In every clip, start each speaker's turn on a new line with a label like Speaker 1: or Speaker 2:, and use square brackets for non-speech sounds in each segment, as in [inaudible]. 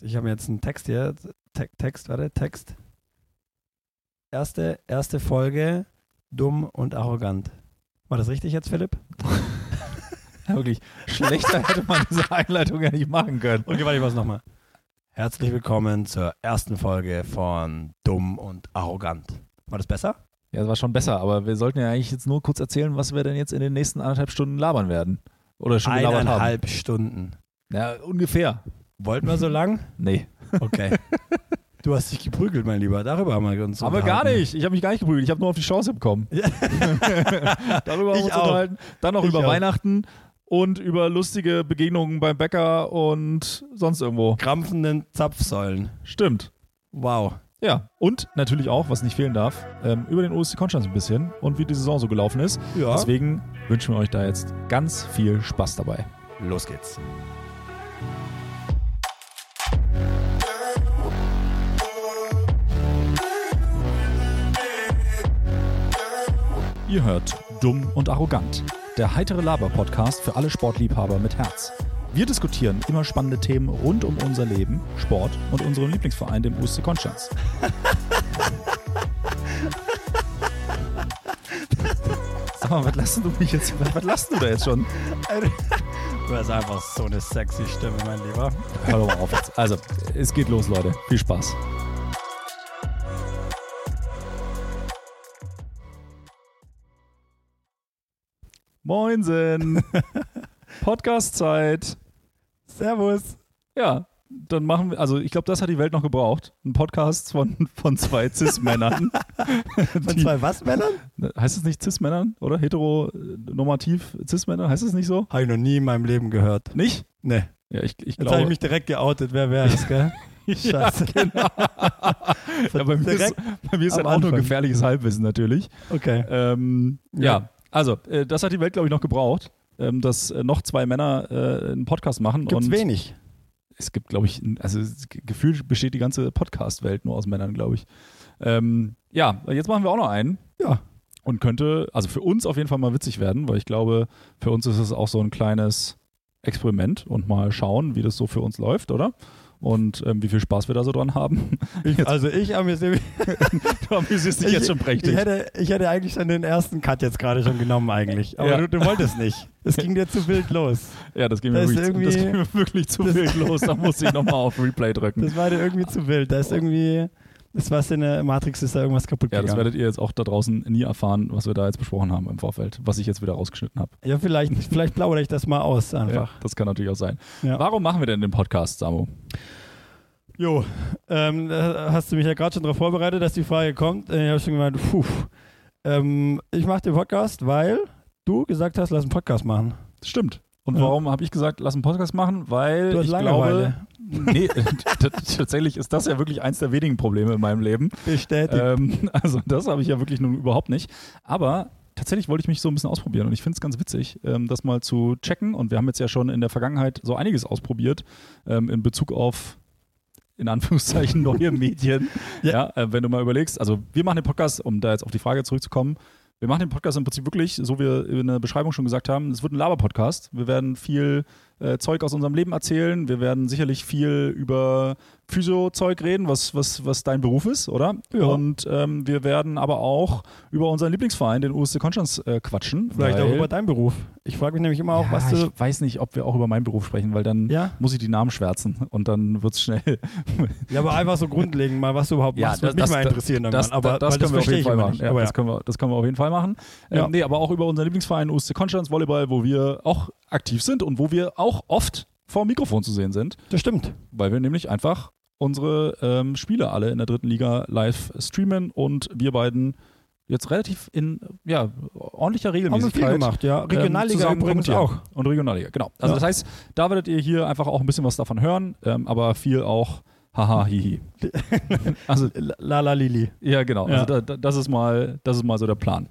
Speaker 1: Ich habe mir jetzt einen Text hier. Te Text, warte, Text. Erste, erste Folge, dumm und arrogant. War das richtig jetzt, Philipp?
Speaker 2: Ja, [laughs] wirklich, schlechter hätte man diese Einleitung ja nicht machen können.
Speaker 1: Okay, warte, ich mach's nochmal. Herzlich willkommen zur ersten Folge von Dumm und Arrogant. War das besser?
Speaker 2: Ja, das war schon besser, aber wir sollten ja eigentlich jetzt nur kurz erzählen, was wir denn jetzt in den nächsten anderthalb Stunden labern werden. Oder schon gelabert haben.
Speaker 1: Eineinhalb Stunden.
Speaker 2: Ja, ungefähr.
Speaker 1: Wollten wir
Speaker 2: [laughs]
Speaker 1: so lang?
Speaker 2: Nee.
Speaker 1: Okay. [laughs] Du hast dich geprügelt, mein Lieber. Darüber haben wir uns
Speaker 2: Aber gar
Speaker 1: unterhalten. [laughs]
Speaker 2: nicht. Ich habe mich gar nicht geprügelt. Ich habe nur auf die Chance bekommen. Darüber haben wir
Speaker 1: Ich
Speaker 2: uns
Speaker 1: auch.
Speaker 2: unterhalten. Dann noch
Speaker 1: Ich
Speaker 2: über
Speaker 1: auch.
Speaker 2: Weihnachten und über lustige Begegnungen beim Bäcker und sonst irgendwo.
Speaker 1: Krampfenden Zapfsäulen.
Speaker 2: Stimmt.
Speaker 1: Wow.
Speaker 2: Ja. Und natürlich auch, was nicht fehlen darf, ähm, über den OSC Konstanz ein bisschen und wie die Saison so gelaufen ist.
Speaker 1: Ja.
Speaker 2: Deswegen wünschen wir euch da jetzt ganz viel Spaß dabei.
Speaker 1: Los geht's.
Speaker 2: Ihr hört Dumm und Arrogant, der heitere Laber-Podcast für alle Sportliebhaber mit Herz. Wir diskutieren immer spannende Themen rund um unser Leben, Sport und unseren Lieblingsverein, dem USC Konstanz. [laughs] Sag mal, was lassen du mich jetzt? Was lassen du da jetzt schon?
Speaker 1: Du hast einfach so eine sexy Stimme, mein Lieber.
Speaker 2: Hör doch mal auf jetzt. Also, es geht los, Leute. Viel Spaß.
Speaker 1: [laughs]
Speaker 2: Moinsen. Podcast-Zeit.
Speaker 1: Servus. [laughs]
Speaker 2: Ja, dann machen wir, also ich glaube, das hat die Welt noch gebraucht. Ein Podcast von, von zwei Cis-Männern.
Speaker 1: [laughs] Von zwei was, Männern?
Speaker 2: Die- Heißt es nicht Cis-Männern, oder? Heteronormativ Cis-Männer, heißt es nicht so?
Speaker 1: Habe ich noch nie in meinem Leben gehört.
Speaker 2: Nicht?
Speaker 1: Nee.
Speaker 2: Ja, ich,
Speaker 1: Jetzt habe ich
Speaker 2: ich glaube.
Speaker 1: mich direkt geoutet, wer wer ist, gell?
Speaker 2: [laughs]
Speaker 1: Scheiße.
Speaker 2: genau.
Speaker 1: [laughs]
Speaker 2: ja, bei, mir ist,
Speaker 1: direkt
Speaker 2: bei mir ist
Speaker 1: am
Speaker 2: dann auch nur
Speaker 1: Anfang.
Speaker 2: gefährliches Halbwissen natürlich.
Speaker 1: Okay.
Speaker 2: Ähm, ja.
Speaker 1: Ja.
Speaker 2: also äh, das hat die Welt, glaube ich, noch gebraucht, ähm, dass äh, noch zwei Männer äh, einen Podcast machen.
Speaker 1: Gibt's
Speaker 2: und
Speaker 1: wenig.
Speaker 2: Es gibt, glaube ich, ein- also es- gefühlt besteht die ganze Podcast-Welt nur aus Männern, glaube ich. Ähm, ja, jetzt machen wir auch noch einen.
Speaker 1: Ja.
Speaker 2: Und könnte, also für uns auf jeden Fall mal witzig werden, weil ich glaube, für uns ist es auch so ein kleines Experiment und mal schauen, wie das so für uns läuft, oder? Und ähm, wie viel Spaß wir da so dran haben.
Speaker 1: Ich, also ich amüsiere mich.
Speaker 2: Aber wir sind
Speaker 1: Ich-
Speaker 2: jetzt schon
Speaker 1: Ich
Speaker 2: prächtig.
Speaker 1: hätte, ich hätte eigentlich schon den ersten Cut jetzt gerade schon genommen eigentlich. Aber
Speaker 2: Ja.
Speaker 1: du, du wolltest nicht. Es ging dir zu wild los.
Speaker 2: Ja, das ging,
Speaker 1: Da
Speaker 2: mir
Speaker 1: ist
Speaker 2: wirklich, zu- das ging
Speaker 1: irgendwie-
Speaker 2: mir wirklich zu
Speaker 1: das-
Speaker 2: wild los. Da musste ich nochmal auf Replay drücken.
Speaker 1: Das war dir irgendwie zu wild. Da ist irgendwie, das war in der Matrix, ist da irgendwas kaputt
Speaker 2: Ja, das
Speaker 1: gegangen.
Speaker 2: werdet ihr jetzt auch da draußen nie erfahren, was wir da jetzt besprochen haben im Vorfeld, was ich jetzt wieder rausgeschnitten habe.
Speaker 1: Ja, vielleicht, vielleicht plaudere ich das mal aus einfach.
Speaker 2: Ja, das kann natürlich auch sein.
Speaker 1: Ja.
Speaker 2: Warum machen wir denn den Podcast, Samu?
Speaker 1: Jo, ähm, da hast du mich ja gerade schon darauf vorbereitet, dass die Frage kommt. Äh, Ich habe schon gemeint, puh, ähm, ich mache den Podcast, weil du gesagt hast, lass einen Podcast machen.
Speaker 2: Stimmt. Und
Speaker 1: Ja.
Speaker 2: warum habe ich gesagt, lass einen Podcast machen? Weil
Speaker 1: Du hast
Speaker 2: ich glaube,
Speaker 1: Langeweile.
Speaker 2: nee, [laughs] t- t- tatsächlich ist das ja wirklich eins der wenigen Probleme in meinem Leben.
Speaker 1: Bestätigt.
Speaker 2: Ähm, [laughs] also das habe ich ja wirklich nun überhaupt nicht. Aber tatsächlich wollte ich mich so ein bisschen ausprobieren und ich finde es ganz witzig, ähm, das mal zu checken. Und wir haben jetzt ja schon in der Vergangenheit so einiges ausprobiert ähm, in Bezug auf in Anführungszeichen [laughs] neue Medien. Ja,
Speaker 1: Ja.
Speaker 2: äh, wenn du mal überlegst, also wir machen den Podcast, um da jetzt auf die Frage zurückzukommen. Wir machen den Podcast im Prinzip wirklich, so wie wir in der Beschreibung schon gesagt haben, es wird ein Laber-Podcast. Wir werden viel äh, Zeug aus unserem Leben erzählen. Wir werden sicherlich viel über Physio-Zeug reden, was, was, was dein Beruf ist, oder?
Speaker 1: Ja.
Speaker 2: Und ähm, wir werden aber auch über unseren Lieblingsverein, den USC Konstanz, äh, quatschen.
Speaker 1: vielleicht
Speaker 2: weil,
Speaker 1: auch über deinen Beruf. Ich frage mich nämlich immer auch,
Speaker 2: ja,
Speaker 1: was du.
Speaker 2: Ich weiß nicht, ob wir auch über meinen Beruf sprechen, weil dann
Speaker 1: Ja?
Speaker 2: muss ich die Namen schwärzen und dann wird es schnell.
Speaker 1: ja, aber einfach so grundlegend mal, was du überhaupt machst, würde mich mal interessieren.
Speaker 2: das,
Speaker 1: irgendwann. aber
Speaker 2: das,
Speaker 1: weil
Speaker 2: können wir auf
Speaker 1: verstehe
Speaker 2: jeden
Speaker 1: ich
Speaker 2: Fall
Speaker 1: immer
Speaker 2: machen.
Speaker 1: nicht.
Speaker 2: Ja,
Speaker 1: aber ja.
Speaker 2: das, können wir, das können wir auf jeden Fall machen. Ähm,
Speaker 1: Ja.
Speaker 2: Nee, aber auch über unseren Lieblingsverein USC Konstanz Volleyball, wo wir auch aktiv sind und wo wir auch oft vor dem Mikrofon zu sehen sind,
Speaker 1: das stimmt.
Speaker 2: weil wir nämlich einfach unsere ähm, Spiele alle in der dritten Liga live streamen und wir beiden jetzt relativ in ja, ordentlicher
Speaker 1: Haben wir
Speaker 2: Regelmäßigkeit ähm,
Speaker 1: viel gemacht, ja. Regionalliga
Speaker 2: zusammen
Speaker 1: übrigens
Speaker 2: kommentieren.
Speaker 1: auch.
Speaker 2: und Regionalliga, genau. Also
Speaker 1: Ja.
Speaker 2: das heißt, da werdet ihr hier einfach auch ein bisschen was davon hören, ähm, aber viel auch
Speaker 1: [laughs]
Speaker 2: haha hihi. also
Speaker 1: Lala Lili.
Speaker 2: ja, genau.
Speaker 1: Ja.
Speaker 2: Also da, da, das ist mal, das ist mal so der Plan.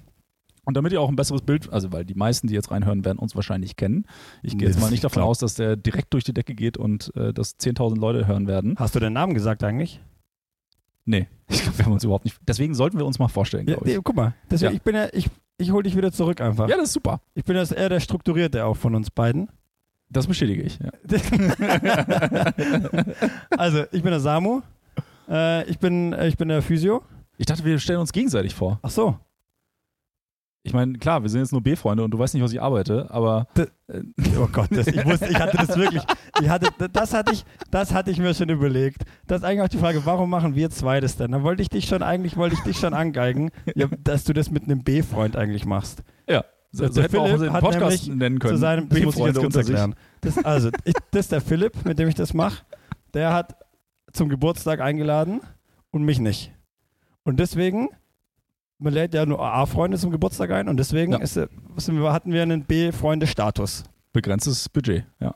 Speaker 2: Und damit ihr auch ein besseres Bild, also weil die meisten, die jetzt reinhören, werden uns wahrscheinlich kennen. Ich gehe
Speaker 1: Nee,
Speaker 2: jetzt mal
Speaker 1: das-
Speaker 2: nicht davon
Speaker 1: klar.
Speaker 2: aus, dass der direkt durch die Decke geht und äh, dass 10.000 Leute hören werden.
Speaker 1: Hast du den Namen gesagt eigentlich?
Speaker 2: Nee, ich glaube, wir haben uns überhaupt nicht. Deswegen sollten wir uns mal vorstellen,
Speaker 1: Ja,
Speaker 2: glaube ich.
Speaker 1: nee,
Speaker 2: Ja,
Speaker 1: guck mal, deswegen,
Speaker 2: Ja.
Speaker 1: ich bin ja, ich, ich hole dich wieder zurück einfach.
Speaker 2: das ist super.
Speaker 1: Ich bin das eher der Strukturierte auch von uns beiden.
Speaker 2: Das bestätige ich. Ja.
Speaker 1: also, ich bin der Samu. Äh, ich, bin, äh, ich bin der Physio.
Speaker 2: Ich dachte, wir stellen uns gegenseitig vor.
Speaker 1: Ach so.
Speaker 2: Ich meine, klar, wir sind jetzt nur B-Freunde und du weißt nicht, was ich arbeite, aber
Speaker 1: Oh Gott, das, ich wusste, ich hatte das wirklich. Ich hatte, das, hatte ich, das hatte ich mir schon überlegt. Das ist eigentlich auch die Frage, warum machen wir zwei das denn? Da wollte ich dich schon, eigentlich wollte ich dich schon angeigen, ja, dass du das mit einem B-Freund eigentlich machst.
Speaker 2: ja, so,
Speaker 1: Der
Speaker 2: so hätten wir auch
Speaker 1: Philipp
Speaker 2: unseren
Speaker 1: hat
Speaker 2: Podcast
Speaker 1: nämlich
Speaker 2: nennen können.
Speaker 1: Zu seinem
Speaker 2: das muss ich jetzt
Speaker 1: B-Freund
Speaker 2: kurz erklären.
Speaker 1: erklären. Das, also, ich, das ist der Philipp, mit dem ich das mache. Der hat zum Geburtstag eingeladen und mich nicht. Und deswegen, man lädt ja nur A-Freunde zum Geburtstag ein und deswegen
Speaker 2: Ja.
Speaker 1: ist, äh, sind wir- hatten wir einen B-Freunde-Status. [laughs]
Speaker 2: Begrenztes Budget, ja.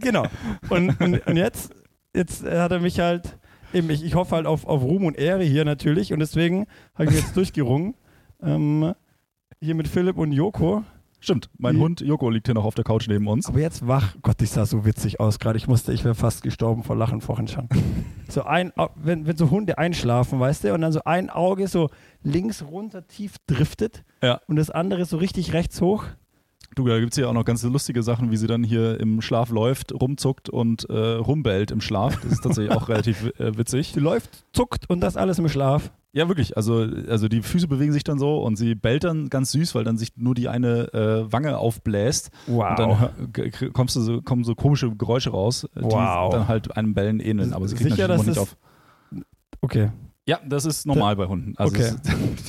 Speaker 1: genau. Und, und, und jetzt, jetzt hat er mich halt, eben, ich, ich hoffe halt auf, auf Ruhm und Ehre hier natürlich und deswegen habe ich mich jetzt durchgerungen. Ähm, hier mit Philipp und Joko.
Speaker 2: Stimmt, mein
Speaker 1: Wie-
Speaker 2: Hund Joko liegt hier noch auf der Couch neben uns.
Speaker 1: Aber jetzt wach. Gott, ich sah so witzig aus gerade. Ich musste, ich wäre fast gestorben vor Lachen vorhin schon. So ein, Au- wenn, wenn so Hunde einschlafen, weißt du, und dann so ein Auge so links runter tief driftet
Speaker 2: Ja.
Speaker 1: und das andere so richtig rechts hoch.
Speaker 2: Du, da gibt es ja auch noch ganz lustige Sachen, wie sie dann hier im Schlaf läuft, rumzuckt und äh, rumbellt im Schlaf. Das ist
Speaker 1: [laughs]
Speaker 2: tatsächlich auch relativ äh, witzig.
Speaker 1: Die läuft, zuckt und das alles im Schlaf.
Speaker 2: Ja, wirklich. Also, also die Füße bewegen sich dann so und sie bellt dann ganz süß, weil dann sich nur die eine äh, Wange aufbläst.
Speaker 1: Wow.
Speaker 2: Und dann hör- g- k- kommst du so, kommen so komische Geräusche raus, äh, die
Speaker 1: Wow.
Speaker 2: dann halt einem Bellen ähneln. Aber sie kriegt
Speaker 1: Sicher,
Speaker 2: natürlich
Speaker 1: dass
Speaker 2: nicht
Speaker 1: das-
Speaker 2: auf.
Speaker 1: okay.
Speaker 2: Ja, das ist normal bei Hunden. Also
Speaker 1: Okay.
Speaker 2: es ist-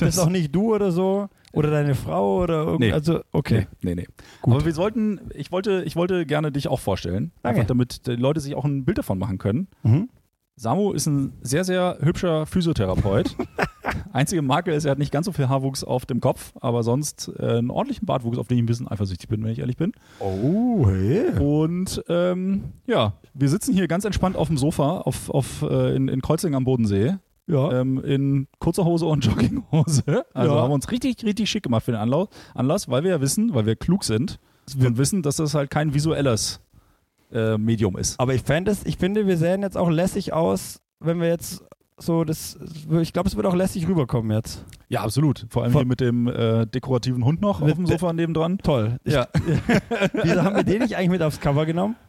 Speaker 1: [laughs] Das
Speaker 2: [laughs]
Speaker 1: ist auch nicht du oder so oder deine Frau oder irgend,
Speaker 2: Nee.
Speaker 1: also okay.
Speaker 2: Nee, nee.
Speaker 1: Gut.
Speaker 2: Aber wir sollten, ich wollte, ich wollte gerne dich auch vorstellen.
Speaker 1: Danke.
Speaker 2: Einfach damit die Leute sich auch ein Bild davon machen können.
Speaker 1: Mhm.
Speaker 2: Samu ist ein sehr, sehr hübscher Physiotherapeut. Einzige Makel ist, er hat nicht ganz so viel Haarwuchs auf dem Kopf, aber sonst äh, einen ordentlichen Bartwuchs, auf den ich ein bisschen eifersüchtig bin, wenn ich ehrlich bin.
Speaker 1: Oh, hey.
Speaker 2: Und ähm, ja, wir sitzen hier ganz entspannt auf dem Sofa auf, auf, äh, in, in Kreuzing am Bodensee
Speaker 1: Ja.
Speaker 2: ähm, in kurzer Hose und [laughs] Jogginghose. Also
Speaker 1: Ja.
Speaker 2: haben wir uns richtig, richtig schick gemacht für den Anlauf, Anlass, weil wir ja wissen, weil wir klug sind und wissen, dass das halt kein visuelles äh, Medium ist.
Speaker 1: Aber ich fände es, ich finde, wir sehen jetzt auch lässig aus, wenn wir jetzt so das, ich glaube, es wird auch lässig rüberkommen jetzt.
Speaker 2: Ja, absolut. Vor allem
Speaker 1: Vor-
Speaker 2: hier mit dem äh, dekorativen Hund noch auf
Speaker 1: Mit
Speaker 2: dem
Speaker 1: de-
Speaker 2: Sofa nebendran.
Speaker 1: Toll. Ich,
Speaker 2: Ja.
Speaker 1: Wieso haben wir den nicht eigentlich mit aufs Cover genommen?
Speaker 2: [laughs]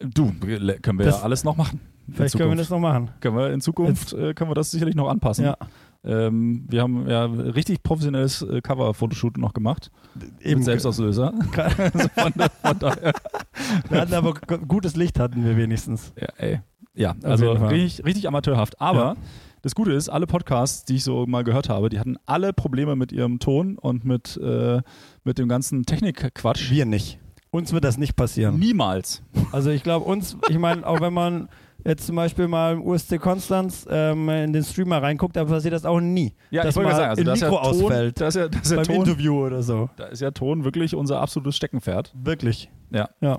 Speaker 2: Du, le- können wir
Speaker 1: Das-
Speaker 2: ja alles noch machen. in
Speaker 1: Vielleicht können wir das
Speaker 2: Zukunft.
Speaker 1: noch machen.
Speaker 2: können wir in Zukunft äh, können wir das sicherlich noch anpassen.
Speaker 1: Ja.
Speaker 2: Ähm, wir haben ja richtig professionelles äh, Cover-Fotoshoot noch gemacht.
Speaker 1: Eben. [laughs]
Speaker 2: Mit Selbstauslöser. [laughs] also von, da- von daher
Speaker 1: Wir hatten aber g- gutes Licht hatten wir wenigstens.
Speaker 2: Ja, ey. Ja, also
Speaker 1: jeden Fall.
Speaker 2: richtig, richtig amateurhaft. Aber das Gute ist, alle Podcasts, die ich so mal gehört habe, die hatten alle Probleme mit ihrem Ton und mit, äh, mit dem ganzen Technikquatsch.
Speaker 1: Wir nicht. Uns wird das nicht passieren.
Speaker 2: Niemals.
Speaker 1: Also ich glaube uns, ich meine, auch wenn man jetzt zum Beispiel mal im USC Konstanz ähm, in den Streamer reinguckt, dann passiert das auch nie.
Speaker 2: Ja,
Speaker 1: Dass
Speaker 2: ich wollte
Speaker 1: mal
Speaker 2: gerade
Speaker 1: ein
Speaker 2: sagen, also da ist ja
Speaker 1: Mikro
Speaker 2: Ton,
Speaker 1: ausfällt.
Speaker 2: Da ist ja, da ist ja
Speaker 1: Beim
Speaker 2: Ton,
Speaker 1: Interview oder so.
Speaker 2: da ist ja Ton wirklich unser absolutes Steckenpferd.
Speaker 1: Wirklich.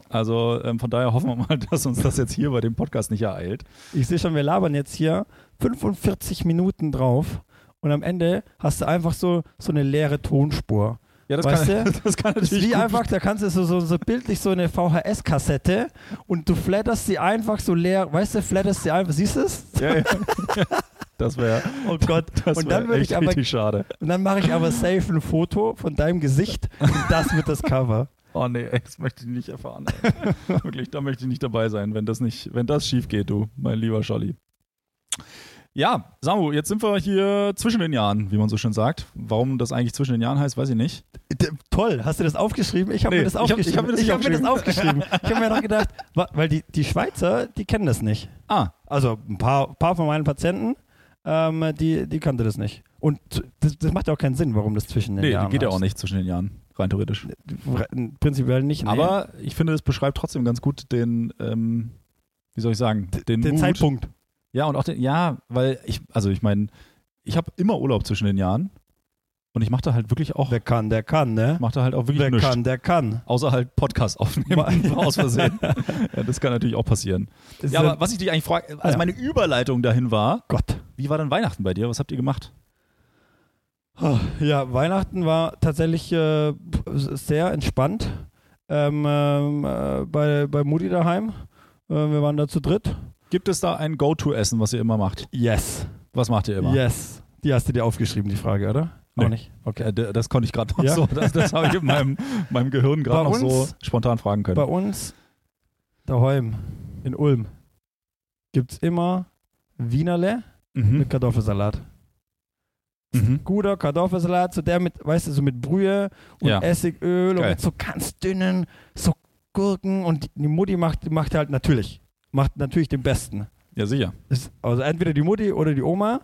Speaker 2: Also ähm, von daher hoffen wir mal, [laughs] dass uns das jetzt hier bei dem Podcast nicht ereilt.
Speaker 1: Ich sehe schon, wir labern jetzt hier 45 Minuten drauf und am Ende hast du einfach so, so eine leere Tonspur.
Speaker 2: Ja, das,
Speaker 1: Weißt
Speaker 2: kann, [laughs] das kann
Speaker 1: Das ist
Speaker 2: natürlich
Speaker 1: wie
Speaker 2: gut-
Speaker 1: einfach, da kannst du so, so, so bildlich so eine VHS-Kassette und du flatterst sie einfach so leer, weißt du, flatterst sie einfach, siehst du es?
Speaker 2: Ja, [laughs] ja. Das wäre
Speaker 1: Oh Gott.
Speaker 2: [laughs] das
Speaker 1: Und
Speaker 2: wär
Speaker 1: dann würde
Speaker 2: echt
Speaker 1: ich aber-
Speaker 2: richtig schade.
Speaker 1: Und dann mache ich aber safe ein Foto von deinem Gesicht und das wird das Cover.
Speaker 2: Oh nee, ey, das möchte ich nicht erfahren. [laughs] ey. Wirklich, da möchte ich nicht dabei sein, wenn das nicht, wenn das schief geht, du, mein lieber Scholli. Ja, Samu, jetzt sind wir hier zwischen den Jahren, wie man so schön sagt. Warum das eigentlich zwischen den Jahren heißt, weiß ich nicht.
Speaker 1: D- Toll, hast du das aufgeschrieben? Ich habe
Speaker 2: Nee,
Speaker 1: mir das
Speaker 2: ich hab- ich
Speaker 1: aufgeschrieben.
Speaker 2: hab mir das nicht
Speaker 1: hab aufgeschrieben. Ich habe mir noch gedacht, wa- weil die, die Schweizer, die kennen das nicht.
Speaker 2: Ah,
Speaker 1: Also ein paar, paar von meinen Patienten, ähm, die, die kannte das nicht. Und das, das macht ja auch keinen Sinn, warum das zwischen den
Speaker 2: nee,
Speaker 1: Jahren
Speaker 2: geht ja auch
Speaker 1: heißt.
Speaker 2: nicht zwischen den Jahren, rein theoretisch.
Speaker 1: Re- Prinzipiell nicht. Nee.
Speaker 2: Aber ich finde, es beschreibt trotzdem ganz gut den, ähm, wie soll ich sagen, den,
Speaker 1: den
Speaker 2: Mut.
Speaker 1: Zeitpunkt.
Speaker 2: Ja, und auch den, ja, weil ich, also ich meine, ich habe immer Urlaub zwischen den Jahren und ich mache da halt wirklich auch,
Speaker 1: Wer kann, der kann, ne?
Speaker 2: mache da halt auch wirklich
Speaker 1: Wer
Speaker 2: nichts.
Speaker 1: kann, der kann.
Speaker 2: Außer halt Podcast aufnehmen, [laughs]
Speaker 1: Mal-
Speaker 2: aus Versehen. ja, das kann natürlich auch passieren.
Speaker 1: Ist
Speaker 2: Ja, aber was ich dich eigentlich frage, also
Speaker 1: Ja.
Speaker 2: meine Überleitung dahin war,
Speaker 1: Gott.
Speaker 2: wie war denn Weihnachten bei dir? Was habt ihr gemacht?
Speaker 1: Oh, Ja, Weihnachten war tatsächlich äh, sehr entspannt ähm, ähm, äh, bei, bei Mutti daheim. Äh, wir waren da zu dritt.
Speaker 2: Gibt es da ein Go-To-Essen, was ihr immer macht?
Speaker 1: Yes.
Speaker 2: Was macht ihr immer?
Speaker 1: Yes. Die hast du dir aufgeschrieben, die Frage, oder? Auch
Speaker 2: Nee.
Speaker 1: nicht. Okay.
Speaker 2: Äh, d- das konnte ich gerade noch
Speaker 1: Ja.
Speaker 2: so. Das, das habe ich
Speaker 1: [laughs]
Speaker 2: in meinem, meinem Gehirn gerade
Speaker 1: Bei
Speaker 2: noch so
Speaker 1: uns-
Speaker 2: spontan fragen können.
Speaker 1: Bei uns daheim in Ulm gibt es immer Wienerle
Speaker 2: Mhm.
Speaker 1: mit Kartoffelsalat.
Speaker 2: Mhm.
Speaker 1: Guter Kartoffelsalat, so der mit, weißt du, so mit Brühe und
Speaker 2: Ja.
Speaker 1: Essigöl und
Speaker 2: Geil.
Speaker 1: mit so ganz dünnen, so Gurken und die, die Mutti macht, macht halt natürlich, macht natürlich den besten. [laughs]
Speaker 2: Ja, sicher.
Speaker 1: Ist, also entweder die Mutti oder die Oma.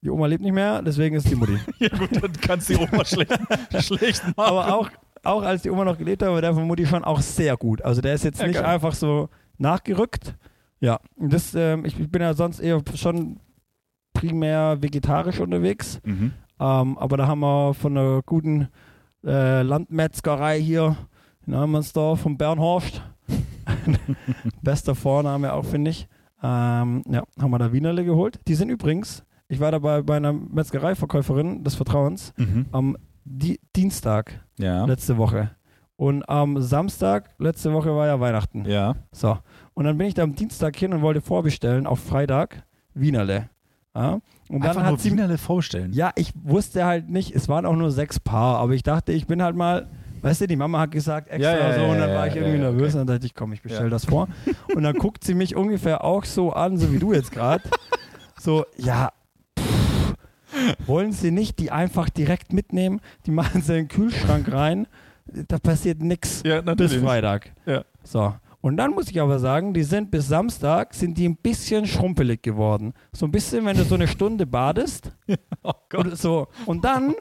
Speaker 1: Die Oma lebt nicht mehr, deswegen ist die
Speaker 2: [laughs]
Speaker 1: Mutti.
Speaker 2: Ja, gut, dann kannst du die Oma [laughs] schlecht, schlecht machen.
Speaker 1: Aber auch, auch als die Oma noch gelebt hat, war der von Mutti schon auch sehr gut. Also der ist jetzt
Speaker 2: Ja,
Speaker 1: nicht
Speaker 2: geil.
Speaker 1: einfach so nachgerückt. Ja, und das, ähm, ich, ich bin ja sonst eher schon primär vegetarisch unterwegs.
Speaker 2: Mhm.
Speaker 1: Ähm, aber da haben wir von einer guten äh, Landmetzgerei hier in Almansdorf von Bernhorst. [laughs] Bester Vorname auch, finde ich. Ähm, ja, haben wir da Wienerle geholt. Die sind übrigens, ich war dabei bei einer Metzgereiverkäuferin des Vertrauens
Speaker 2: Mhm.
Speaker 1: am Di Dienstag
Speaker 2: Ja.
Speaker 1: letzte Woche. Und am Samstag letzte Woche war ja Weihnachten.
Speaker 2: Ja.
Speaker 1: So. Und dann bin ich da am Dienstag hin und wollte vorbestellen auf Freitag Wienerle. Ja. Und dann
Speaker 2: Einfach
Speaker 1: hat
Speaker 2: nur
Speaker 1: sie
Speaker 2: Wienerle vorstellen.
Speaker 1: ja, ich wusste halt nicht, es waren auch nur sechs Paar, aber ich dachte, ich bin halt mal, weißt du, die Mama hat gesagt, extra
Speaker 2: Ja, ja,
Speaker 1: so,
Speaker 2: ja,
Speaker 1: und dann
Speaker 2: ja,
Speaker 1: war ich
Speaker 2: ja,
Speaker 1: irgendwie
Speaker 2: ja,
Speaker 1: nervös
Speaker 2: okay.
Speaker 1: und dann dachte ich, komm, ich bestell
Speaker 2: Ja.
Speaker 1: das vor. Und dann guckt sie mich ungefähr auch so an, so wie du jetzt gerade. So, ja, pff, wollen sie nicht die einfach direkt mitnehmen? Die machen sie in den Kühlschrank rein, da passiert nichts
Speaker 2: Ja,
Speaker 1: bis Freitag.
Speaker 2: Ja.
Speaker 1: So. Und dann muss ich aber sagen, die sind bis Samstag sind die ein bisschen schrumpelig geworden. So ein bisschen, wenn du so eine Stunde badest,
Speaker 2: [laughs] Oh Gott.
Speaker 1: und so. Und dann,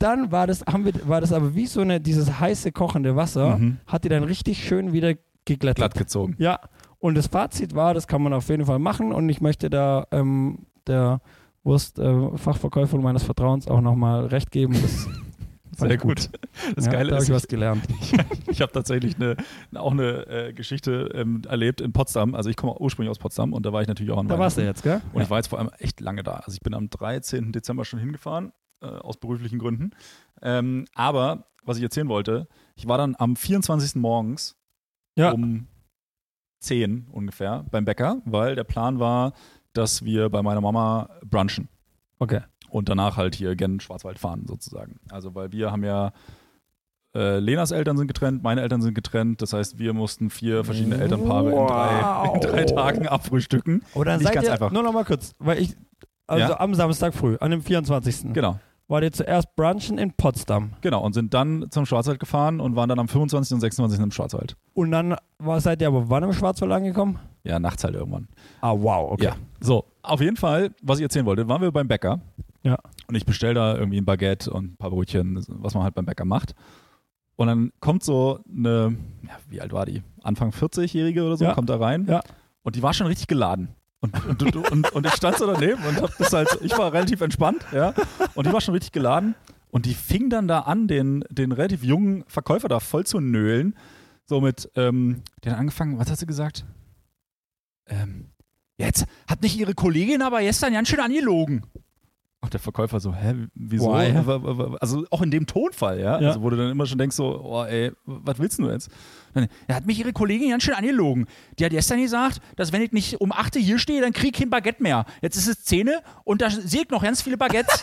Speaker 1: dann war das, haben wir, war das aber wie so eine, dieses heiße kochende Wasser,
Speaker 2: Mhm.
Speaker 1: hat die dann richtig schön wieder geglättet.
Speaker 2: Glatt gezogen.
Speaker 1: Ja. Und das Fazit war, das kann man auf jeden Fall machen und ich möchte da ähm, der Wurst, äh, Fachverkäuferin meines Vertrauens auch nochmal recht
Speaker 2: [laughs]
Speaker 1: geben. Das fand
Speaker 2: Sehr
Speaker 1: ich
Speaker 2: gut. [laughs] Das
Speaker 1: ja,
Speaker 2: Geile
Speaker 1: da hab
Speaker 2: ist,
Speaker 1: ich was
Speaker 2: [laughs]
Speaker 1: gelernt.
Speaker 2: Ich habe tatsächlich eine, auch eine äh, Geschichte ähm, erlebt in Potsdam. Also ich komme ursprünglich aus Potsdam und da war ich natürlich auch an
Speaker 1: Da warst du jetzt, gell?
Speaker 2: Und ich war jetzt vor allem echt lange da. Also ich bin am 13. Dezember schon hingefahren, äh, aus beruflichen Gründen. Ähm, aber was ich erzählen wollte, ich war dann am 24. morgens
Speaker 1: Ja.
Speaker 2: um 10 ungefähr beim Bäcker, weil der Plan war, dass wir bei meiner Mama brunchen
Speaker 1: Okay.
Speaker 2: und danach halt hier gen Schwarzwald fahren sozusagen. Also weil wir haben ja äh, Lenas Eltern sind getrennt, meine Eltern sind getrennt, das heißt, wir mussten vier verschiedene Elternpaare in, drei, in drei
Speaker 1: Wow.
Speaker 2: Tagen abfrühstücken.
Speaker 1: Oder
Speaker 2: Nicht ganz einfach.
Speaker 1: nur nochmal kurz, weil ich, also
Speaker 2: Ja.
Speaker 1: am Samstag früh, an dem 24.
Speaker 2: Genau,
Speaker 1: war ihr zuerst brunchen in Potsdam
Speaker 2: genau. Und sind dann zum Schwarzwald gefahren und waren dann am 25. und 26. im Schwarzwald.
Speaker 1: und dann war, seid ihr aber wann im Schwarzwald angekommen?
Speaker 2: Ja, nachts halt irgendwann.
Speaker 1: Ah, wow, okay.
Speaker 2: Ja. So, auf jeden Fall, was ich erzählen wollte, waren wir beim Bäcker.
Speaker 1: Ja.
Speaker 2: Und ich bestelle da irgendwie ein Baguette und ein paar Brötchen, was man halt beim Bäcker macht. Und dann kommt so eine, ja, wie alt war die? Anfang 40-Jährige oder so,
Speaker 1: Ja.
Speaker 2: kommt da rein.
Speaker 1: Ja.
Speaker 2: Und die war schon richtig geladen. Und, und, und, und, und ich stand so daneben und hab das halt, ich war relativ entspannt, ja. Und die war schon richtig geladen. Und die fing dann da an, den, den relativ jungen Verkäufer da voll zu nölen. So mit, ähm, der hat angefangen, was hat sie gesagt? Ähm, jetzt hat nicht ihre Kollegin aber gestern ganz schön angelogen. Und der Verkäufer so, hä, wieso?
Speaker 1: Why?
Speaker 2: W- w- w- Also auch in dem Tonfall, ja?
Speaker 1: Ja.
Speaker 2: Also wo du dann immer schon denkst so, oh ey, was willst du jetzt? Dann, er hat mich ihre Kollegin ganz schön angelogen. Die hat gestern gesagt, dass wenn ich nicht um 8 Uhr hier stehe, dann krieg ich kein Baguette mehr. Jetzt ist es 10 Uhr und da sehe ich noch ganz viele Baguettes.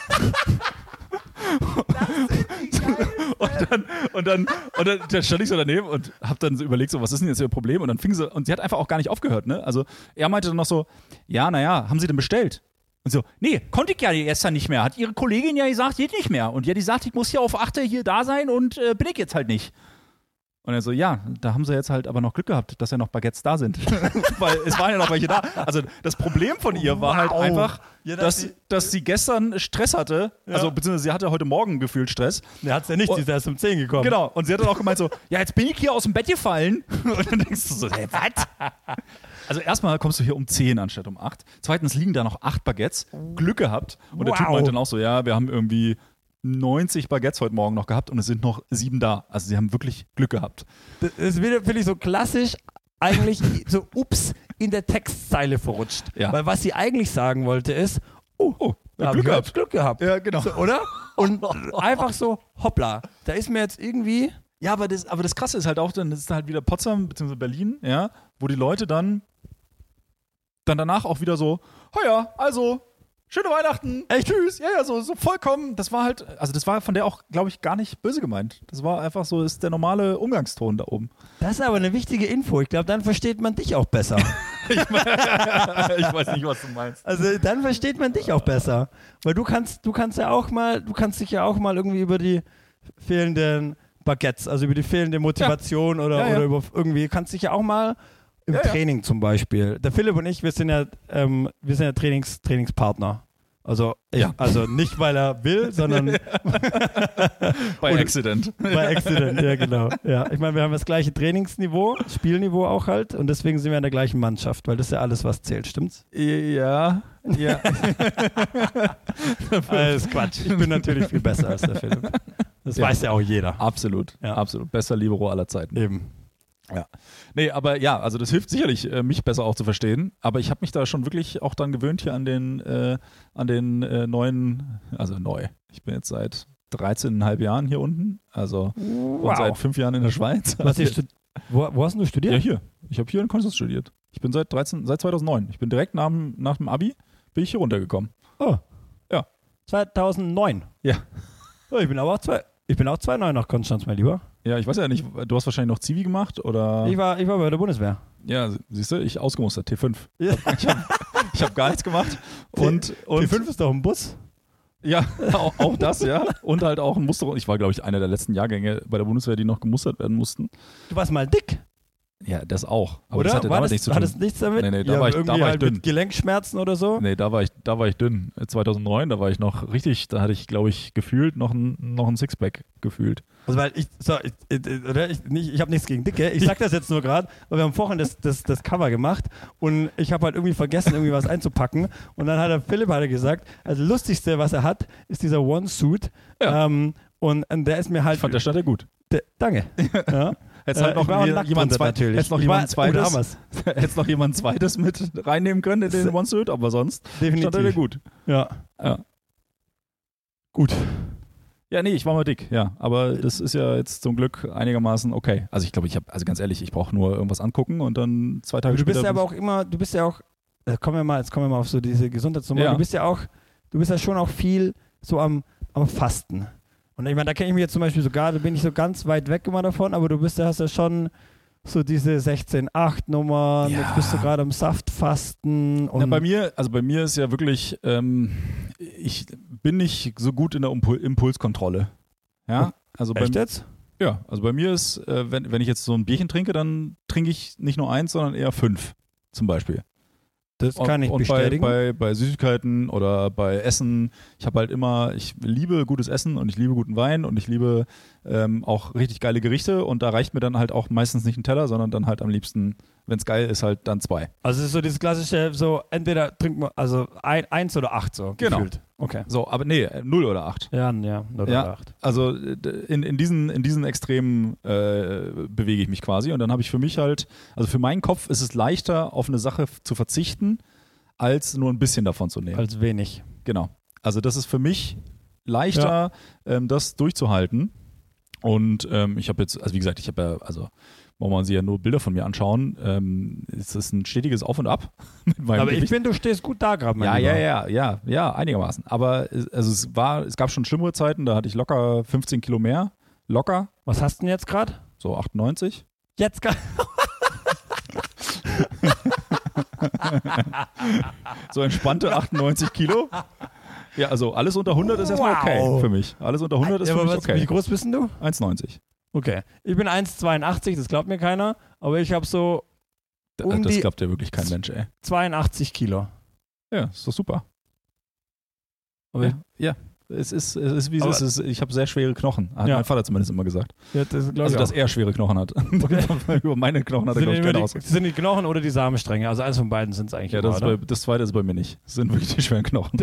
Speaker 2: und dann, und dann, und dann, dann stand ich so daneben und hab dann so überlegt, so, was ist denn jetzt ihr Problem? Und dann fing sie, und sie hat einfach auch gar nicht aufgehört, ne? Also er meinte dann noch so, ja, naja, haben sie denn bestellt? Und so, nee, konnte ich ja gestern nicht mehr. Hat ihre Kollegin ja gesagt, geht nicht mehr. Und ja, die sagt, ich muss hier auf 8 Uhr hier da sein und äh, bin ich jetzt halt nicht. Und er so, ja, da haben sie jetzt halt aber noch Glück gehabt, dass ja noch Baguettes da sind. [laughs] Weil es waren ja noch welche da. Also das Problem von ihr war halt
Speaker 1: Wow.
Speaker 2: einfach,
Speaker 1: Ja, dass
Speaker 2: dass, dass, sie gestern Stress hatte. Also beziehungsweise sie hatte heute Morgen gefühlt Stress.
Speaker 1: Der hat es ja nicht,
Speaker 2: die
Speaker 1: die
Speaker 2: ist
Speaker 1: ist erst um 10 gekommen.
Speaker 2: Genau. Und sie hat dann auch gemeint so, ja, jetzt bin ich hier aus dem Bett gefallen. [laughs] Und dann denkst du so, hä, was? Also erstmal kommst du hier um 10 anstatt um 8. Zweitens liegen da noch 8 Baguettes. Glück gehabt. Und der Typ
Speaker 1: Wow.
Speaker 2: meinte dann auch so, ja, wir haben irgendwie 90 Baguettes heute Morgen noch gehabt und es sind noch sieben da. Also sie haben wirklich Glück gehabt.
Speaker 1: Das ist wieder, finde ich, so klassisch eigentlich [laughs] so, ups, in der Textzeile verrutscht.
Speaker 2: Ja.
Speaker 1: Weil was sie eigentlich sagen wollte ist,
Speaker 2: Oh,
Speaker 1: da hab ich heute Glück gehabt.
Speaker 2: Ja, genau.
Speaker 1: So, oder? Und einfach so, hoppla, da ist mir jetzt irgendwie,
Speaker 2: Ja, aber das, aber das Krasse ist halt auch, dann ist halt wieder Potsdam bzw. Berlin, ja, wo die Leute dann, dann danach auch wieder so, oh ja, also, Schöne Weihnachten.
Speaker 1: Echt?
Speaker 2: Tschüss. Ja, ja, so, so vollkommen. Das war halt, also das war von der auch, glaube ich, gar nicht böse gemeint. Das war einfach so, ist der normale Umgangston da oben.
Speaker 1: Das ist aber eine wichtige Info. Ich glaube, dann versteht man dich auch besser.
Speaker 2: [laughs] ich weiß nicht, was du meinst.
Speaker 1: Also dann versteht man dich auch besser. Weil du kannst, du kannst ja auch mal, du kannst dich ja auch mal irgendwie über die fehlenden Baguettes, also über die fehlende Motivation oder,
Speaker 2: Ja, ja.
Speaker 1: oder über irgendwie, kannst dich ja auch mal im
Speaker 2: Ja, ja.
Speaker 1: Training zum Beispiel. Der Philipp und ich, wir sind ja, ähm, wir sind ja Trainings, Trainingspartner. Also, ich,
Speaker 2: Ja.
Speaker 1: also nicht, weil er will,
Speaker 2: [laughs]
Speaker 1: sondern
Speaker 2: Bei
Speaker 1: Oder-
Speaker 2: Accident.
Speaker 1: bei Accident, ja genau. Ja, ich meine, wir haben das gleiche Trainingsniveau, Spielniveau auch halt und deswegen sind wir in der gleichen Mannschaft, weil das ist ja alles, was zählt, stimmt's?
Speaker 2: Ja, [laughs] ja.
Speaker 1: Alles Quatsch. Ich bin natürlich viel besser als der Philipp. Das
Speaker 2: Ja.
Speaker 1: weiß ja auch jeder.
Speaker 2: Absolut,
Speaker 1: Ja.
Speaker 2: absolut. Bester Libero aller Zeiten.
Speaker 1: Eben.
Speaker 2: Nee, aber ja, also das hilft sicherlich, äh, mich besser auch zu verstehen. Aber ich habe mich da schon wirklich auch dann gewöhnt hier an den, äh, an den äh, neuen, also neu. Ich bin jetzt seit 13,5 Jahren hier unten, also und seit fünf Jahren in der Schweiz.
Speaker 1: Was hast du, wo, wo hast denn du studiert?
Speaker 2: Ja, hier. Ich habe hier in Konstanz studiert. Ich bin seit 13, seit 2009. Ich bin direkt nach, dem- nach dem Abi bin ich hier runtergekommen.
Speaker 1: Oh.
Speaker 2: Ja.
Speaker 1: 2009.
Speaker 2: Ja.
Speaker 1: Oh, ich bin aber auch zwei. Ich bin auch 2009 nach Konstanz, mein Lieber.
Speaker 2: Ja, ich weiß ja nicht, du hast wahrscheinlich noch Zivi gemacht oder?
Speaker 1: Ich, war, ich war bei der Bundeswehr.
Speaker 2: ja, siehst du, ich ausgemustert, T5.
Speaker 1: Ja.
Speaker 2: Ich habe ich hab gar nichts gemacht. Und, und
Speaker 1: Die 5 ist doch ein Bus.
Speaker 2: Ja, [laughs] auch, auch das, ja. Und halt auch ein Musterung. Ich war, glaube ich, einer der letzten Jahrgänge bei der Bundeswehr, die noch gemustert werden mussten.
Speaker 1: Du warst mal dick,
Speaker 2: Ja, das auch. Aber
Speaker 1: oder?
Speaker 2: das hatte
Speaker 1: war
Speaker 2: damit
Speaker 1: das,
Speaker 2: nichts zu
Speaker 1: hat
Speaker 2: tun.
Speaker 1: das nichts damit?
Speaker 2: Nee, nee, da war ich- da
Speaker 1: irgendwie
Speaker 2: war ich
Speaker 1: halt
Speaker 2: dünn.
Speaker 1: mit Gelenkschmerzen oder so.
Speaker 2: Nee, da war, ich, da war ich dünn. 2009, da war ich noch richtig, da hatte ich, glaube ich, gefühlt noch ein, noch ein Sixpack gefühlt.
Speaker 1: Also weil ich, so, ich, ich, oder? ich, nicht- ich habe nichts gegen Dicke, ich sag das jetzt nur gerade, weil wir haben vorhin das, das, das Cover gemacht und ich habe halt irgendwie vergessen, irgendwie was einzupacken. Und dann hat der Philipp hat er gesagt, also das Lustigste, was er hat, ist dieser One-Suit.
Speaker 2: Ja.
Speaker 1: Ähm, und, und der ist mir halt.
Speaker 2: Ich fand, der stand ja gut.
Speaker 1: der,
Speaker 2: [laughs]
Speaker 1: danke. Ja.
Speaker 2: Hättest halt
Speaker 1: Äh,
Speaker 2: noch
Speaker 1: ich war auch
Speaker 2: je-
Speaker 1: nackt
Speaker 2: jemand
Speaker 1: drunter
Speaker 2: zweit-
Speaker 1: natürlich.
Speaker 2: hättest noch
Speaker 1: Ich
Speaker 2: jemand
Speaker 1: war- oh,
Speaker 2: zweites-
Speaker 1: damals.
Speaker 2: [laughs] Hättest noch jemand zweites mit reinnehmen können in den One-Suit, aber sonst stand er ja
Speaker 1: Definitiv.
Speaker 2: gut.
Speaker 1: Ja.
Speaker 2: Ja. Gut. Ja, nee, ich war mal dick, ja. Aber das ist ja jetzt zum Glück einigermaßen okay. Also ich glaube, ich habe, also ganz ehrlich, ich brauche nur irgendwas angucken und dann zwei Tage
Speaker 1: Du
Speaker 2: später.
Speaker 1: bist ja aber
Speaker 2: bin
Speaker 1: auch immer, du bist ja auch, da kommen wir mal, jetzt kommen wir mal auf so diese Gesundheitsnummer,
Speaker 2: Ja.
Speaker 1: du bist ja auch, du bist ja schon auch viel so am, am Fasten. Und ich meine, da kenne ich mich jetzt zum Beispiel sogar, da bin ich so ganz weit weg immer davon, aber du bist ja, hast ja schon so diese 16-8-Nummer,
Speaker 2: Ja.
Speaker 1: jetzt bist du gerade am Saftfasten
Speaker 2: ich- Na,
Speaker 1: und
Speaker 2: bei mir, also bei mir ist ja wirklich, ähm, ich bin nicht so gut in der Impul Impulskontrolle. Ja, also bei,
Speaker 1: Oh, echt jetzt?
Speaker 2: ja, also bei mir ist, äh, wenn, wenn ich jetzt so ein Bierchen trinke, dann trinke ich nicht nur eins, sondern eher fünf zum Beispiel.
Speaker 1: Das kann ich
Speaker 2: und
Speaker 1: bestätigen.
Speaker 2: Bei, bei, bei Süßigkeiten oder bei Essen. Ich habe halt immer, ich liebe gutes Essen und ich liebe guten Wein und ich liebe ähm, auch richtig geile Gerichte und da reicht mir dann halt auch meistens nicht ein Teller, sondern dann halt am liebsten, wenn es geil ist, halt dann zwei.
Speaker 1: also es ist so dieses klassische, so entweder trinkt man, also ein, eins oder acht so
Speaker 2: Genau.
Speaker 1: gefühlt. Okay.
Speaker 2: So, aber nee, null oder acht.
Speaker 1: Ja, ja, oder
Speaker 2: Ja.
Speaker 1: acht.
Speaker 2: Also d- in, in, diesen, in diesen Extremen äh, bewege ich mich quasi und dann habe ich für mich halt, also für meinen Kopf ist es leichter, auf eine Sache f- zu verzichten, als nur ein bisschen davon zu nehmen.
Speaker 1: Als wenig.
Speaker 2: Genau. Also das ist für mich leichter, ähm, das durchzuhalten. Und ähm, ich habe jetzt, also wie gesagt, ich habe ja, also braucht man sich ja nur Bilder von mir anschauen, ähm, es ist ein stetiges Auf und Ab [laughs] mit meinem
Speaker 1: Aber ich
Speaker 2: Gewicht.
Speaker 1: bin, du stehst gut da gerade, mein
Speaker 2: ja,
Speaker 1: Lieber.
Speaker 2: ja, ja, ja, ja, einigermaßen. Aber es- also es war, es gab schon schlimmere Zeiten, da hatte ich locker 15 Kilo mehr, locker,
Speaker 1: Was hast du denn jetzt gerade?
Speaker 2: so 98.
Speaker 1: Jetzt gerade.
Speaker 2: So entspannte
Speaker 1: [laughs]
Speaker 2: 98 Kilo. Ja, also alles unter 100 ist erstmal okay
Speaker 1: Wow.
Speaker 2: für mich. Alles unter 100 ist
Speaker 1: Äh, Ja,
Speaker 2: für
Speaker 1: aber
Speaker 2: mich
Speaker 1: was, Wie
Speaker 2: okay.
Speaker 1: groß bist denn du?
Speaker 2: 1,90.
Speaker 1: Okay. Ich bin 1,82, das glaubt mir keiner, aber ich habe so
Speaker 2: Da-
Speaker 1: Um
Speaker 2: das
Speaker 1: die-
Speaker 2: glaubt ja wirklich kein Mensch, ey.
Speaker 1: 82 Kilo.
Speaker 2: Ja, ist doch super.
Speaker 1: Aber
Speaker 2: ja. ja. Es ist, es ist wie es
Speaker 1: Aber-
Speaker 2: ist. Es ist. Ich habe sehr schwere Knochen, hat
Speaker 1: Ja.
Speaker 2: mein Vater zumindest immer gesagt.
Speaker 1: Ja, das glaub
Speaker 2: Also,
Speaker 1: ich
Speaker 2: dass
Speaker 1: auch.
Speaker 2: er schwere Knochen
Speaker 1: [laughs]
Speaker 2: hat. Über meine Knochen hat er,
Speaker 1: sind,
Speaker 2: glaube ich,
Speaker 1: entweder
Speaker 2: keine
Speaker 1: die,
Speaker 2: Auskunft.
Speaker 1: sind die Knochen oder die Samenstränge? Also eins von beiden sind es eigentlich.
Speaker 2: Ja,
Speaker 1: immer,
Speaker 2: das, ist bei,
Speaker 1: oder?
Speaker 2: das zweite ist bei mir nicht. Das sind wirklich die schweren Knochen.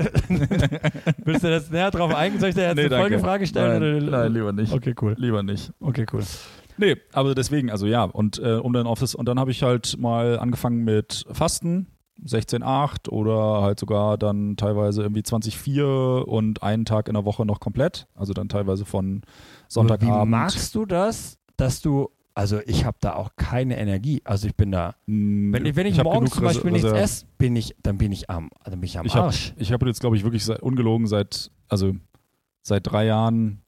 Speaker 1: Willst du das näher drauf eingehen? Soll ich dir jetzt
Speaker 2: Nee,
Speaker 1: eine
Speaker 2: danke.
Speaker 1: Folgefrage stellen?
Speaker 2: nein,
Speaker 1: oder?
Speaker 2: nein, lieber nicht.
Speaker 1: Okay, cool.
Speaker 2: Lieber nicht.
Speaker 1: Okay, cool.
Speaker 2: Nee, aber deswegen, also ja, und äh, um dann auf das, und dann habe ich halt mal angefangen mit Fasten, 16,8 oder halt sogar dann teilweise irgendwie 20,4 und einen Tag in der Woche noch komplett. Also dann teilweise von
Speaker 1: Wie
Speaker 2: Sonntagabend.
Speaker 1: magst du das, dass du also ich habe da auch keine Energie. Also ich bin da, wenn
Speaker 2: Wenn
Speaker 1: ich, wenn ich, morgens zum Beispiel nichts esse, bin ich, dann bin ich am, dann bin ich am
Speaker 2: Ich hab-
Speaker 1: Arsch.
Speaker 2: Ich habe jetzt, glaube ich, wirklich seit, ungelogen seit, also seit drei Jahren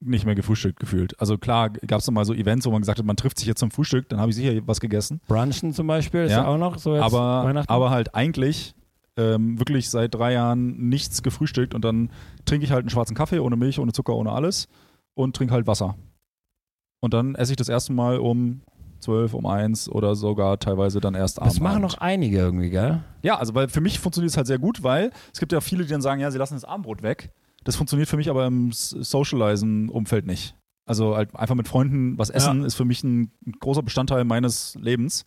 Speaker 2: nicht mehr gefrühstückt gefühlt. Also klar gab es mal so Events, wo man gesagt hat, man trifft sich jetzt zum Frühstück, dann habe ich sicher was gegessen.
Speaker 1: Brunchen zum Beispiel ist
Speaker 2: Ja,
Speaker 1: ja auch noch so jetzt
Speaker 2: Aber,
Speaker 1: Weihnachten.
Speaker 2: aber halt eigentlich ähm, wirklich seit drei Jahren nichts gefrühstückt und dann trinke ich halt einen schwarzen Kaffee ohne Milch, ohne Zucker, ohne alles und trinke halt Wasser. Und dann esse ich das erste Mal um zwölf, um eins oder sogar teilweise dann erst abends.
Speaker 1: das machen noch einige irgendwie, gell?
Speaker 2: Ja, also weil für mich funktioniert es halt sehr gut, weil es gibt ja viele, die dann sagen, ja, sie lassen das Abendbrot weg. Das funktioniert für mich aber im S- Socializen-Umfeld nicht. Also halt einfach mit Freunden was essen ist für mich ein großer Bestandteil meines Lebens.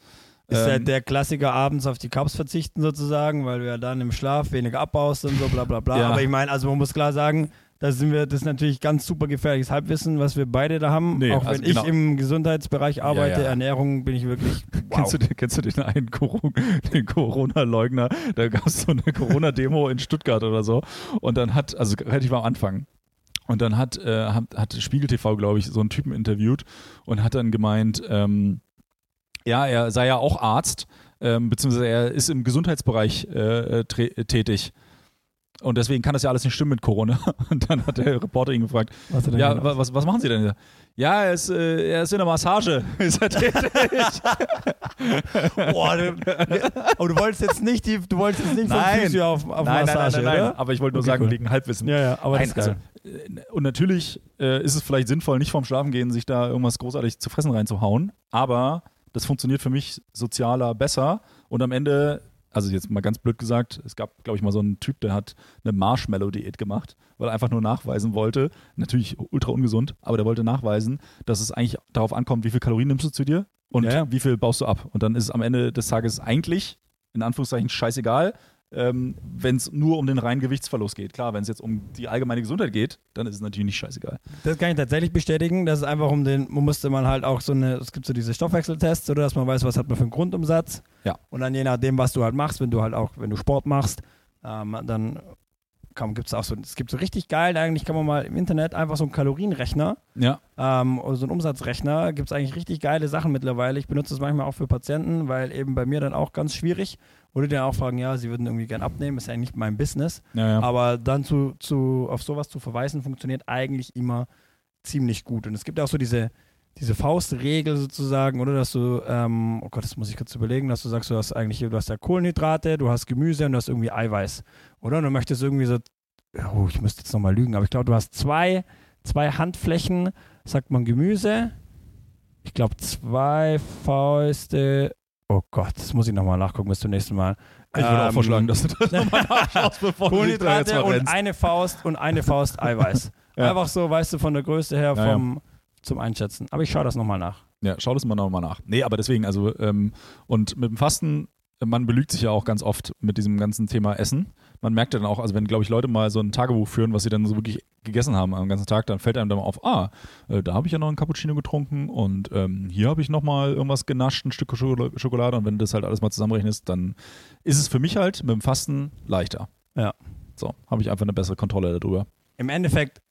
Speaker 1: Ist
Speaker 2: Ähm,
Speaker 1: ja der Klassiker abends auf die Cups verzichten sozusagen, weil du ja dann im Schlaf weniger abbaust und so bla bla bla.
Speaker 2: [laughs] Ja.
Speaker 1: Aber ich meine, also man muss klar sagen, da sind wir, das ist natürlich ganz super gefährliches Halbwissen, was wir beide da haben.
Speaker 2: Nee,
Speaker 1: auch
Speaker 2: also
Speaker 1: wenn
Speaker 2: genau.
Speaker 1: ich im Gesundheitsbereich arbeite,
Speaker 2: ja.
Speaker 1: Ernährung bin ich
Speaker 2: [laughs]
Speaker 1: wirklich.
Speaker 2: Kennst, du, den- kennst du den einen Coro- [laughs] den Corona-Leugner? Da gab es so eine Corona-Demo in Stuttgart oder so. Und dann hat, also relativ am Anfang, und dann hat, äh, hat, hat Spiegel TV, glaube ich, so einen Typen interviewt und hat dann gemeint, ähm, ja, er sei ja auch Arzt, ähm, beziehungsweise er ist im Gesundheitsbereich äh, tre- tätig. Und deswegen kann das ja alles nicht stimmen mit Corona. [laughs] Und dann hat der Reporter ihn gefragt,
Speaker 1: Was hat er
Speaker 2: ja,
Speaker 1: denn
Speaker 2: wa- was, was machen Sie denn? Ja, er ist, äh, er ist in der Massage. [laughs] Ist er tätig?
Speaker 1: Boah, du, aber du wolltest jetzt nicht die, du wolltest jetzt nicht
Speaker 2: Nein.
Speaker 1: vom Physio auf, auf
Speaker 2: nein,
Speaker 1: Massage,
Speaker 2: nein, nein, nein,
Speaker 1: oder?
Speaker 2: aber ich wollte nur
Speaker 1: Okay,
Speaker 2: sagen,
Speaker 1: cool.
Speaker 2: wegen Halbwissen.
Speaker 1: Ja, ja, aber
Speaker 2: Nein,
Speaker 1: das ist geil.
Speaker 2: also, äh, und natürlich äh, ist es vielleicht sinnvoll, nicht vorm Schlafen gehen, sich da irgendwas großartig zu fressen reinzuhauen, aber das funktioniert für mich sozialer besser und am Ende, also jetzt mal ganz blöd gesagt, es gab, glaube ich, mal so einen Typ, der hat eine Marshmallow-Diät gemacht, weil er einfach nur nachweisen wollte, natürlich ultra ungesund, aber der wollte nachweisen, dass es eigentlich darauf ankommt, wie viel Kalorien nimmst du zu dir und
Speaker 1: Ja, ja.
Speaker 2: wie viel baust du ab. Und dann ist es am Ende des Tages eigentlich, in Anführungszeichen, scheißegal, ähm, wenn es nur um den reinen Gewichtsverlust geht. Klar, wenn es jetzt um die allgemeine Gesundheit geht, dann ist es natürlich nicht scheißegal.
Speaker 1: Das kann ich tatsächlich bestätigen, dass es einfach um den, man musste man halt auch so eine, es gibt so diese Stoffwechseltests, oder dass man weiß, was hat man für einen Grundumsatz.
Speaker 2: Ja.
Speaker 1: Und dann je nachdem, was du halt machst, wenn du halt auch, wenn du Sport machst, ähm, dann komm, gibt's auch so, es gibt so richtig geil, eigentlich kann man mal im Internet einfach so einen Kalorienrechner,
Speaker 2: Ja.
Speaker 1: ähm, oder so einen Umsatzrechner, gibt es eigentlich richtig geile Sachen mittlerweile. Ich benutze das manchmal auch für Patienten, weil eben bei mir dann auch ganz schwierig, wo die dann auch fragen, ja, sie würden irgendwie gern abnehmen, ist ja eigentlich nicht mein Business.
Speaker 2: ja, ja.
Speaker 1: Aber dann zu, zu, auf sowas zu verweisen, funktioniert eigentlich immer ziemlich gut. Und es gibt auch so diese, diese Faustregel sozusagen, oder dass du, ähm, oh Gott, das muss ich kurz überlegen, dass du sagst, du hast eigentlich, du hast ja Kohlenhydrate, du hast Gemüse und du hast irgendwie Eiweiß. Oder? Und du möchtest irgendwie so, oh, ich müsste jetzt nochmal lügen, aber ich glaube, du hast zwei, zwei Handflächen, sagt man Gemüse. Ich glaube, zwei Fäuste. Oh Gott, das muss ich nochmal nachgucken bis zum nächsten Mal.
Speaker 2: ich würde auch
Speaker 1: Ähm,
Speaker 2: vorschlagen, dass du
Speaker 1: [laughs]
Speaker 2: das nochmal nachschaust, bevor du dich da jetzt
Speaker 1: Kohlenhydrate und
Speaker 2: verrennst.
Speaker 1: eine Faust und eine
Speaker 2: [laughs]
Speaker 1: Faust Eiweiß.
Speaker 2: Ja.
Speaker 1: Einfach so, weißt du, von der Größe her
Speaker 2: Ja, ja.
Speaker 1: vom, zum Einschätzen. Aber ich schaue das nochmal nach.
Speaker 2: Ja, schau das mal nochmal nach. Nee, aber deswegen, also, ähm, und mit dem Fasten, man belügt sich ja auch ganz oft mit diesem ganzen Thema Essen. Man merkt ja dann auch, also wenn, glaube ich, Leute mal so ein Tagebuch führen, was sie dann so wirklich gegessen haben am ganzen Tag, dann fällt einem dann mal auf, ah, äh, da habe ich ja noch einen Cappuccino getrunken und ähm, hier habe ich nochmal irgendwas genascht, ein Stück Schoko- Schokolade und wenn du das halt alles mal zusammenrechnest, dann ist es für mich halt mit dem Fasten leichter.
Speaker 1: Ja.
Speaker 2: So, habe ich einfach eine bessere Kontrolle darüber.
Speaker 1: Im Endeffekt,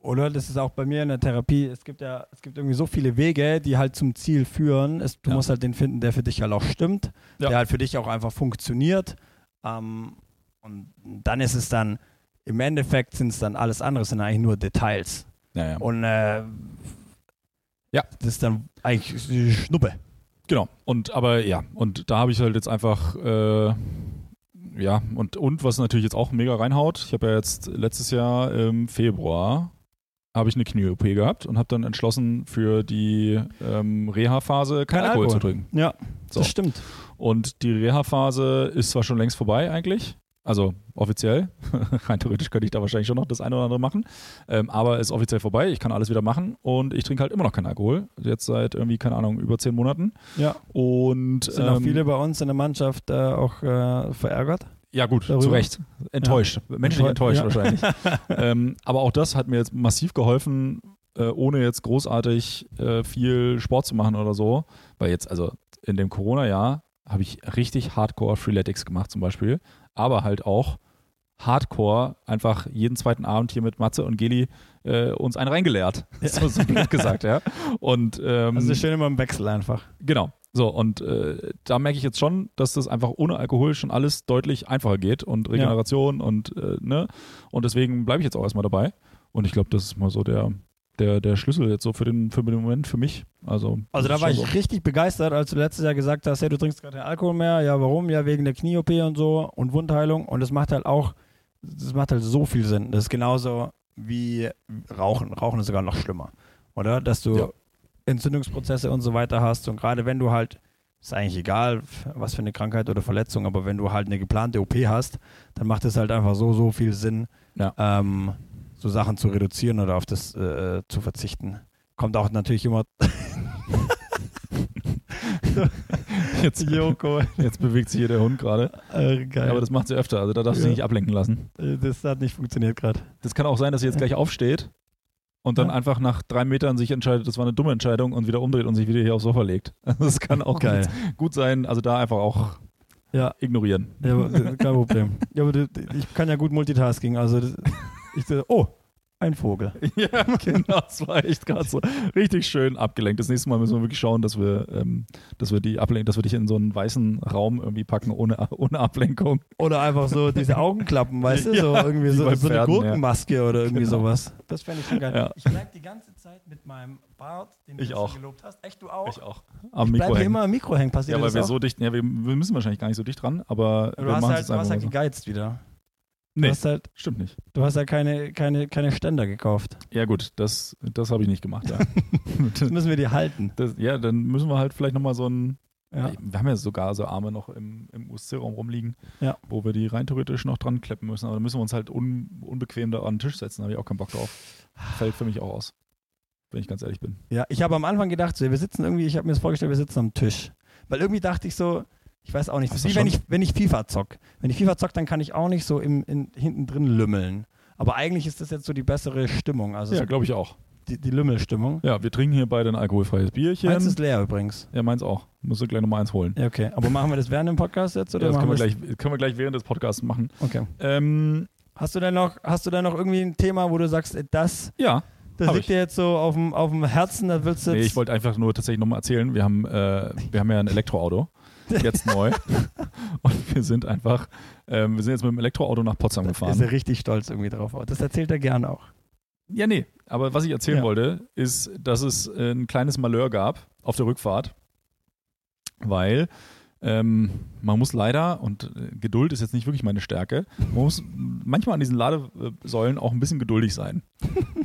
Speaker 1: oder das ist auch bei mir in der Therapie, es gibt ja, es gibt irgendwie so viele Wege, die halt zum Ziel führen. Es, du
Speaker 2: Ja.
Speaker 1: musst halt den finden, der für dich halt auch stimmt,
Speaker 2: Ja.
Speaker 1: der halt für dich auch einfach funktioniert. Ähm, und dann ist es dann, im Endeffekt sind es dann alles andere, sind eigentlich nur Details.
Speaker 2: Ja, ja.
Speaker 1: Und äh,
Speaker 2: Ja.
Speaker 1: das ist dann eigentlich Schnuppe.
Speaker 2: Genau. Und aber ja, und da habe ich halt jetzt einfach äh, ja und und was natürlich jetzt auch mega reinhaut. Ich habe ja jetzt letztes Jahr im Februar habe ich eine Knie-OP gehabt und habe dann entschlossen für die ähm, Reha-Phase keinen
Speaker 1: Kein
Speaker 2: Alkohol, zu
Speaker 1: Alkohol.
Speaker 2: trinken.
Speaker 1: Ja,
Speaker 2: So.
Speaker 1: das stimmt.
Speaker 2: Und die Reha-Phase ist zwar schon längst vorbei eigentlich, also offiziell. [laughs] Rein theoretisch könnte ich da wahrscheinlich schon noch das eine oder andere machen, ähm, aber ist offiziell vorbei. Ich kann alles wieder machen und ich trinke halt immer noch keinen Alkohol. Jetzt seit irgendwie keine Ahnung über zehn Monaten.
Speaker 1: Ja.
Speaker 2: Und
Speaker 1: Sind auch
Speaker 2: ähm,
Speaker 1: viele bei uns in der Mannschaft äh, auch äh, verärgert.
Speaker 2: Ja, gut, zu
Speaker 1: darüber.
Speaker 2: Recht. Enttäuscht. Menschlich enttäuscht
Speaker 1: Enttäuscht,
Speaker 2: wahrscheinlich.
Speaker 1: [laughs]
Speaker 2: ähm, aber auch das hat mir jetzt massiv geholfen, äh, ohne jetzt großartig äh, viel Sport zu machen oder so. Weil jetzt, also in dem Corona-Jahr, habe ich richtig hardcore Freeletics gemacht zum Beispiel. Aber halt auch hardcore einfach jeden zweiten Abend hier mit Matze und Geli äh, uns einen
Speaker 1: [laughs]
Speaker 2: reingeleert. So, so blöd gesagt, ja. Und, ähm,
Speaker 1: Also schön immer im Wechsel einfach.
Speaker 2: Genau. So, und äh, da merke ich jetzt schon, dass das einfach ohne Alkohol schon alles deutlich einfacher geht und Regeneration und äh, ne. Und deswegen bleibe ich jetzt auch erstmal dabei. Und ich glaube, das ist mal so der, der, der Schlüssel jetzt so für den, für den Moment für mich. Also,
Speaker 1: Also
Speaker 2: das
Speaker 1: da war
Speaker 2: ist schon so.
Speaker 1: ich richtig begeistert, als du letztes Jahr gesagt hast, hey, du trinkst gerade keinen Alkohol mehr. Ja, warum? Ja, wegen der Knie-OP und so und Wundheilung. Und das macht halt auch, das macht halt so viel Sinn. Das ist genauso wie Rauchen. Rauchen ist sogar noch schlimmer, oder? Dass du
Speaker 2: Ja.
Speaker 1: Entzündungsprozesse und so weiter hast. Und gerade wenn du halt, ist eigentlich egal, was für eine Krankheit oder Verletzung, aber wenn du halt eine geplante OP hast, dann macht es halt einfach so, so viel Sinn,
Speaker 2: Ja.
Speaker 1: ähm, so Sachen zu reduzieren oder auf das äh, zu verzichten. Kommt auch natürlich immer [laughs]
Speaker 2: Jetzt,
Speaker 1: Joko.
Speaker 2: jetzt bewegt sich hier der Hund gerade.
Speaker 1: Äh, geil.
Speaker 2: Aber das macht sie öfter. Also da darfst du
Speaker 1: Ja.
Speaker 2: dich nicht ablenken lassen.
Speaker 1: Äh, das hat nicht funktioniert gerade.
Speaker 2: Das kann auch sein, dass sie jetzt gleich aufsteht und dann
Speaker 1: Ja.
Speaker 2: einfach nach drei Metern sich entscheidet, das war eine dumme Entscheidung und wieder umdreht und sich wieder hier aufs Sofa legt. [laughs] Das kann auch
Speaker 1: Geil.
Speaker 2: Gut, gut sein. Also da einfach auch
Speaker 1: Ja.
Speaker 2: ignorieren. [laughs]
Speaker 1: Ja, aber, äh, kein Problem. Ja, aber du- ich kann ja gut Multitasking. Also das, ich so, oh, ein Vogel.
Speaker 2: Ja, genau, das war echt gerade so richtig schön abgelenkt. Das nächste Mal müssen wir wirklich schauen, dass wir, ähm, dass wir die ablenken, dass wir dich in so einen weißen Raum irgendwie packen ohne, ohne Ablenkung.
Speaker 1: Oder einfach so diese Augenklappen, weißt du?
Speaker 2: [laughs]
Speaker 1: so irgendwie
Speaker 2: wie
Speaker 1: so,
Speaker 2: bei
Speaker 1: so eine
Speaker 2: Pferden, ja.
Speaker 1: Gurkenmaske oder irgendwie
Speaker 2: Genau.
Speaker 1: sowas. Das fände ich schon geil.
Speaker 2: Ja.
Speaker 1: Ich bleib die ganze Zeit mit meinem Bart, den
Speaker 2: du Ich jetzt auch.
Speaker 1: gelobt hast. Echt, du auch?
Speaker 2: Ich auch.
Speaker 1: Bleib
Speaker 2: Am Mikro
Speaker 1: hier
Speaker 2: hängen.
Speaker 1: immer am Mikro hängen. Passiert
Speaker 2: Ja, weil
Speaker 1: das
Speaker 2: wir
Speaker 1: auch?
Speaker 2: so dicht, ja, wir, wir müssen wahrscheinlich gar nicht so dicht dran, aber wir
Speaker 1: du hast halt,
Speaker 2: machen es
Speaker 1: du
Speaker 2: jetzt einfach
Speaker 1: hast
Speaker 2: mal
Speaker 1: halt
Speaker 2: so.
Speaker 1: gegeizt wieder. Du,
Speaker 2: Nee.
Speaker 1: hast halt,
Speaker 2: Stimmt nicht.
Speaker 1: du hast halt keine, keine, keine Ständer gekauft.
Speaker 2: Ja gut, das, das habe ich nicht gemacht.
Speaker 1: [laughs]
Speaker 2: Ja.
Speaker 1: Das müssen wir dir halten.
Speaker 2: das, ja, dann müssen wir halt vielleicht nochmal so ein,
Speaker 1: Ja.
Speaker 2: wir haben ja sogar so Arme noch im, im USC-Raum rumliegen,
Speaker 1: Ja.
Speaker 2: wo wir die rein theoretisch noch dran kleppen müssen, aber dann müssen wir uns halt un, unbequem da an den Tisch setzen, da habe ich auch keinen Bock drauf. Fällt für mich auch aus, wenn ich ganz ehrlich bin.
Speaker 1: Ja, ich habe am Anfang gedacht, so, wir sitzen irgendwie, ich habe mir das vorgestellt, wir sitzen am Tisch. Weil irgendwie dachte ich so, ich weiß auch nicht, das
Speaker 2: Hast
Speaker 1: ist wie
Speaker 2: du
Speaker 1: wenn
Speaker 2: schon-
Speaker 1: ich, wenn ich FIFA zock. Wenn ich FIFA zock, dann kann ich auch nicht so im, in, hinten drin lümmeln. Aber eigentlich ist das jetzt so die bessere Stimmung, also so
Speaker 2: glaube ich auch.
Speaker 1: die, die Lümmelstimmung.
Speaker 2: Ja, wir trinken hier beide ein alkoholfreies Bierchen.
Speaker 1: Meins ist leer übrigens.
Speaker 2: ja, meins auch. Musst du gleich nochmal eins holen.
Speaker 1: Ja, okay. Aber machen wir das während dem Podcast jetzt? Oder
Speaker 2: Ja, das
Speaker 1: machen
Speaker 2: können wir, gleich, können wir gleich während des Podcasts machen.
Speaker 1: Okay.
Speaker 2: Ähm,
Speaker 1: Hast du denn noch, hast du denn noch irgendwie ein Thema, wo du sagst, ey, das,
Speaker 2: ja,
Speaker 1: das
Speaker 2: Hab
Speaker 1: liegt
Speaker 2: ich.
Speaker 1: dir jetzt so auf dem, auf dem Herzen, da willst du
Speaker 2: Nee,
Speaker 1: jetzt.
Speaker 2: ich wollte einfach nur tatsächlich nochmal erzählen, wir haben, äh, wir haben ja ein Elektroauto, jetzt
Speaker 1: [laughs]
Speaker 2: neu. Und wir sind einfach, ähm, wir sind jetzt mit dem Elektroauto nach Potsdam
Speaker 1: ist er
Speaker 2: gefahren.
Speaker 1: richtig stolz irgendwie drauf. Das erzählt er gerne auch.
Speaker 2: Ja, nee, aber was ich erzählen
Speaker 1: Ja.
Speaker 2: wollte, ist, dass es äh, ein kleines Malheur gab auf der Rückfahrt, weil ähm, man muss leider, und äh, Geduld ist jetzt nicht wirklich meine Stärke, man muss manchmal an diesen Ladesäulen auch ein bisschen geduldig sein.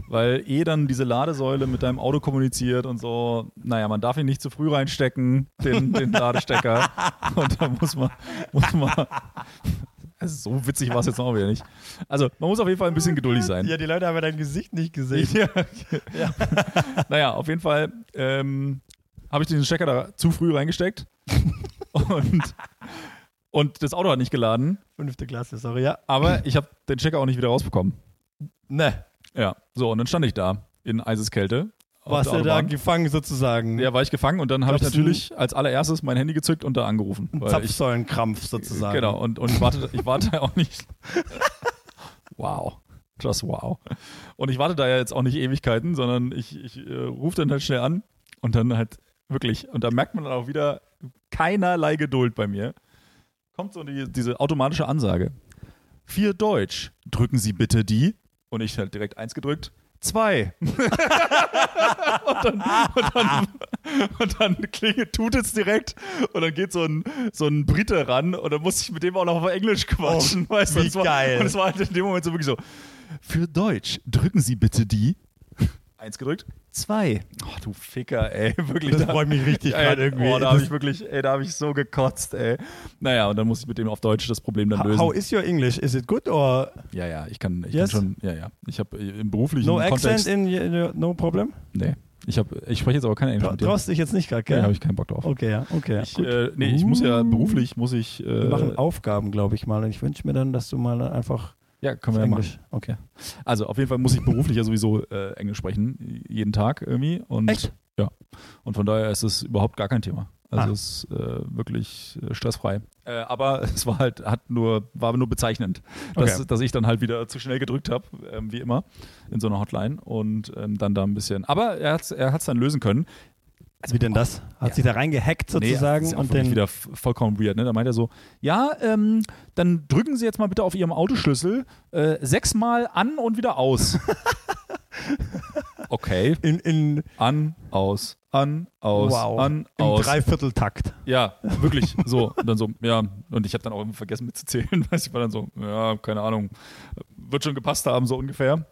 Speaker 2: weil eh dann diese Ladesäule mit deinem Auto kommuniziert und so, naja, man darf ihn nicht zu früh reinstecken, den, den Ladestecker. und da muss man, muss man. [laughs] Also so witzig war es jetzt auch wieder nicht. Also man muss auf jeden Fall ein bisschen geduldig sein.
Speaker 1: Ja, die Leute haben ja dein Gesicht nicht gesehen.
Speaker 2: Ja. [laughs] naja, auf jeden Fall ähm, habe ich diesen Stecker da zu
Speaker 1: [laughs]
Speaker 2: früh reingesteckt und, und das Auto hat nicht geladen,
Speaker 1: Fünfte Klasse, sorry, ja.
Speaker 2: aber ich habe den Stecker auch nicht wieder rausbekommen.
Speaker 1: Ne,
Speaker 2: Ja, so und dann stand ich da in Eiseskälte. auf
Speaker 1: warst
Speaker 2: der
Speaker 1: du da
Speaker 2: Autobahn.
Speaker 1: gefangen sozusagen?
Speaker 2: Ja, war ich gefangen und dann habe ich
Speaker 1: Gab's
Speaker 2: natürlich als allererstes mein Handy gezückt und da angerufen.
Speaker 1: Ein
Speaker 2: Weil ich,
Speaker 1: Zapfsäulenkrampf sozusagen.
Speaker 2: genau, und, und ich, warte, ich warte auch nicht. wow. Just wow. Und ich warte da ja jetzt auch nicht Ewigkeiten, sondern ich, ich äh, rufe dann halt schnell an und dann halt wirklich, und da merkt man dann auch wieder keinerlei Geduld bei mir. Kommt so die, diese automatische Ansage. Für Deutsch, drücken Sie bitte die. Und ich halt direkt eins gedrückt. Zwei. [laughs] und, dann, und, dann, und dann klingelt, tut es direkt. Und dann geht so ein, so ein Brite ran. Und dann muss ich mit dem auch noch auf Englisch quatschen. weißt du,
Speaker 1: wie
Speaker 2: und es war,
Speaker 1: geil.
Speaker 2: Und es war halt in dem Moment so wirklich so. Für Deutsch, drücken Sie bitte die. Eins gedrückt. Zwei. Ach Oh, du Ficker, ey. [laughs] Wirklich.
Speaker 1: Das
Speaker 2: da-
Speaker 1: freut mich richtig
Speaker 2: Ey,
Speaker 1: gerade irgendwie.
Speaker 2: Oh, da habe
Speaker 1: Das-
Speaker 2: ich wirklich, ey, da habe ich so gekotzt, ey. Naja, und dann muss ich mit dem auf Deutsch das Problem dann
Speaker 1: How-
Speaker 2: lösen.
Speaker 1: How is your English? Is it good or
Speaker 2: ja, ja, ich kann, ich
Speaker 1: Yes?
Speaker 2: kann schon, ja, ja. Ich habe im beruflichen
Speaker 1: no accent eh?
Speaker 2: Kontext.
Speaker 1: in your, no problem?
Speaker 2: nee, ich, hab, ich spreche jetzt aber kein Englisch
Speaker 1: Tra
Speaker 2: mit dir.
Speaker 1: traust dich jetzt nicht gerade,
Speaker 2: Nee,
Speaker 1: gell?
Speaker 2: habe ich keinen Bock drauf.
Speaker 1: okay, ja, okay. ja,
Speaker 2: Ich,
Speaker 1: gut. Uh.
Speaker 2: äh, nee, ich muss ja beruflich, muss ich. Äh,
Speaker 1: Wir machen Aufgaben, glaube ich mal. Und ich wünsche mir dann, dass du mal einfach
Speaker 2: ja, können
Speaker 1: auf
Speaker 2: wir ja machen.
Speaker 1: Englisch. Okay.
Speaker 2: Also auf jeden Fall muss ich beruflich ja sowieso äh, Englisch sprechen, jeden Tag irgendwie. Und,
Speaker 1: Echt?
Speaker 2: Ja. Und von daher ist es überhaupt gar kein Thema. Also
Speaker 1: Ah.
Speaker 2: es ist äh, wirklich äh, stressfrei. Äh, aber [laughs] es war halt, hat nur, war nur bezeichnend, dass,
Speaker 1: Okay.
Speaker 2: dass ich dann halt wieder zu schnell gedrückt habe, ähm, wie immer, in so einer Hotline und ähm, dann da ein bisschen. Aber er hat es er hat's dann lösen können.
Speaker 1: Also Wie denn das? Hat
Speaker 2: Ja.
Speaker 1: sich da reingehackt sozusagen
Speaker 2: Nee, das ist
Speaker 1: und
Speaker 2: und dann
Speaker 1: den.
Speaker 2: wieder v- vollkommen weird. Ne? Da meint er so, ja, ähm, dann drücken Sie jetzt mal bitte auf Ihrem Autoschlüssel äh, sechsmal an und
Speaker 1: [laughs]
Speaker 2: wieder aus. okay,
Speaker 1: In, in
Speaker 2: an, aus, an, aus,
Speaker 1: wow,
Speaker 2: an,
Speaker 1: im
Speaker 2: aus.
Speaker 1: Dreivierteltakt.
Speaker 2: Ja, wirklich. So. Und dann so, ja. Und ich habe dann auch irgendwie vergessen mitzuzählen. [laughs] Weißt du, ich war dann so, ja, keine Ahnung. Wird schon gepasst haben, so ungefähr.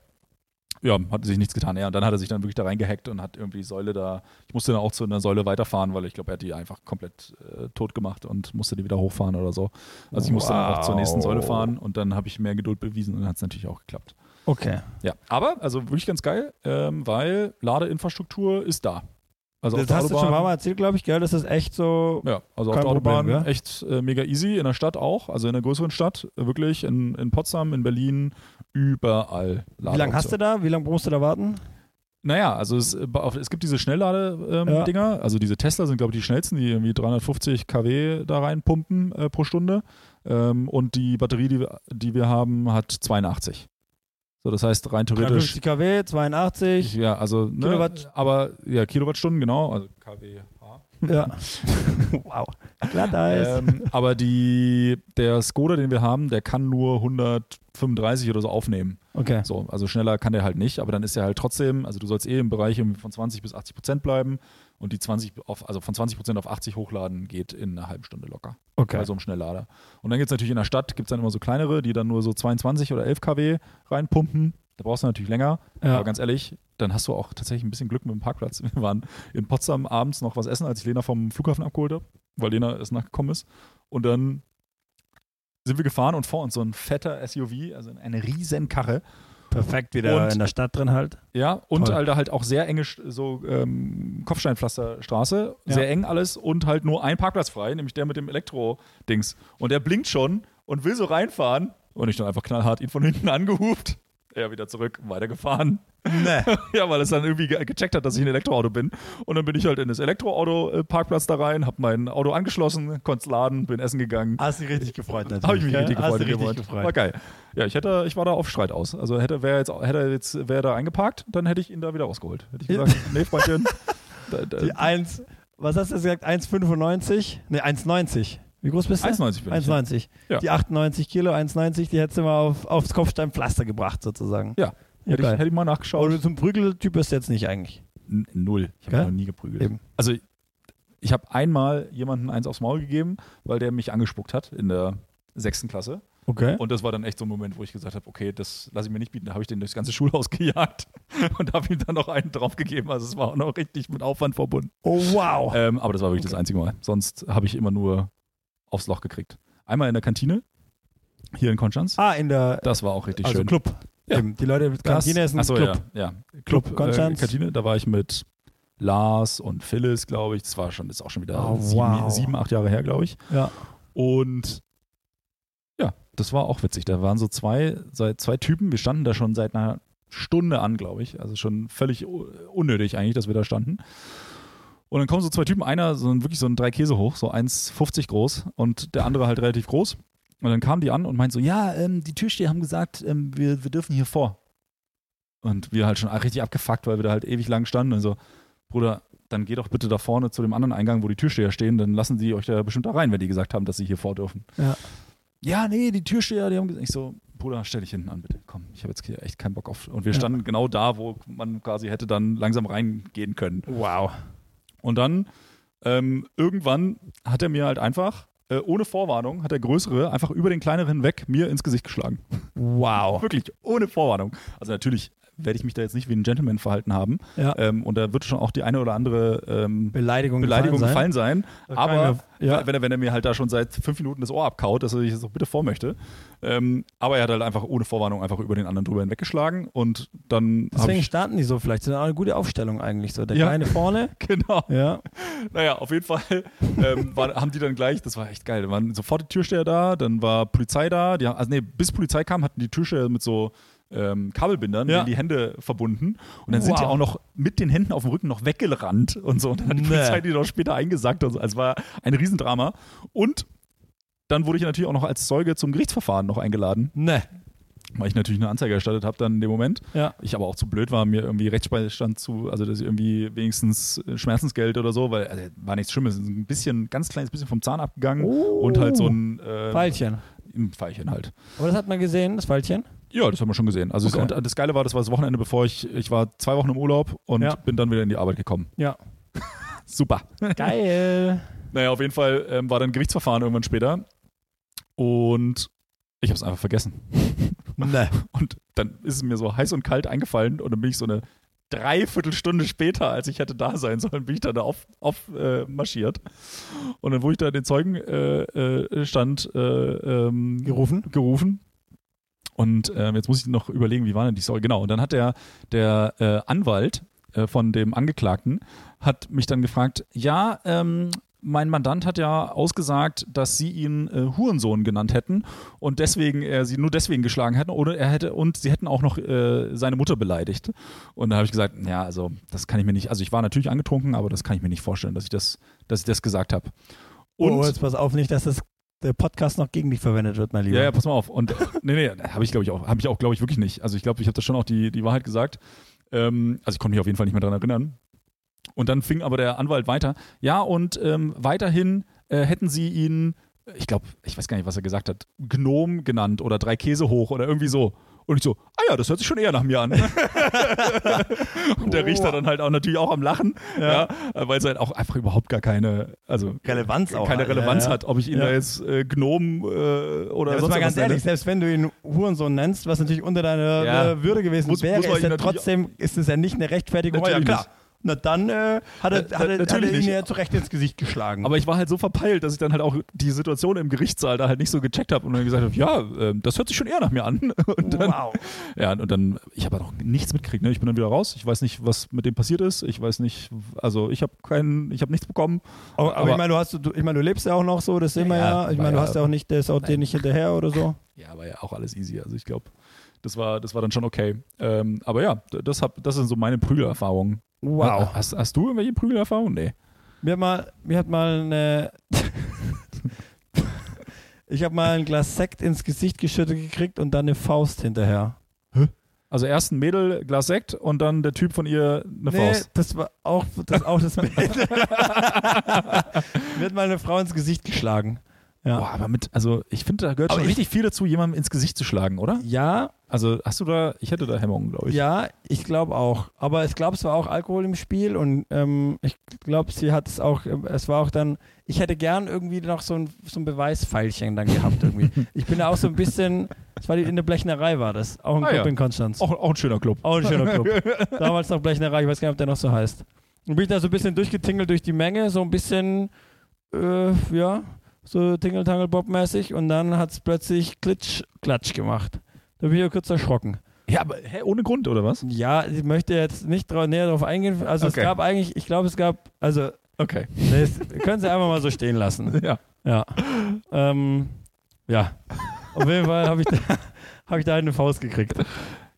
Speaker 2: Ja, hat sich nichts getan. Ja, und dann hat er sich dann wirklich da reingehackt und hat irgendwie die Säule da. Ich musste dann auch zu einer Säule weiterfahren, weil ich glaube, er hat die einfach komplett äh, tot gemacht und musste die wieder hochfahren oder so. Also ich musste dann auch zur nächsten
Speaker 1: Wow.
Speaker 2: Säule fahren und dann habe ich mehr Geduld bewiesen und dann hat es natürlich auch geklappt.
Speaker 1: Okay.
Speaker 2: Ja, aber also wirklich ganz geil, ähm, weil Ladeinfrastruktur ist da. Also auf
Speaker 1: Das
Speaker 2: der
Speaker 1: hast du schon
Speaker 2: Autobahn-
Speaker 1: mal erzählt, glaube ich, gell? Das ist echt so.
Speaker 2: ja, also
Speaker 1: Kein
Speaker 2: auf der Autobahn
Speaker 1: Problem, gell?
Speaker 2: echt äh, mega easy, in der Stadt auch, also in der größeren Stadt, äh, wirklich in, in Potsdam, in Berlin, überall.
Speaker 1: Wie lange hast du da? Wie lange brauchst du da warten?
Speaker 2: Naja, also es, äh, auf- es gibt diese Schnelllade-Dinger,
Speaker 1: Ja.
Speaker 2: ähm, Dinger. also diese Tesla sind, glaube ich, die schnellsten, die irgendwie 350 kW da reinpumpen äh, pro Stunde. Ähm, und die Batterie, die, wir- die wir haben, hat 82. So, das heißt, rein theoretisch
Speaker 1: 50 kW, 82.
Speaker 2: ja, also ne,
Speaker 1: Kilowatt- ah.
Speaker 2: aber ja, Kilowattstunden, genau, also kWh.
Speaker 1: Ja. Mhm. [laughs] wow. Glatteis.
Speaker 2: Ähm, aber die, der Skoda, den wir haben, der kann nur 135 oder so aufnehmen.
Speaker 1: okay.
Speaker 2: So, also schneller kann der halt nicht, aber dann ist er halt trotzdem, also du sollst eh im Bereich irgendwie von 20 bis 80 Prozent bleiben und die 20 auf, also von 20 Prozent auf 80 hochladen geht in einer halben Stunde locker.
Speaker 1: Okay.
Speaker 2: Bei so einem Schnelllader. Und dann gibt es natürlich in der Stadt, gibt es dann immer so kleinere, die dann nur so 22 oder 11 kW reinpumpen. Da brauchst du natürlich länger.
Speaker 1: ja.
Speaker 2: Aber ganz ehrlich, dann hast du auch tatsächlich ein bisschen Glück mit dem Parkplatz. [laughs] Wir waren in Potsdam abends noch was essen, als ich Lena vom Flughafen abgeholt habe, weil Lena erst nachgekommen ist. Und dann sind wir gefahren und vor uns so ein fetter SUV, also eine riesen Karre.
Speaker 1: Perfekt wieder
Speaker 2: Und-
Speaker 1: in der Stadt drin halt.
Speaker 2: Ja, und
Speaker 1: Toll.
Speaker 2: Alter, halt auch sehr enge, Sch- so ähm, Kopfsteinpflasterstraße,
Speaker 1: Ja.
Speaker 2: sehr eng alles und halt nur ein Parkplatz frei, nämlich der mit dem Elektro-Dings. Und der blinkt schon und will so reinfahren. Und ich dann einfach knallhart ihn von hinten [laughs] angehupt. Er wieder zurück, weitergefahren.
Speaker 1: Nee.
Speaker 2: [laughs] Ja, weil es dann irgendwie ge- gecheckt hat, dass ich ein Elektroauto bin. Und dann bin ich halt in das Elektroauto-Parkplatz da rein, habe mein Auto angeschlossen, konnte laden, bin essen gegangen.
Speaker 1: [laughs] Hast dich richtig gefreut natürlich.
Speaker 2: Habe ich mich
Speaker 1: gell?
Speaker 2: richtig gefreut.
Speaker 1: Hast dich
Speaker 2: in dem
Speaker 1: richtig
Speaker 2: Moment. War
Speaker 1: gefreut.
Speaker 2: geil. Ja, ich hätte, ich war da auf Streit aus. Also hätte wer jetzt, hätte er jetzt wer da eingeparkt, dann hätte ich ihn da wieder rausgeholt. Hätte
Speaker 1: [laughs]
Speaker 2: ich gesagt, nee, Freundchen. da, da,
Speaker 1: Die 1, was hast du gesagt? 1,95? Ne, 1,90. Wie groß bist du?
Speaker 2: 1,90 bin ich.
Speaker 1: 1,90.
Speaker 2: Ja.
Speaker 1: Die 98 Kilo, 1,90, die hättest du mal auf, aufs Kopfsteinpflaster gebracht sozusagen.
Speaker 2: Ja.
Speaker 1: ja
Speaker 2: Hätte ich,
Speaker 1: geil.
Speaker 2: hätte ich mal nachgeschaut.
Speaker 1: Aber zum Prügeltyp bist du jetzt nicht eigentlich.
Speaker 2: N- Null. Ich habe
Speaker 1: Gell?
Speaker 2: noch nie geprügelt.
Speaker 1: Eben.
Speaker 2: Also ich habe einmal jemanden eins aufs Maul gegeben, weil der mich angespuckt hat in der sechsten Klasse.
Speaker 1: Okay.
Speaker 2: Und das war dann echt so ein Moment, wo ich gesagt habe, okay, das lasse ich mir nicht bieten. Da habe ich den durchs ganze Schulhaus [laughs] gejagt und habe ihm dann noch einen draufgegeben. Also es war auch noch richtig mit Aufwand verbunden.
Speaker 1: Oh wow.
Speaker 2: Ähm, aber das war wirklich das einzige Mal. Sonst habe ich immer nur aufs Loch gekriegt. Einmal in der Kantine, hier in Konstanz.
Speaker 1: Ah, in der
Speaker 2: Das war auch richtig
Speaker 1: also
Speaker 2: schön.
Speaker 1: Club.
Speaker 2: Ja.
Speaker 1: Eben, Die Leute mit
Speaker 2: Das-
Speaker 1: Kantine ist ein
Speaker 2: Achso,
Speaker 1: Club.
Speaker 2: Ja, ja. Club,
Speaker 1: Konstanz.
Speaker 2: Äh, Kantine, da war ich mit Lars und Phyllis, glaube ich. Das war schon, das ist auch schon wieder
Speaker 1: Oh,
Speaker 2: sieben,
Speaker 1: wow.
Speaker 2: sieben, acht Jahre her, glaube ich.
Speaker 1: Ja.
Speaker 2: Und ja, das war auch witzig. Da waren so zwei, sei- zwei Typen. Wir standen da schon seit einer Stunde an, glaube ich. Also schon völlig u- unnötig eigentlich, dass wir da standen. Und dann kommen so zwei Typen, einer so ein, wirklich so ein drei Käse hoch, so 1,50 groß und der andere halt relativ groß. Und dann kamen die an und meinten so, ja, ähm, die Türsteher haben gesagt, ähm, wir, wir dürfen hier vor. Und wir halt schon richtig abgefuckt, weil wir da halt ewig lang standen. Und so, Bruder, dann geh doch bitte da vorne zu dem anderen Eingang, wo die Türsteher stehen, dann lassen die euch da bestimmt da rein, wenn die gesagt haben, dass sie hier vor dürfen.
Speaker 1: Ja.
Speaker 2: Ja, nee, die Türsteher, die haben gesagt, ich so, Bruder, stell dich hinten an, bitte. Komm, ich habe jetzt hier echt keinen Bock auf. Und wir
Speaker 1: Ja.
Speaker 2: standen genau da, wo man quasi hätte dann langsam reingehen können.
Speaker 1: Wow.
Speaker 2: Und dann ähm, irgendwann hat er mir halt einfach, äh, ohne Vorwarnung, hat der Größere einfach über den Kleineren hinweg mir ins Gesicht geschlagen.
Speaker 1: Wow.
Speaker 2: Wirklich, ohne Vorwarnung. Also natürlich werde ich mich da jetzt nicht wie ein Gentleman verhalten haben.
Speaker 1: Ja.
Speaker 2: Ähm, und da wird schon auch die eine oder andere ähm,
Speaker 1: Beleidigung,
Speaker 2: Beleidigung
Speaker 1: gefallen.
Speaker 2: gefallen sein.
Speaker 1: Da kann
Speaker 2: aber
Speaker 1: ich mir- ja.
Speaker 2: wenn, er, wenn er mir halt da schon seit fünf Minuten das Ohr abkaut, dass er sich das doch bitte vor möchte. Ähm, aber er hat halt einfach ohne Vorwarnung einfach über den anderen drüber hinweggeschlagen und dann habe
Speaker 1: Deswegen
Speaker 2: ich. [laughs]
Speaker 1: starten die so vielleicht. Das ist auch eine gute Aufstellung eigentlich so. Der
Speaker 2: Ja.
Speaker 1: Kleine vorne.
Speaker 2: Genau.
Speaker 1: Ja.
Speaker 2: Naja, auf jeden Fall [laughs] ähm, war, haben die dann gleich, das war echt geil, da waren sofort die Türsteher da, dann war Polizei da, die haben, also nee, bis Polizei kam, hatten die Türsteher mit so ähm, Kabelbindern
Speaker 1: Ja. Oh,
Speaker 2: in die Hände verbunden. Und dann sind die
Speaker 1: Wow.
Speaker 2: auch noch mit den Händen auf dem Rücken noch weggerannt und so. Und dann hat die
Speaker 1: Nee.
Speaker 2: Polizei die noch später eingesackt. Und so. Also es war ein Riesendrama. Und dann wurde ich natürlich auch noch als Zeuge zum Gerichtsverfahren noch eingeladen,
Speaker 1: Ne.
Speaker 2: weil ich natürlich eine Anzeige erstattet habe dann in dem Moment.
Speaker 1: Ja.
Speaker 2: Ich aber auch zu blöd war, mir irgendwie Rechtsbeistand zu, also dass ich irgendwie wenigstens äh, Schmerzensgeld oder so, weil also, war nichts Schlimmes, Es ist ein bisschen, ganz kleines bisschen vom Zahn abgegangen
Speaker 1: Oh.
Speaker 2: und halt so ein äh,
Speaker 1: Pfeilchen.
Speaker 2: ein Pfeilchen halt.
Speaker 1: Aber das hat man gesehen, das Pfeilchen.
Speaker 2: Ja, das haben wir schon gesehen. Also
Speaker 1: Okay.
Speaker 2: es, und das Geile war, das war das Wochenende, bevor ich, ich war zwei Wochen im Urlaub und
Speaker 1: Ja.
Speaker 2: bin dann wieder in die Arbeit gekommen.
Speaker 1: Ja.
Speaker 2: Super. [laughs]
Speaker 1: Geil.
Speaker 2: Naja, auf jeden Fall ähm, war dann ein Gerichtsverfahren irgendwann später und ich habe es einfach vergessen.
Speaker 1: ne.
Speaker 2: Und dann ist es mir so heiß und kalt eingefallen und dann bin ich so eine Dreiviertelstunde später, als ich hätte da sein sollen, bin ich dann da auf, auf äh, marschiert. Und dann wurde ich da in den Zeugenstand äh, äh, stand, äh, ähm,
Speaker 1: Gerufen.
Speaker 2: gerufen. Und ähm, jetzt muss ich noch überlegen, wie war denn die Story? Genau. Und dann hat der, der äh, Anwalt äh, von dem Angeklagten hat mich dann gefragt, ja, ähm, mein Mandant hat ja ausgesagt, dass sie ihn äh, Hurensohn genannt hätten und deswegen er sie nur deswegen geschlagen hätten oder er hätte und sie hätten auch noch äh, seine Mutter beleidigt. Und da habe ich gesagt, ja, also das kann ich mir nicht, also ich war natürlich angetrunken, aber das kann ich mir nicht vorstellen, dass ich das, dass ich das gesagt habe.
Speaker 1: Und oh, jetzt pass auf nicht, dass das, der Podcast noch gegen dich verwendet wird, mein Lieber.
Speaker 2: Ja, ja, pass mal auf. Und nee, [laughs] nee, habe ich glaube ich auch, habe ich auch glaube ich wirklich nicht. Also ich glaube, ich habe das schon auch die, die Wahrheit gesagt. Ähm, also ich konnte mich auf jeden Fall nicht mehr daran erinnern. Und dann fing aber der Anwalt weiter. Ja, und ähm, weiterhin äh, hätten sie ihn, ich glaube, ich weiß gar nicht, was er gesagt hat, Gnom genannt oder drei Käse hoch oder irgendwie so. Und ich so, ah ja, das hört sich schon eher nach mir an. [laughs] und der Richter dann halt auch natürlich auch am Lachen, ja. weil es halt auch einfach überhaupt gar keine, also
Speaker 1: Relevanz auch.
Speaker 2: keine
Speaker 1: hat.
Speaker 2: Relevanz
Speaker 1: ja, ja.
Speaker 2: hat, ob ich ihn
Speaker 1: Ja.
Speaker 2: da jetzt äh, Gnom äh, oder
Speaker 1: Ja, sonst mal
Speaker 2: sonst was
Speaker 1: ganz
Speaker 2: nenne.
Speaker 1: ehrlich, selbst wenn du ihn Hurensohn nennst, was natürlich unter deiner
Speaker 2: Ja.
Speaker 1: äh, Würde gewesen
Speaker 2: Muss-
Speaker 1: wäre,
Speaker 2: muss man
Speaker 1: ist
Speaker 2: ihn
Speaker 1: ja
Speaker 2: natürlich-
Speaker 1: trotzdem ist es ja nicht eine Rechtfertigung.
Speaker 2: Natürlich
Speaker 1: ja,
Speaker 2: nicht.
Speaker 1: klar. Na dann äh, hat er,
Speaker 2: Na,
Speaker 1: hat er, hat
Speaker 2: natürlich
Speaker 1: er ihn
Speaker 2: nicht.
Speaker 1: ja zu Recht ins Gesicht geschlagen.
Speaker 2: Aber ich war halt so verpeilt, dass ich dann halt auch die Situation im Gerichtssaal da halt nicht so gecheckt habe und dann gesagt habe, ja, ähm, das hört sich schon eher nach mir an. [laughs] Und dann,
Speaker 1: wow.
Speaker 2: ja, und dann, ich habe auch nichts mitgekriegt. Ne? Ich bin dann wieder raus. Ich weiß nicht, was mit dem passiert ist. Ich weiß nicht, also ich habe keinen, ich habe nichts bekommen.
Speaker 1: Aber, aber
Speaker 2: Aber-
Speaker 1: ich meine, du hast, du, ich meine, du lebst ja auch noch so, das sehen wir
Speaker 2: Ja,
Speaker 1: ja.
Speaker 2: ja,
Speaker 1: Ich meine, du
Speaker 2: war
Speaker 1: hast
Speaker 2: ja-
Speaker 1: ja auch nicht, der ist auch dir
Speaker 2: Nein.
Speaker 1: nicht hinterher oder so.
Speaker 2: Ja, war ja auch alles easy. Also ich glaube, das war, das war dann schon okay. Ähm, aber ja, d- das, hab, das sind so meine Prügelerfahrungen. Ha- Hast, hast du irgendwelche Prügelerfahrungen? Nee.
Speaker 1: Mir hat mal, mir hat mal eine. [laughs] ich habe mal ein Glas Sekt ins Gesicht geschüttet gekriegt und dann eine Faust hinterher.
Speaker 2: Also erst ein Mädel, Glas Sekt und dann der Typ von ihr eine Faust.
Speaker 1: das war auch das, auch das Bild. [laughs] Mir hat mal eine Frau ins Gesicht geschlagen. Ja.
Speaker 2: Boah, aber mit, also ich finde, da gehört
Speaker 1: Aber
Speaker 2: schon
Speaker 1: ich-
Speaker 2: richtig viel dazu, jemandem ins Gesicht zu schlagen, oder?
Speaker 1: Ja,
Speaker 2: Also hast du da, ich hätte da Hemmungen, glaube ich.
Speaker 1: ja, ich glaube auch. Aber ich glaube, es war auch Alkohol im Spiel und ähm, ich glaube, sie hat es auch, äh, es war auch dann, ich hätte gern irgendwie noch so ein, so ein Beweispfeilchen dann gehabt irgendwie. ich bin da auch so ein bisschen, es war die, in der Blechnerei war das, auch ein
Speaker 2: Ah,
Speaker 1: Club
Speaker 2: ja.
Speaker 1: in Konstanz.
Speaker 2: Auch, auch ein schöner Club.
Speaker 1: Auch ein schöner Club. Damals noch Blechnerei, ich weiß gar nicht, ob der noch so heißt. Und bin ich da so ein bisschen durchgetingelt durch die Menge, so ein bisschen, äh, ja, so Tingle-Tangle-Bob-mäßig und dann hat es plötzlich Klitsch-Klatsch gemacht. Da bin ich ja kurz erschrocken.
Speaker 2: [laughs] Ja, aber hä, ohne Grund, oder was?
Speaker 1: Ja, ich möchte jetzt nicht drau- näher darauf eingehen. Also
Speaker 2: Okay.
Speaker 1: es gab eigentlich, ich glaube, es gab, also
Speaker 2: Okay.
Speaker 1: [laughs] das können Sie einfach mal so stehen lassen.
Speaker 2: Ja.
Speaker 1: [laughs] Ja. Ähm, ja. Auf jeden Fall habe ich, da- [laughs] hab ich da eine Faust gekriegt.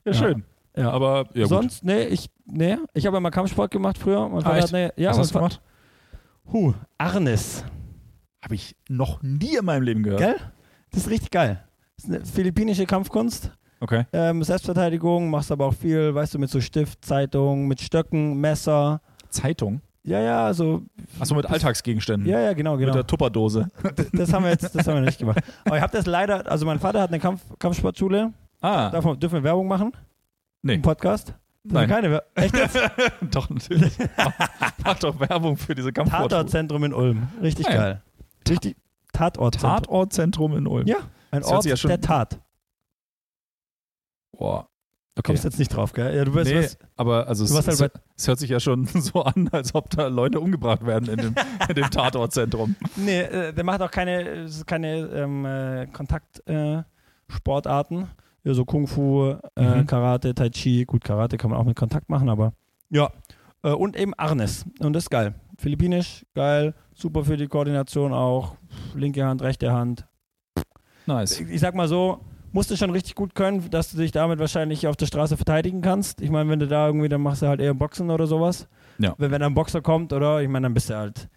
Speaker 2: Ja, schön.
Speaker 1: Ja.
Speaker 2: Aber ja, gut. Ah,
Speaker 1: Sonst, nee, ich, nee, ich habe immer Kampfsport gemacht früher. Mein Vater
Speaker 2: echt?
Speaker 1: hat, nee, ja,
Speaker 2: was
Speaker 1: mein
Speaker 2: hast du
Speaker 1: Fa-
Speaker 2: gemacht?
Speaker 1: Huh, Arnis.
Speaker 2: Habe ich noch nie in meinem Leben gehört.
Speaker 1: Gell? Das ist richtig geil. Das ist eine philippinische Kampfkunst.
Speaker 2: Okay.
Speaker 1: Ähm, Selbstverteidigung, machst aber auch viel, weißt du, mit so Stift, Zeitung, mit Stöcken, Messer.
Speaker 2: Zeitung.
Speaker 1: Ja, ja, also,
Speaker 2: Achso, mit Alltagsgegenständen.
Speaker 1: ja, ja, genau,
Speaker 2: Mhm. Mit
Speaker 1: genau.
Speaker 2: der Tupperdose.
Speaker 1: Das haben wir jetzt das haben wir nicht gemacht. Aber ich habe das leider, also mein Vater hat eine Kampf, Kampfsportschule.
Speaker 2: Ah,
Speaker 1: Darf man, dürfen wir Werbung machen?
Speaker 2: Nee.
Speaker 1: Im Podcast? Dürfen wir
Speaker 2: nein.
Speaker 1: Keine Wer-
Speaker 2: [laughs]
Speaker 1: Echt jetzt? [laughs]
Speaker 2: doch, natürlich. mach, mach doch Werbung für diese Kampfsport.
Speaker 1: Tatortzentrum in Ulm. Richtig
Speaker 2: Ah, ja.
Speaker 1: geil. Richtig. Tatortzentrum.
Speaker 2: Tatortzentrum in Ulm.
Speaker 1: Ja. Ein
Speaker 2: Das hört
Speaker 1: Ort
Speaker 2: sich ja schon-
Speaker 1: der Tat.
Speaker 2: Boah. Okay.
Speaker 1: Kommst jetzt nicht drauf, gell? Ja, du wirst
Speaker 2: Nee,
Speaker 1: was,
Speaker 2: aber also es,
Speaker 1: Du warst halt
Speaker 2: es, es hört sich ja schon [laughs] so an, als ob da Leute umgebracht werden in dem, in dem Tatortzentrum.
Speaker 1: Nee, äh, der macht auch keine, es ist keine ähm, äh, Kontaktsportarten. Äh, Sportarten. ja, so Kung Fu, äh,
Speaker 2: Mhm.
Speaker 1: Karate, Tai Chi. Gut, Karate kann man auch mit Kontakt machen, aber ja. Äh, und eben Arnes. Und das ist geil. Philippinisch, geil. Super für die Koordination auch. Linke Hand, rechte Hand.
Speaker 2: [laughs] Nice.
Speaker 1: Ich, ich sag mal so, musst du schon richtig gut können, dass du dich damit wahrscheinlich auf der Straße verteidigen kannst. Ich meine, wenn du da irgendwie, dann machst du halt eher Boxen oder sowas.
Speaker 2: Ja.
Speaker 1: Wenn, wenn ein Boxer kommt, oder? Ich meine, dann bist du halt,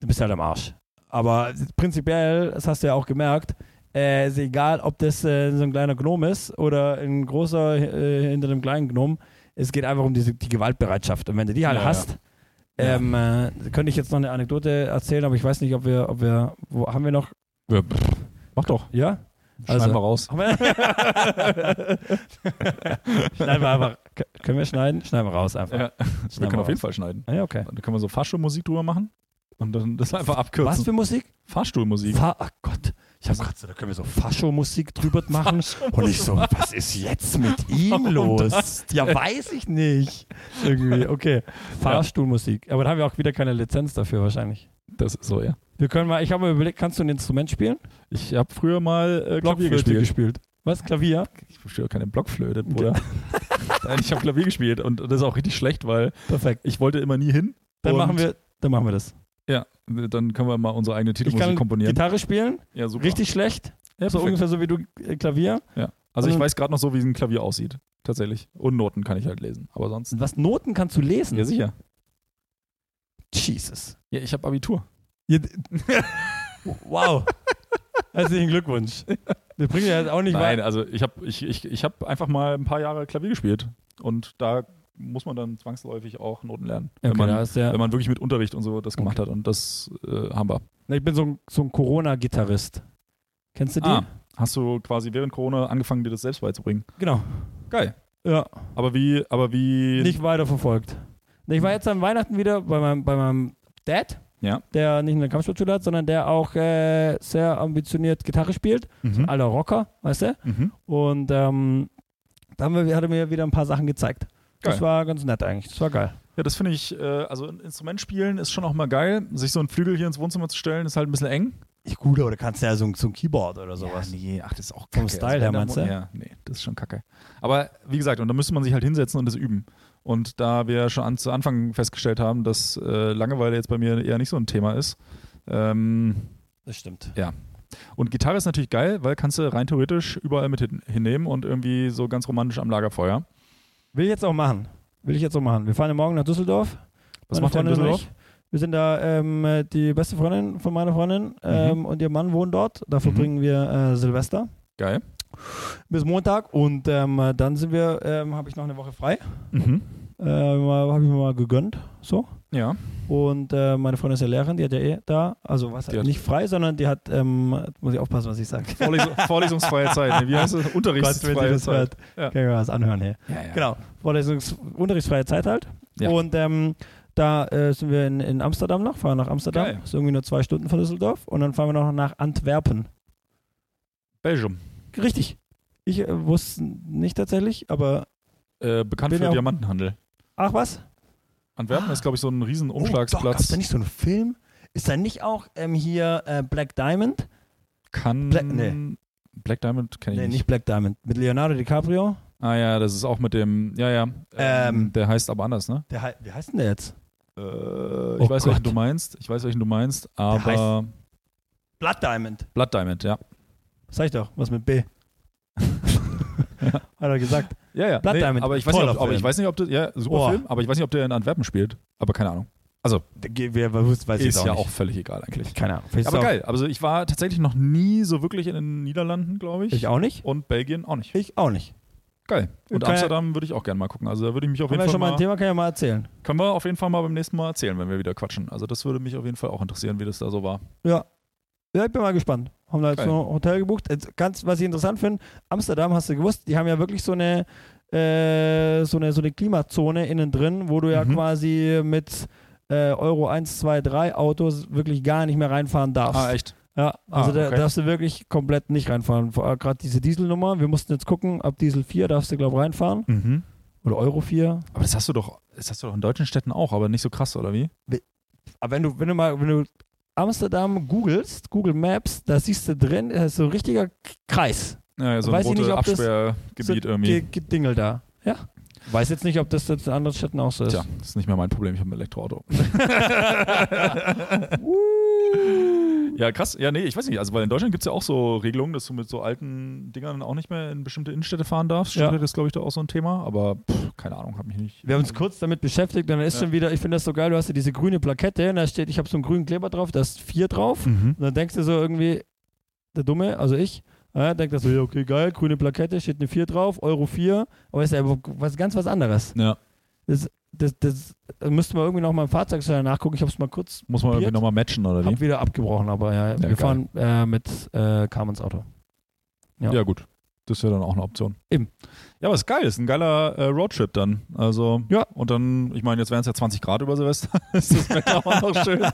Speaker 1: du bist halt am Arsch. Aber prinzipiell, das hast du ja auch gemerkt, äh, ist egal, ob das äh, so ein kleiner Gnom ist oder ein großer äh, hinter einem kleinen Gnom, es geht einfach um diese, die Gewaltbereitschaft. Und wenn du die halt
Speaker 2: Ja, ja.
Speaker 1: hast, ähm, äh, könnte ich jetzt noch eine Anekdote erzählen, aber ich weiß nicht, ob wir, ob wir, wo haben wir noch,
Speaker 2: Ja, pff, mach doch.
Speaker 1: ja?
Speaker 2: [laughs] Schneiden
Speaker 1: Also-
Speaker 2: wir raus.
Speaker 1: Haben wir- schneiden wir einfach. K- Können wir schneiden? Schneiden wir raus einfach.
Speaker 2: Ja.
Speaker 1: Schneiden
Speaker 2: Wir können auf
Speaker 1: raus.
Speaker 2: jeden
Speaker 1: Ah,
Speaker 2: Fall schneiden.
Speaker 1: Ja, okay.
Speaker 2: Da können wir so Fahrstuhlmusik drüber machen und dann das einfach abkürzen.
Speaker 1: Was für Musik?
Speaker 2: Fahrstuhlmusik.
Speaker 1: Fa Ach Gott. Ich hab grad so, da können wir so Fascho-Musik drüber machen. Und ich so, was ist jetzt
Speaker 2: [laughs]
Speaker 1: mit ihm
Speaker 2: Warum
Speaker 1: los?
Speaker 2: [laughs] das
Speaker 1: Ja, weiß ich nicht. Irgendwie, okay. Fahrstuhlmusik. Aber da haben wir auch wieder keine Lizenz dafür wahrscheinlich.
Speaker 2: Das ist so, ja.
Speaker 1: Wir können mal, ich habe mir überlegt, kannst du ein Instrument spielen?
Speaker 2: Ich habe früher mal äh, Klavier
Speaker 1: Blockflöte
Speaker 2: gespielt.
Speaker 1: gespielt. Was? Klavier?
Speaker 2: Ich verstehe keine Blockflöte, [laughs] Bruder. Nein, ich habe Klavier gespielt und das ist auch richtig schlecht, weil
Speaker 1: Perfekt.
Speaker 2: ich wollte immer nie hin.
Speaker 1: Dann
Speaker 2: Und-
Speaker 1: machen wir, dann machen wir das.
Speaker 2: Ja, dann können wir mal unsere eigene
Speaker 1: Ich
Speaker 2: Titelmusik
Speaker 1: kann
Speaker 2: komponieren.
Speaker 1: Gitarre spielen,
Speaker 2: Ja, super.
Speaker 1: richtig schlecht.
Speaker 2: Ja,
Speaker 1: so
Speaker 2: perfekt.
Speaker 1: ungefähr so wie du äh, Klavier.
Speaker 2: ja. Also ich
Speaker 1: Und-
Speaker 2: weiß gerade noch so, wie ein Klavier aussieht. Tatsächlich. Und Noten kann ich halt lesen. Aber sonst.
Speaker 1: Was Noten kannst du lesen?
Speaker 2: Ja, sicher.
Speaker 1: Jesus.
Speaker 2: Ja, Mhm. ich habe Abitur. [laughs]
Speaker 1: wow. Herzlichen Glückwunsch. Das bringt ja jetzt auch nicht
Speaker 2: Nein,
Speaker 1: weiter.
Speaker 2: also ich habe ich, ich, ich hab einfach mal ein paar Jahre Klavier gespielt. Und da muss man dann zwangsläufig auch Noten lernen. wenn, man, wenn man wirklich mit Unterricht und so das gemacht hat. Und das äh, haben wir.
Speaker 1: ich bin so ein, so ein Corona-Gitarrist. Kennst du die?
Speaker 2: Ah, hast du quasi während Corona angefangen, dir das selbst beizubringen?
Speaker 1: Genau.
Speaker 2: Geil.
Speaker 1: Ja,
Speaker 2: Aber wie, aber wie.
Speaker 1: nicht weiter verfolgt. Ich war jetzt an Weihnachten wieder bei meinem, bei meinem Dad,
Speaker 2: Ja.
Speaker 1: der nicht nur eine Kampfsportschule hat, sondern der auch äh, sehr ambitioniert Gitarre spielt.
Speaker 2: Mhm.
Speaker 1: Aller Rocker, weißt du?
Speaker 2: Mhm.
Speaker 1: Und ähm, da haben wir, hat er mir wieder ein paar Sachen gezeigt. Das
Speaker 2: Geil.
Speaker 1: war ganz nett eigentlich. Das war geil.
Speaker 2: Ja, das finde ich, äh, also ein Instrument spielen ist schon auch mal geil. Sich so ein Flügel hier ins Wohnzimmer zu stellen, ist halt ein bisschen eng.
Speaker 1: Ich gut, oder kannst du ja so, ein Keyboard oder
Speaker 2: Ja, nee, ach, das ist
Speaker 1: Vom
Speaker 2: auch kacke. Also
Speaker 1: Style
Speaker 2: wenn
Speaker 1: her,
Speaker 2: da
Speaker 1: meinst
Speaker 2: Mo-
Speaker 1: du?
Speaker 2: Ja, nee, das ist schon kacke. Aber wie gesagt, und da müsste man sich halt hinsetzen und das üben. Und da wir schon an, zu Anfang festgestellt haben, dass äh, Langeweile jetzt bei mir eher nicht so ein Thema ist. Ähm,
Speaker 1: Das stimmt.
Speaker 2: und Gitarre ist natürlich geil, weil kannst du rein theoretisch überall mit hin, hinnehmen und irgendwie so ganz romantisch am Lagerfeuer.
Speaker 1: Will ich jetzt auch machen. Will ich jetzt auch machen. Wir fahren ja morgen nach Düsseldorf.
Speaker 2: Was
Speaker 1: Meine
Speaker 2: macht ihr in
Speaker 1: Freundin und
Speaker 2: Düsseldorf?
Speaker 1: ich. Wir sind da ähm, äh, die beste Freundin von meiner Freundin
Speaker 2: Mhm.
Speaker 1: ähm, und ihr Mann wohnen dort. Da verbringen wir äh, Silvester
Speaker 2: Geil.
Speaker 1: bis Montag und ähm, äh, dann sind wir, ähm, habe ich noch eine Woche frei.
Speaker 2: Mhm.
Speaker 1: Äh, habe ich mir mal gegönnt. So.
Speaker 2: Ja.
Speaker 1: Und äh, meine Freundin ist ja Lehrerin, die hat ja eh da, also was
Speaker 2: Die hat-
Speaker 1: nicht frei, sondern die hat, ähm, muss ich aufpassen, was ich sage. [laughs]
Speaker 2: Vorlesu- Vorlesungsfreie Zeit. Nee, wie heißt das? Unterrichtsfreie Zeit. Ja.
Speaker 1: Können wir was anhören hier.
Speaker 2: Ja, ja.
Speaker 1: Genau, Vorlesungs unterrichtsfreie Zeit halt.
Speaker 2: Ja.
Speaker 1: Und ähm, da äh, sind wir in, in Amsterdam noch, fahren nach Amsterdam.
Speaker 2: Geil.
Speaker 1: Ist irgendwie nur zwei Stunden von Düsseldorf. Und dann fahren wir noch nach Antwerpen.
Speaker 2: Belgium.
Speaker 1: Richtig. Ich äh, wusste nicht tatsächlich, aber.
Speaker 2: Äh, bekannt
Speaker 1: Bin
Speaker 2: für
Speaker 1: ja auch-
Speaker 2: Diamantenhandel.
Speaker 1: Ach was?
Speaker 2: Antwerpen ist, glaube ich, so ein riesen
Speaker 1: Oh, doch, gab's
Speaker 2: Umschlagsplatz.
Speaker 1: da nicht so einen Film? Ist da nicht auch ähm, hier äh, Black Diamond?
Speaker 2: Kann.
Speaker 1: Bla- nee.
Speaker 2: Black Diamond kenne ich
Speaker 1: Nee,
Speaker 2: nicht.
Speaker 1: nicht Black Diamond. Mit Leonardo DiCaprio.
Speaker 2: Ah ja, das ist auch mit dem. Ja, ja.
Speaker 1: Ähm.
Speaker 2: der heißt aber anders, ne?
Speaker 1: Der, hei- wie heißt denn der jetzt?
Speaker 2: Äh, ich
Speaker 1: Oh
Speaker 2: weiß, welchen
Speaker 1: Gott.
Speaker 2: du meinst. Ich weiß, welchen du meinst, aber.
Speaker 1: Blood Diamond.
Speaker 2: Blood Diamond, ja.
Speaker 1: Sag ich doch, was mit
Speaker 2: [laughs]
Speaker 1: B. Hat er gesagt.
Speaker 2: Ja, ja.
Speaker 1: Blood
Speaker 2: nee,
Speaker 1: Diamond,
Speaker 2: Aber ich weiß, nicht,
Speaker 1: toller
Speaker 2: ob, aber ich
Speaker 1: Film.
Speaker 2: weiß nicht, ob das. Ja, super
Speaker 1: Boah.
Speaker 2: Film, aber ich weiß nicht, ob der in Antwerpen spielt. Aber keine Ahnung.
Speaker 1: Der G- Wer weiß, weiß ich
Speaker 2: ist
Speaker 1: jetzt
Speaker 2: ja
Speaker 1: nicht.
Speaker 2: auch völlig egal eigentlich.
Speaker 1: Keine Ahnung. Vielleicht ist
Speaker 2: aber
Speaker 1: auch-
Speaker 2: geil. Also ich war tatsächlich noch nie so wirklich in den Niederlanden, glaube ich.
Speaker 1: Ich auch nicht.
Speaker 2: Und Belgien auch nicht.
Speaker 1: Ich auch nicht.
Speaker 2: Geil.
Speaker 1: Kann
Speaker 2: Und
Speaker 1: ja-
Speaker 2: Amsterdam würde ich auch gerne mal gucken. Also da würde ich mich auf
Speaker 1: Wenn wir
Speaker 2: jeden Fall
Speaker 1: schon mal
Speaker 2: mal
Speaker 1: ein Thema, kann ich ja mal erzählen.
Speaker 2: Können wir auf jeden Fall mal beim nächsten Mal erzählen, wenn wir wieder quatschen. Also das würde mich auf jeden Fall auch interessieren, wie das da so war.
Speaker 1: Ja, ich bin mal gespannt. Haben da jetzt
Speaker 2: Geil.
Speaker 1: noch ein Hotel gebucht. Jetzt Ganz, was ich interessant finde, Amsterdam, hast du gewusst, die haben ja wirklich so eine, äh, so eine, so eine Klimazone innen drin, wo du ja
Speaker 2: Mhm.
Speaker 1: quasi mit äh, Euro 1, 2, 3 Autos wirklich gar nicht mehr reinfahren darfst.
Speaker 2: Ah, echt?
Speaker 1: Ja, also
Speaker 2: Ah,
Speaker 1: da
Speaker 2: okay.
Speaker 1: darfst du wirklich komplett nicht reinfahren. Gerade diese Dieselnummer, wir mussten jetzt gucken, ab Diesel 4 darfst du, glaube ich, reinfahren.
Speaker 2: Mhm.
Speaker 1: Oder Euro 4.
Speaker 2: Aber das hast du doch, das hast du doch in deutschen Städten auch, aber nicht so krass, oder wie?
Speaker 1: Aber wenn du, wenn du mal, wenn du Amsterdam googelst, Google Maps, da siehst du drin, das ist so ein richtiger K- Kreis.
Speaker 2: Ja, so
Speaker 1: Weiß ich
Speaker 2: ein rotes
Speaker 1: nicht, ob das-
Speaker 2: Absperrgebiet
Speaker 1: so,
Speaker 2: irgendwie.
Speaker 1: ge- Gedingel da. Ja. Weiß jetzt nicht, ob das jetzt in anderen Städten auch so ist.
Speaker 2: Tja,
Speaker 1: [laughs]
Speaker 2: das ist nicht mehr mein Problem, ich habe ein Elektroauto.
Speaker 1: Uh.
Speaker 2: Ja, krass. Ja, nee, ich weiß nicht. Also, weil in Deutschland gibt es ja auch so Regelungen, dass du mit so alten Dingern auch nicht mehr in bestimmte Innenstädte fahren darfst.
Speaker 1: Ja.
Speaker 2: Stuttgart ist, glaube ich, da auch so ein Thema. Aber pff, keine Ahnung, habe mich nicht.
Speaker 1: Wir haben uns kurz damit beschäftigt und dann ist
Speaker 2: Ja.
Speaker 1: schon wieder, ich finde das so geil, du hast ja diese grüne Plakette und da steht, ich habe so einen grünen Kleber drauf, da ist vier drauf.
Speaker 2: Mhm.
Speaker 1: Und dann denkst du so irgendwie, der Dumme, also ich, äh, denkt das so, ja, okay, geil, grüne Plakette, steht eine 4 drauf, Euro 4, aber ist ja was ganz was anderes.
Speaker 2: Ja,
Speaker 1: Das, das da müsste man irgendwie noch mal im Fahrzeugsteller nachgucken. Ich habe es mal kurz
Speaker 2: muss man irgendwie
Speaker 1: Probiert.
Speaker 2: nochmal matchen oder wie?
Speaker 1: hab wieder abgebrochen, aber ja, wir
Speaker 2: geil.
Speaker 1: fahren äh, mit äh, Carmens Auto. ja.
Speaker 2: Ja, gut. Das ist ja dann auch eine Option.
Speaker 1: Eben.
Speaker 2: Ja, aber ist geil. Ist ein geiler äh, Roadtrip dann. Also,
Speaker 1: Ja.
Speaker 2: Und dann, ich meine, jetzt wären es ja 20 Grad über Silvester. [laughs] ist das Wetter
Speaker 1: [laughs]
Speaker 2: auch noch schön.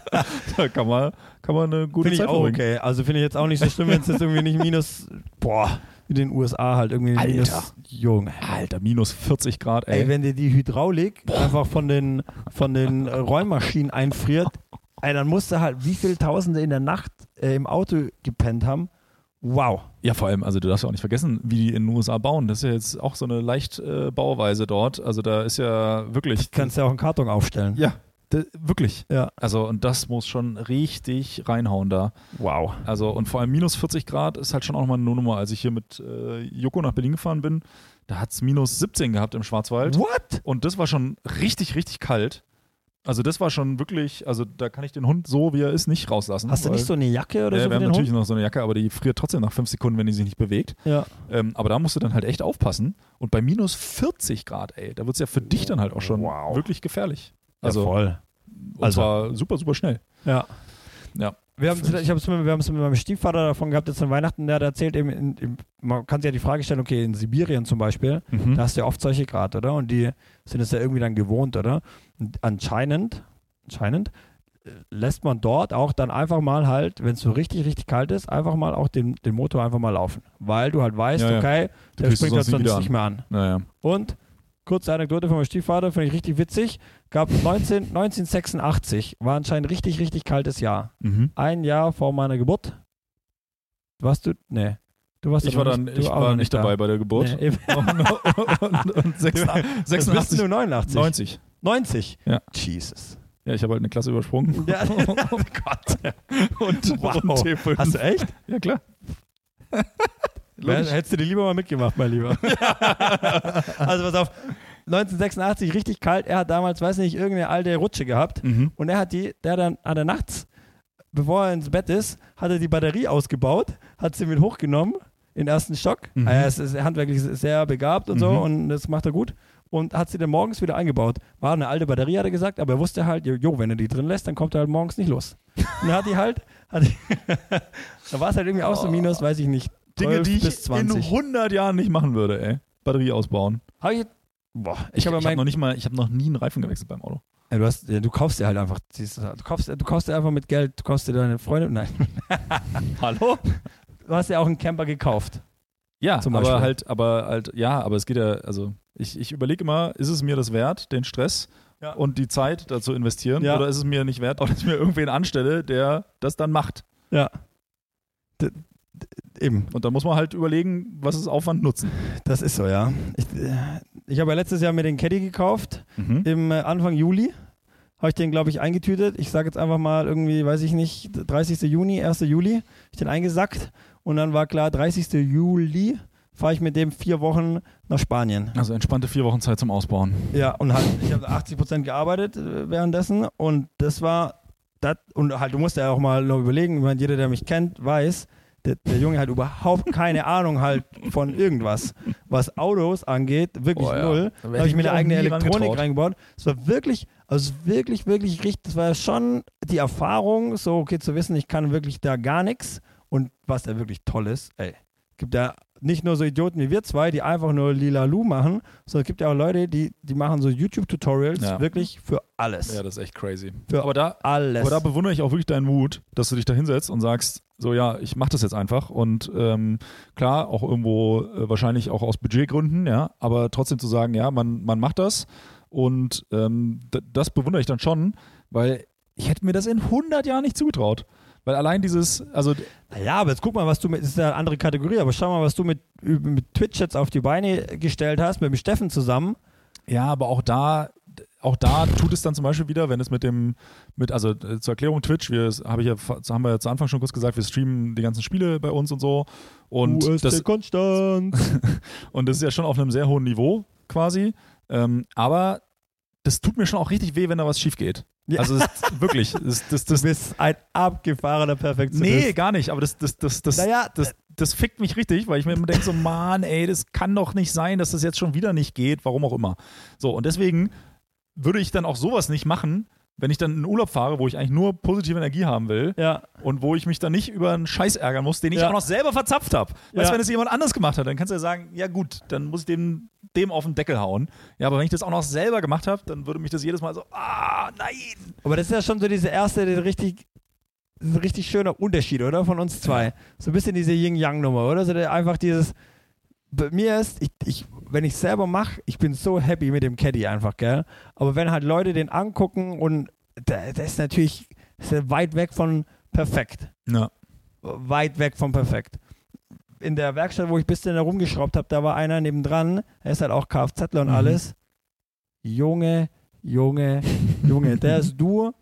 Speaker 2: da kann man, kann man eine gute
Speaker 1: Finde ich
Speaker 2: Zeit
Speaker 1: auch
Speaker 2: verbringen.
Speaker 1: okay. Also finde ich jetzt auch nicht so schlimm, wenn es jetzt irgendwie nicht minus, boah, in den USA halt irgendwie
Speaker 2: Alter.
Speaker 1: minus, Junge.
Speaker 2: Alter, minus 40 Grad, ey.
Speaker 1: Ey, wenn dir die Hydraulik einfach von den, von den äh, Räummaschinen einfriert, ey, dann musst du halt wie viele Tausende in der Nacht äh, im Auto gepennt haben. Wow.
Speaker 2: Ja, vor allem, also du darfst ja auch nicht vergessen, wie die in den USA bauen. Das ist ja jetzt auch so eine leicht äh, Bauweise dort. Also da ist ja wirklich.
Speaker 1: Kannst ja auch einen Karton aufstellen.
Speaker 2: ja, da, wirklich.
Speaker 1: Ja.
Speaker 2: Also und das muss schon richtig reinhauen da.
Speaker 1: Wow.
Speaker 2: Also und vor allem minus 40 Grad ist halt schon auch mal eine Nummer. Als ich hier mit äh, Joko nach Berlin gefahren bin, da hat es minus 17 gehabt im
Speaker 1: Halt.
Speaker 2: Schwarzwald.
Speaker 1: What?
Speaker 2: Und das war schon richtig, richtig kalt. Also das war schon wirklich, also da kann ich den Hund so, wie er ist, nicht rauslassen.
Speaker 1: Hast du
Speaker 2: weil-
Speaker 1: nicht so eine Jacke oder
Speaker 2: Ja,
Speaker 1: so?
Speaker 2: wir
Speaker 1: für
Speaker 2: haben
Speaker 1: den
Speaker 2: natürlich noch so eine Jacke, aber die friert trotzdem nach fünf Sekunden, wenn die sich nicht bewegt.
Speaker 1: Hund? Ja.
Speaker 2: Ähm, aber da musst du dann halt echt aufpassen. Und bei minus 40 Grad, ey, da wird es ja für dich dann halt auch schon
Speaker 1: Wow.
Speaker 2: wirklich gefährlich.
Speaker 1: ja,
Speaker 2: Also,
Speaker 1: voll.
Speaker 2: und
Speaker 1: also.
Speaker 2: zwar super, super schnell.
Speaker 1: Ja.
Speaker 2: Ja.
Speaker 1: Wir haben ich hab's mit, wir haben's mit meinem Stiefvater davon gehabt, jetzt an Weihnachten, der hat erzählt, eben in, in, man kann sich ja die Frage stellen, okay, in Sibirien zum Beispiel,
Speaker 2: Hm?
Speaker 1: da hast du ja oft solche Grad, oder? Und die sind es ja irgendwie dann gewohnt, oder? Und anscheinend, anscheinend äh, lässt man dort auch dann einfach mal halt, wenn es so richtig, richtig kalt ist, einfach mal auch den, den Motor einfach mal laufen. Weil du halt weißt,
Speaker 2: Ja, ja.
Speaker 1: okay,
Speaker 2: Du
Speaker 1: der
Speaker 2: kriegst es
Speaker 1: springt
Speaker 2: sonst
Speaker 1: das
Speaker 2: nie
Speaker 1: sonst nicht
Speaker 2: wieder an.
Speaker 1: mehr an.
Speaker 2: Naja.
Speaker 1: Und kurze Anekdote von meinem Stiefvater, finde ich richtig witzig. Gab 19, 1986, war anscheinend richtig, richtig kaltes Jahr.
Speaker 2: Mhm.
Speaker 1: Ein Jahr vor meiner Geburt. Warst du? Nee. Du warst
Speaker 2: Ich war
Speaker 1: aber
Speaker 2: dann
Speaker 1: nicht, du
Speaker 2: ich
Speaker 1: auch
Speaker 2: war
Speaker 1: noch
Speaker 2: nicht
Speaker 1: da.
Speaker 2: dabei bei der Geburt.
Speaker 1: Nee, eben.
Speaker 2: und und, und sechsundachtzig-
Speaker 1: Das bist
Speaker 2: 86,
Speaker 1: du 89. 90?
Speaker 2: 90. Ja.
Speaker 1: Jesus.
Speaker 2: Ja, ich habe halt eine Klasse übersprungen.
Speaker 1: Ja.
Speaker 2: [laughs] oh Gott. [laughs]
Speaker 1: [laughs]
Speaker 2: Und
Speaker 1: Wow.
Speaker 2: [laughs] und T5.
Speaker 1: Hast du echt?
Speaker 2: Ja, [laughs] klar.
Speaker 1: Ja, hättest du die lieber mal mitgemacht, mein
Speaker 2: [laughs]
Speaker 1: Lieber. also pass auf. 1986, richtig kalt. Er hat damals, weiß nicht, irgendeine alte Rutsche gehabt.
Speaker 2: Mhm.
Speaker 1: Und er hat die, der dann hat er nachts, bevor er ins Bett ist, hat er die Batterie ausgebaut, hat sie mit hochgenommen in den ersten Stock.
Speaker 2: Mhm.
Speaker 1: Er ist, ist handwerklich sehr begabt und so
Speaker 2: Mhm.
Speaker 1: und das macht er gut. Und hat sie dann morgens wieder eingebaut. War eine alte Batterie, hat er gesagt, aber er wusste halt, jo, jo, wenn er die drin lässt, dann kommt er halt morgens nicht
Speaker 2: [laughs]
Speaker 1: los. Und dann hat die halt, hat die [laughs] da war es halt irgendwie auch so
Speaker 2: Oh.
Speaker 1: minus, weiß ich nicht.
Speaker 2: Dinge,
Speaker 1: 12
Speaker 2: die
Speaker 1: bis
Speaker 2: ich in
Speaker 1: 20.
Speaker 2: 100 Jahren nicht machen würde, ey. Batterie ausbauen.
Speaker 1: Hab ich, boah, ich, habe
Speaker 2: ich
Speaker 1: mein,
Speaker 2: hab noch nicht mal, ich habe noch nie einen Reifen gewechselt beim Auto.
Speaker 1: Ja, du, hast, ja, du kaufst dir halt einfach, siehst du, du kaufst, du kaufst dir einfach mit Geld, du kaufst dir deine Freunde, nein.
Speaker 2: Hallo?
Speaker 1: Du hast ja auch einen Camper gekauft.
Speaker 2: Ja,
Speaker 1: Zum Beispiel.
Speaker 2: aber halt, aber halt, ja, aber es geht ja, also ich, ich überlege immer, ist es mir das wert, den Stress
Speaker 1: Ja.
Speaker 2: und die Zeit dazu investieren,
Speaker 1: Ja.
Speaker 2: oder ist es mir nicht wert, [laughs] dass ich mir irgendwen anstelle, der das dann macht?
Speaker 1: Eben,
Speaker 2: Und da muss man halt überlegen, was ist Aufwand nutzen.
Speaker 1: das ist so, ja. Ich, äh, ich habe ja letztes Jahr mir den Caddy gekauft,
Speaker 2: Mhm.
Speaker 1: im äh, Anfang Juli. Habe ich den, glaube ich, eingetütet. Ich sage jetzt einfach mal irgendwie, weiß ich nicht, 30. Juni, 1. Juli. Hab Ich den eingesackt und dann war klar, 30. Juli fahre ich mit dem vier Wochen nach Spanien.
Speaker 2: Also entspannte vier Wochen Zeit zum Ausbauen.
Speaker 1: Ja, und halt, ich habe 80 Prozent gearbeitet äh, währenddessen und das war, das, und halt, du musst ja auch mal noch überlegen, ich meine, jeder, der mich kennt, weiß, der, der Junge hat überhaupt [laughs] keine Ahnung halt von irgendwas, was Autos angeht, wirklich
Speaker 2: Oh ja.
Speaker 1: null.
Speaker 2: Da
Speaker 1: Da
Speaker 2: wär
Speaker 1: habe
Speaker 2: ich
Speaker 1: ich mir
Speaker 2: mich
Speaker 1: eine
Speaker 2: auch
Speaker 1: eigene
Speaker 2: nie
Speaker 1: Elektronik
Speaker 2: rangetraut.
Speaker 1: reingebaut. Es war wirklich, also wirklich, wirklich richtig, das war schon die Erfahrung, so, okay, zu wissen, ich kann wirklich da gar nichts und was da wirklich toll ist, ey, gibt ja nicht nur so Idioten wie wir zwei, die einfach nur lila Lu machen, sondern es gibt ja auch Leute, die, die machen so YouTube-Tutorials
Speaker 2: Ja.
Speaker 1: wirklich für alles.
Speaker 2: Ja, das ist echt crazy.
Speaker 1: Für
Speaker 2: aber da,
Speaker 1: Alles.
Speaker 2: Aber da bewundere ich auch wirklich deinen Mut, dass du dich da hinsetzt und sagst, so ja, ich mache das jetzt einfach. Und ähm, klar, auch irgendwo äh, wahrscheinlich auch aus Budgetgründen, ja, aber trotzdem zu sagen, ja, man, man macht das. Und ähm, d- das bewundere ich dann schon, weil ich hätte mir das in 100 Jahren nicht zugetraut. Weil allein dieses, also
Speaker 1: ja, aber jetzt guck mal, was du mit, das ist ja eine andere Kategorie, aber schau mal, was du mit, mit Twitch jetzt auf die Beine gestellt hast, mit dem Steffen zusammen.
Speaker 2: Ja, aber auch da, auch da tut es dann zum Beispiel wieder, wenn es mit dem, mit, also äh, zur Erklärung Twitch, wir habe ich ja, fa- haben wir ja zu Anfang schon kurz gesagt, wir streamen die ganzen Spiele bei uns und so. Und das,
Speaker 1: Konstanz.
Speaker 2: und das ist ja schon auf einem sehr hohen Niveau quasi. Ähm, aber das tut mir schon auch richtig weh, wenn da was schief geht.
Speaker 1: Ja.
Speaker 2: Also es ist, wirklich, das, das,
Speaker 1: Du
Speaker 2: das,
Speaker 1: bist ein abgefahrener Perfektionist.
Speaker 2: Nee, gar nicht. Aber das, das, das, das,
Speaker 1: Naja,
Speaker 2: das, das fickt mich richtig, weil ich mir immer denke, so, Mann, ey, das kann doch nicht sein, dass das jetzt schon wieder nicht geht, warum auch immer. So, und deswegen würde ich dann auch sowas nicht machen, wenn ich dann in den Urlaub fahre, wo ich eigentlich nur positive Energie haben will
Speaker 1: Ja,
Speaker 2: und wo ich mich dann nicht über einen Scheiß ärgern muss, den ich
Speaker 1: Ja.
Speaker 2: auch noch selber verzapft habe. Weißt
Speaker 1: Ja.
Speaker 2: du, wenn es jemand anders gemacht hat, dann kannst du ja sagen, ja gut, dann muss ich dem, dem auf den Deckel hauen. Ja, aber wenn ich das auch noch selber gemacht habe, dann würde mich das jedes Mal so, ah, nein.
Speaker 1: aber das ist ja schon so diese erste, die richtig, das ist ein richtig schöner Unterschied, oder? Von uns zwei. So ein bisschen diese Yin-Yang-Nummer, oder? So der- einfach dieses, bei mir ist, ich, ich, wenn ich selber mache, ich bin so happy mit dem Caddy einfach, gell? Aber wenn halt Leute den angucken und der, der ist natürlich ist ja weit weg von perfekt.
Speaker 2: Ja.
Speaker 1: weit weg vom Perfekt. In der Werkstatt, wo ich ein bisschen herumgeschraubt habe, da war einer nebendran, er ist halt auch Kfzler und
Speaker 2: Mhm.
Speaker 1: alles. Junge, Junge, Junge, der ist du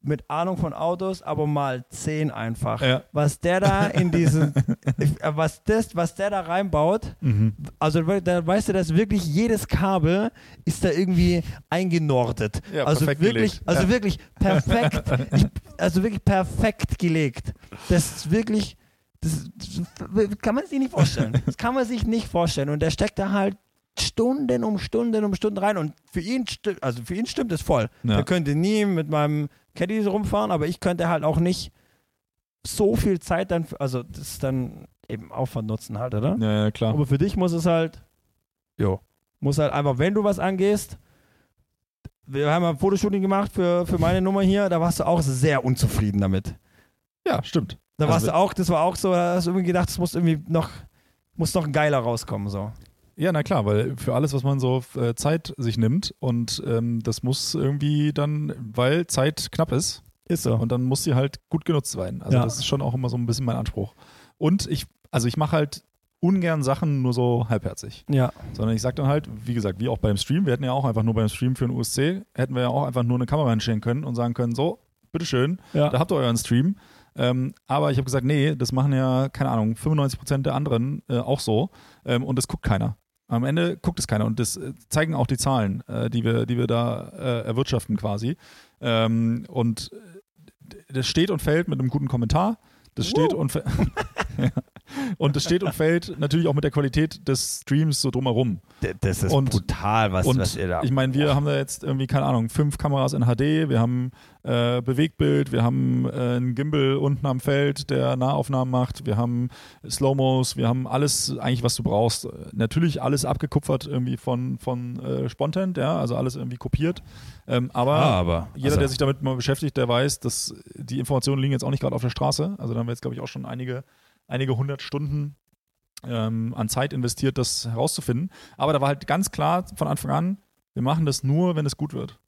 Speaker 1: mit Ahnung von Autos, aber mal 10 einfach.
Speaker 2: Ja.
Speaker 1: Was der da in diesen, ich- äh, was das, was der da reinbaut,
Speaker 2: Mhm.
Speaker 1: also we- da weißt du, dass wirklich jedes Kabel ist da irgendwie eingenordet.
Speaker 2: Ja,
Speaker 1: also
Speaker 2: perfekt
Speaker 1: wirklich,
Speaker 2: gelegt.
Speaker 1: also
Speaker 2: Ja.
Speaker 1: wirklich
Speaker 2: [laughs]
Speaker 1: perfekt, ich, also wirklich perfekt gelegt. Das ist wirklich, das, das kann man sich nicht vorstellen. Das kann man sich nicht vorstellen. Und der steckt da halt Stunden um Stunden um Stunden rein. Und für ihn, sti- also für ihn stimmt es voll.
Speaker 2: Ja.
Speaker 1: Der könnte nie mit meinem Caddy so rumfahren, aber ich könnte halt auch nicht so viel Zeit dann, für- also das ist dann eben Aufwand nutzen halt, oder?
Speaker 2: Ja, ja, klar.
Speaker 1: Aber für dich muss es halt, jo, muss halt einfach, wenn du was angehst, wir haben ja ein Fotoshooting gemacht für, für meine Nummer hier, da warst du auch sehr unzufrieden damit.
Speaker 2: Ja, stimmt.
Speaker 1: Da
Speaker 2: Also
Speaker 1: warst
Speaker 2: wir-
Speaker 1: du auch, das war auch so, da hast du irgendwie gedacht, es muss irgendwie noch, muss noch ein geiler rauskommen, so.
Speaker 2: Ja, na klar, weil für alles, was man so äh, Zeit sich nimmt und ähm, das muss irgendwie dann, weil Zeit knapp ist
Speaker 1: Ist so.
Speaker 2: und dann muss sie halt gut genutzt werden. Also
Speaker 1: Ja.
Speaker 2: das ist schon auch immer so ein bisschen mein Anspruch. Und ich, also ich mache halt ungern Sachen nur so halbherzig,
Speaker 1: ja,
Speaker 2: sondern ich sage dann halt, wie gesagt, wie auch beim Stream, wir hätten ja auch einfach nur beim Stream für den USC, hätten wir ja auch einfach nur eine Kamera hinstellen können und sagen können, so, bitteschön,
Speaker 1: ja.
Speaker 2: da habt ihr euren Stream. Ähm, aber ich habe gesagt, nee, das machen ja, keine Ahnung, 95% der anderen äh, auch so. Ähm, und das guckt keiner. Am Ende guckt es keiner. Und das äh, zeigen auch die Zahlen, äh, die, wir, die wir da äh, erwirtschaften quasi. Ähm, und d- das steht und fällt mit einem guten Kommentar. Das steht und [laughs] fällt. Und das steht und fällt natürlich auch mit der Qualität des Streams so drumherum.
Speaker 1: das ist
Speaker 2: und-
Speaker 1: brutal, was,
Speaker 2: und
Speaker 1: ihr da.
Speaker 2: Ich meine, wir haben da jetzt irgendwie, keine Ahnung, fünf Kameras in HD, wir haben äh, Bewegtbild, wir haben äh, einen Gimbal unten am Feld, der Nahaufnahmen macht, wir haben Slow-Mos, wir haben alles eigentlich, was du brauchst. Äh, Natürlich alles abgekupfert irgendwie von, von äh, Spontent, ja, also alles irgendwie kopiert. Ähm, aber
Speaker 1: aber. also
Speaker 2: jeder, der sich damit mal beschäftigt, der weiß, dass die Informationen liegen jetzt auch nicht gerade auf der Straße. Also da haben wir jetzt, glaube ich, auch schon einige, einige hundert Stunden ähm, an Zeit investiert, das herauszufinden. Aber da war halt ganz klar von Anfang an, wir machen das nur, wenn es gut wird.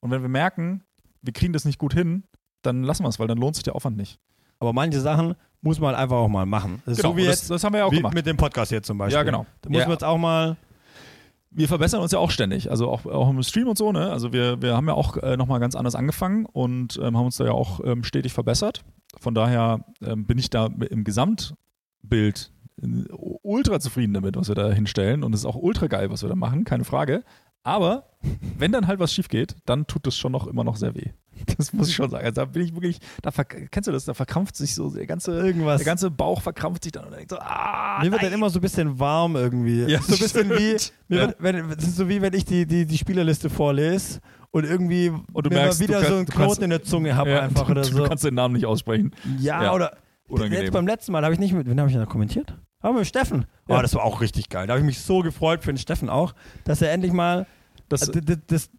Speaker 2: Und wenn wir merken, wir kriegen das nicht gut hin, dann lassen wir es, weil dann lohnt sich der Aufwand nicht.
Speaker 1: aber manche Sachen muss man einfach auch mal machen. Das ist So wie
Speaker 2: Genau, und das,
Speaker 1: jetzt,
Speaker 2: das haben wir ja auch
Speaker 1: wie
Speaker 2: gemacht.
Speaker 1: mit dem Podcast jetzt zum Beispiel.
Speaker 2: Ja, genau.
Speaker 1: Da muss
Speaker 2: Ja.
Speaker 1: man jetzt auch mal,
Speaker 2: wir verbessern uns ja auch ständig, also auch, auch im Stream und so, ne? Also wir, wir haben ja auch äh, nochmal ganz anders angefangen und ähm, haben uns da ja auch ähm, stetig verbessert. Von daher ähm, bin ich da im Gesamtbild äh, ultra zufrieden damit, was wir da hinstellen. Und es ist auch ultra geil, was wir da machen, keine Frage. Aber wenn dann halt was schief geht, dann tut das schon noch immer noch sehr weh. [laughs] Das muss ich schon sagen. Also da bin ich wirklich, da verk- kennst du das, da verkrampft sich so der ganze,
Speaker 1: Irgendwas.
Speaker 2: der ganze Bauch verkrampft sich dann und denkt so, ah,
Speaker 1: mir wird dann
Speaker 2: nein.
Speaker 1: immer so ein bisschen warm irgendwie.
Speaker 2: Ja,
Speaker 1: so ein bisschen wie,
Speaker 2: stimmt.
Speaker 1: Mir
Speaker 2: Ja.
Speaker 1: wird, wenn, das ist so wie wenn ich die, die, die Spielerliste vorlese und irgendwie
Speaker 2: Und du
Speaker 1: mir
Speaker 2: merkst,
Speaker 1: mal wieder
Speaker 2: du
Speaker 1: so
Speaker 2: kannst-
Speaker 1: einen
Speaker 2: du
Speaker 1: Knoten
Speaker 2: kannst-
Speaker 1: in der Zunge habe
Speaker 2: Ja,
Speaker 1: einfach
Speaker 2: [laughs] du,
Speaker 1: oder
Speaker 2: Du
Speaker 1: so.
Speaker 2: kannst den Namen nicht aussprechen.
Speaker 1: Ja,
Speaker 2: ja,
Speaker 1: oder
Speaker 2: Unangenehm.
Speaker 1: jetzt beim letzten Mal habe ich nicht mit, wen habe ich denn da kommentiert? Aber mit Steffen.
Speaker 2: Ja.
Speaker 1: Oh, das war auch richtig geil. Da habe ich mich so gefreut für den Steffen auch, dass er endlich mal
Speaker 2: Das,
Speaker 1: d- d- das,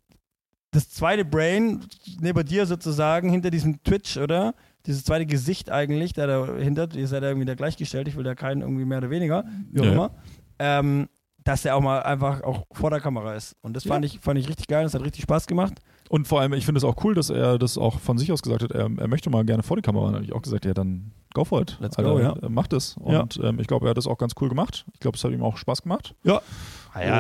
Speaker 1: das zweite Brain neben dir sozusagen hinter diesem Twitch, oder? Dieses zweite Gesicht eigentlich, der dahinter, ihr seid ja irgendwie da gleichgestellt, ich will da keinen irgendwie mehr oder weniger, wie auch
Speaker 2: Ja.
Speaker 1: immer. Ähm, dass der auch mal einfach auch vor der Kamera ist. Und das fand, ich, fand ich richtig geil, das hat richtig Spaß gemacht.
Speaker 2: und vor allem, ich finde es auch cool, dass er das auch von sich aus gesagt hat, er, er möchte mal gerne vor die Kamera. Und Da habe ich auch gesagt, ja, dann go for it.
Speaker 1: Let's go, ja.
Speaker 2: äh, Macht es.
Speaker 1: Ja.
Speaker 2: Und ähm, ich glaube, er hat das auch ganz cool gemacht. Ich glaube, es hat ihm auch Spaß gemacht.
Speaker 1: Ah
Speaker 2: ja,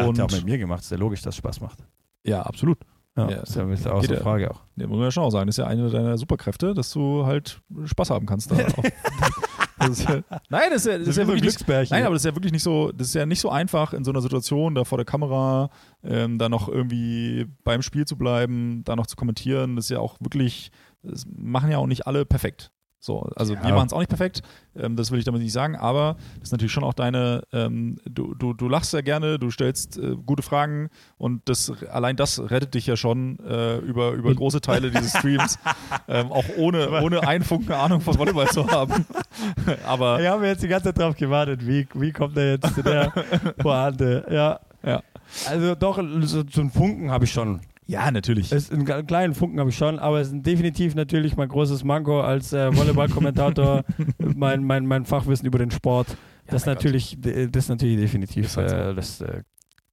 Speaker 2: hat er auch mit
Speaker 1: mir gemacht, ist ja logisch, dass es Spaß macht.
Speaker 2: Ja, absolut.
Speaker 1: Ja,
Speaker 2: Ja.
Speaker 1: Das ist ja ein bisschen außer
Speaker 2: Geht ja.
Speaker 1: Frage auch.
Speaker 2: Ja, muss man ja schon auch sagen. Das ist ja eine deiner Superkräfte, dass du halt Spaß haben kannst. [laughs] Da auch. das ist ja, nein, das ist ja, das ist ja wirklich nicht,
Speaker 1: Glücksbärchen.
Speaker 2: Nein, aber das ist ja wirklich nicht so, das ist ja nicht so einfach in so einer Situation, da vor der Kamera, ähm, da noch irgendwie beim Spiel zu bleiben, da noch zu kommentieren, das ist ja auch wirklich, das machen ja auch nicht alle perfekt. So, also
Speaker 1: Ja.
Speaker 2: wir machen es auch nicht perfekt, ähm, das will ich damit nicht sagen, aber das ist natürlich schon auch deine, ähm, du, du, du lachst ja gerne, du stellst äh, gute Fragen und das allein das rettet dich ja schon äh, über, über große Teile dieses Streams, ähm, auch ohne, ohne einen Funken Ahnung von Volleyball zu haben. [laughs] aber
Speaker 1: Wir haben jetzt die ganze Zeit drauf gewartet, wie, wie kommt er jetzt zu
Speaker 2: [laughs]
Speaker 1: der Pointe? Ja.
Speaker 2: Ja.
Speaker 1: Also doch, so, so einen Funken habe ich schon.
Speaker 2: ja, natürlich.
Speaker 1: Es, einen ge- kleinen Funken habe ich schon, aber es ist definitiv natürlich mein großes Manko als äh,
Speaker 2: [laughs]
Speaker 1: Volleyball-Kommentator, mein, mein, mein Fachwissen über den Sport. Das
Speaker 2: mein Gott.
Speaker 1: natürlich, de- das natürlich definitiv.
Speaker 2: Ist halt so.
Speaker 1: äh, das, äh,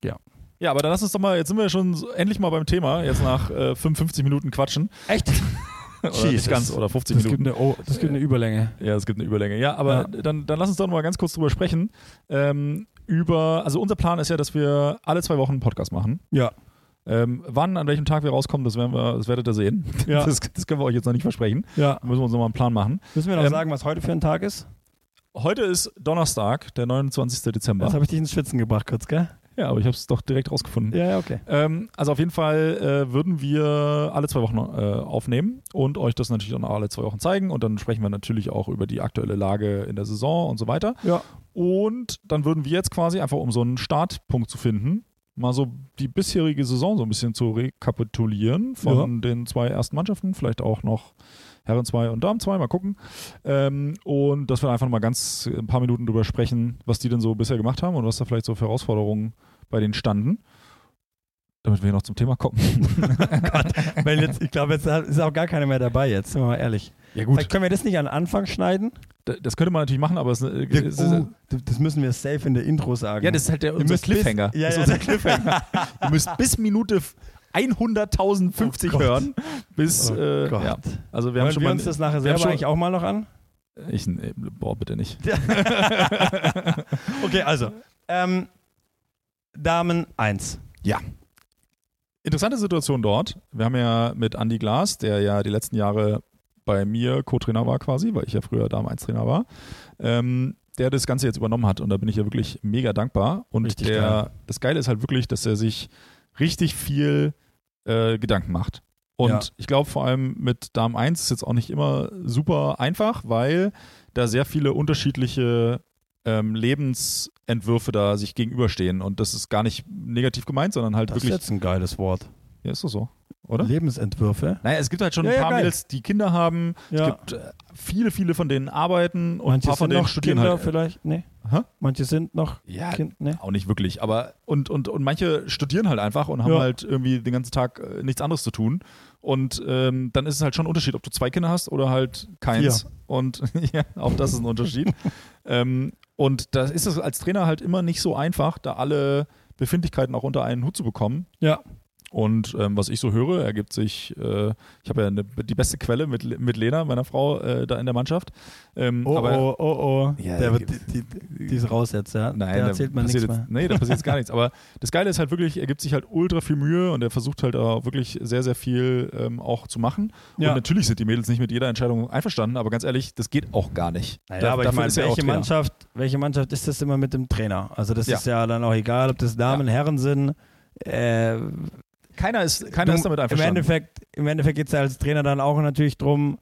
Speaker 2: Ja, aber dann lass uns doch mal, jetzt sind wir schon so, endlich mal beim Thema, jetzt nach äh, 55 Minuten quatschen. [laughs]
Speaker 1: echt?
Speaker 2: Oder
Speaker 1: Jesus.
Speaker 2: nicht ganz, oder 50
Speaker 1: Das gibt,
Speaker 2: Minuten.
Speaker 1: eine, oh, das gibt eine Überlänge.
Speaker 2: ja, es gibt eine Überlänge. Ja, aber Dann, dann lass uns doch noch mal ganz kurz drüber sprechen. Ähm, über, also unser Plan ist ja, dass wir alle zwei Wochen einen Podcast machen.
Speaker 1: Ja.
Speaker 2: Ähm, wann, an welchem Tag wir rauskommen, das, werden wir, das werdet ihr sehen. [laughs]
Speaker 1: Ja.
Speaker 2: Das, das können wir euch jetzt noch nicht versprechen.
Speaker 1: Ja.
Speaker 2: Da müssen wir uns noch mal einen Plan machen.
Speaker 1: Müssen wir noch
Speaker 2: Ähm,
Speaker 1: sagen, was heute für ein Tag ist?
Speaker 2: Heute ist Donnerstag, der 29. Dezember.
Speaker 1: Das habe ich dich ins Schwitzen gebracht kurz, gell?
Speaker 2: ja, aber ich habe es doch direkt rausgefunden.
Speaker 1: Ja, ja, okay. [laughs]
Speaker 2: Ähm, also auf jeden Fall äh, würden wir alle zwei Wochen äh, aufnehmen und euch das natürlich dann auch alle zwei Wochen zeigen und dann sprechen wir natürlich auch über die aktuelle Lage in der Saison und so weiter.
Speaker 1: Ja.
Speaker 2: Und dann würden wir jetzt quasi einfach, um so einen Startpunkt zu finden, mal so die bisherige Saison so ein bisschen zu rekapitulieren von den zwei ersten Mannschaften, vielleicht auch noch Herren 2 und Damen 2, mal gucken. Ähm, und dass wir einfach mal ganz ein paar Minuten drüber sprechen, was die denn so bisher gemacht haben und was da vielleicht so für Herausforderungen bei denen standen. Damit wir hier noch zum Thema kommen.
Speaker 1: Oh Weil jetzt, ich glaube, jetzt ist auch gar keiner mehr dabei jetzt, sind wir mal ehrlich.
Speaker 2: Ja,
Speaker 1: Vielleicht können wir das nicht an Anfang schneiden?
Speaker 2: D- Das könnte man natürlich machen, aber es, äh, es ist,
Speaker 1: Oh, d- das müssen wir safe in der Intro sagen.
Speaker 2: ja, das ist halt
Speaker 1: Ihr
Speaker 2: der, unser
Speaker 1: müsst bis-
Speaker 2: Cliffhanger.
Speaker 1: Ja,
Speaker 2: das ist
Speaker 1: ja,
Speaker 2: unser
Speaker 1: das-
Speaker 2: Cliffhanger. Ihr müsst bis Minute f- 100.050
Speaker 1: Oh Gott.
Speaker 2: hören.
Speaker 1: [laughs]
Speaker 2: Bis,
Speaker 1: Oh
Speaker 2: äh,
Speaker 1: Gott.
Speaker 2: ja. Also wir haben
Speaker 1: Hören
Speaker 2: schon
Speaker 1: wir
Speaker 2: mal...
Speaker 1: uns das nachher
Speaker 2: wir haben
Speaker 1: selber
Speaker 2: schon-
Speaker 1: eigentlich auch mal noch an?
Speaker 2: ich, nee, boah, bitte nicht.
Speaker 1: [laughs] Okay, also. Ähm, Damen 1.
Speaker 2: Interessante Situation dort. Wir haben ja mit Andy Glas, der ja die letzten Jahre bei mir Co-Trainer war quasi, weil ich ja früher Damen 1 Trainer war, ähm, der das Ganze jetzt übernommen hat und da bin ich ja wirklich mega dankbar. Und
Speaker 1: Richtig
Speaker 2: der,
Speaker 1: geil.
Speaker 2: das Geile ist halt wirklich, dass er sich richtig viel äh, Gedanken macht. Und
Speaker 1: Ja.
Speaker 2: ich glaube vor allem mit Damen 1 ist jetzt auch nicht immer super einfach, weil da sehr viele unterschiedliche ähm, Lebensentwürfe da sich gegenüberstehen. Und das ist gar nicht negativ gemeint, sondern halt wirklich.
Speaker 1: jetzt ein geiles Wort.
Speaker 2: ja, ist doch so. Oder?
Speaker 1: Lebensentwürfe.
Speaker 2: Naja, es gibt halt schon
Speaker 1: Ja,
Speaker 2: ein
Speaker 1: ja,
Speaker 2: paar
Speaker 1: geil.
Speaker 2: Mädels, die Kinder haben.
Speaker 1: Ja.
Speaker 2: Es gibt äh, viele, viele von denen arbeiten und ein
Speaker 1: Manche
Speaker 2: paar von
Speaker 1: sind
Speaker 2: denen
Speaker 1: noch
Speaker 2: studieren
Speaker 1: Kinder
Speaker 2: halt.
Speaker 1: vielleicht. Nee.
Speaker 2: Hä?
Speaker 1: Manche sind noch
Speaker 2: Ja,
Speaker 1: Kind. Nee.
Speaker 2: auch nicht wirklich. Aber und, und, und manche studieren halt einfach und haben
Speaker 1: Ja.
Speaker 2: halt irgendwie den ganzen Tag äh, nichts anderes zu tun. Und ähm, dann ist es halt schon ein Unterschied, ob du zwei Kinder hast oder halt keins. Und [laughs] ja, auch das ist
Speaker 1: [laughs]
Speaker 2: ein Unterschied. ähm, und da ist es als Trainer halt immer nicht so einfach, da alle Befindlichkeiten auch unter einen Hut zu bekommen.
Speaker 1: Ja.
Speaker 2: Und ähm, was ich so höre, ergibt sich, äh, ich habe ja eine, die beste Quelle mit, mit Lena, meiner Frau, äh, da in der Mannschaft. Ähm,
Speaker 1: Oh,
Speaker 2: aber,
Speaker 1: oh, oh, oh.
Speaker 2: Ja,
Speaker 1: der
Speaker 2: da
Speaker 1: wird, die, die, die ist raus jetzt, ja.
Speaker 2: Nein,
Speaker 1: der
Speaker 2: da
Speaker 1: erzählt man nichts
Speaker 2: passiert
Speaker 1: mehr.
Speaker 2: jetzt, Nee, da
Speaker 1: [laughs]
Speaker 2: passiert jetzt gar nichts. Aber das Geile ist halt wirklich, er gibt sich halt ultra viel Mühe und er versucht halt auch wirklich sehr, sehr viel ähm, auch zu machen.
Speaker 1: Ja.
Speaker 2: Und natürlich sind die Mädels nicht mit jeder Entscheidung einverstanden, aber ganz ehrlich, das geht auch gar nicht.
Speaker 1: Naja,
Speaker 2: Da-
Speaker 1: aber ich
Speaker 2: dafür
Speaker 1: meine,
Speaker 2: ist er auch
Speaker 1: welche,
Speaker 2: Trainer.
Speaker 1: Mannschaft, welche Mannschaft ist das immer mit dem Trainer? Also das
Speaker 2: Ja.
Speaker 1: ist ja dann auch egal, ob das Damen, Herren sind. Äh,
Speaker 2: Keiner ist, keiner
Speaker 1: du-
Speaker 2: ist damit
Speaker 1: Im
Speaker 2: einverstanden.
Speaker 1: Endeffekt, im Endeffekt geht es ja als Trainer dann auch natürlich drum,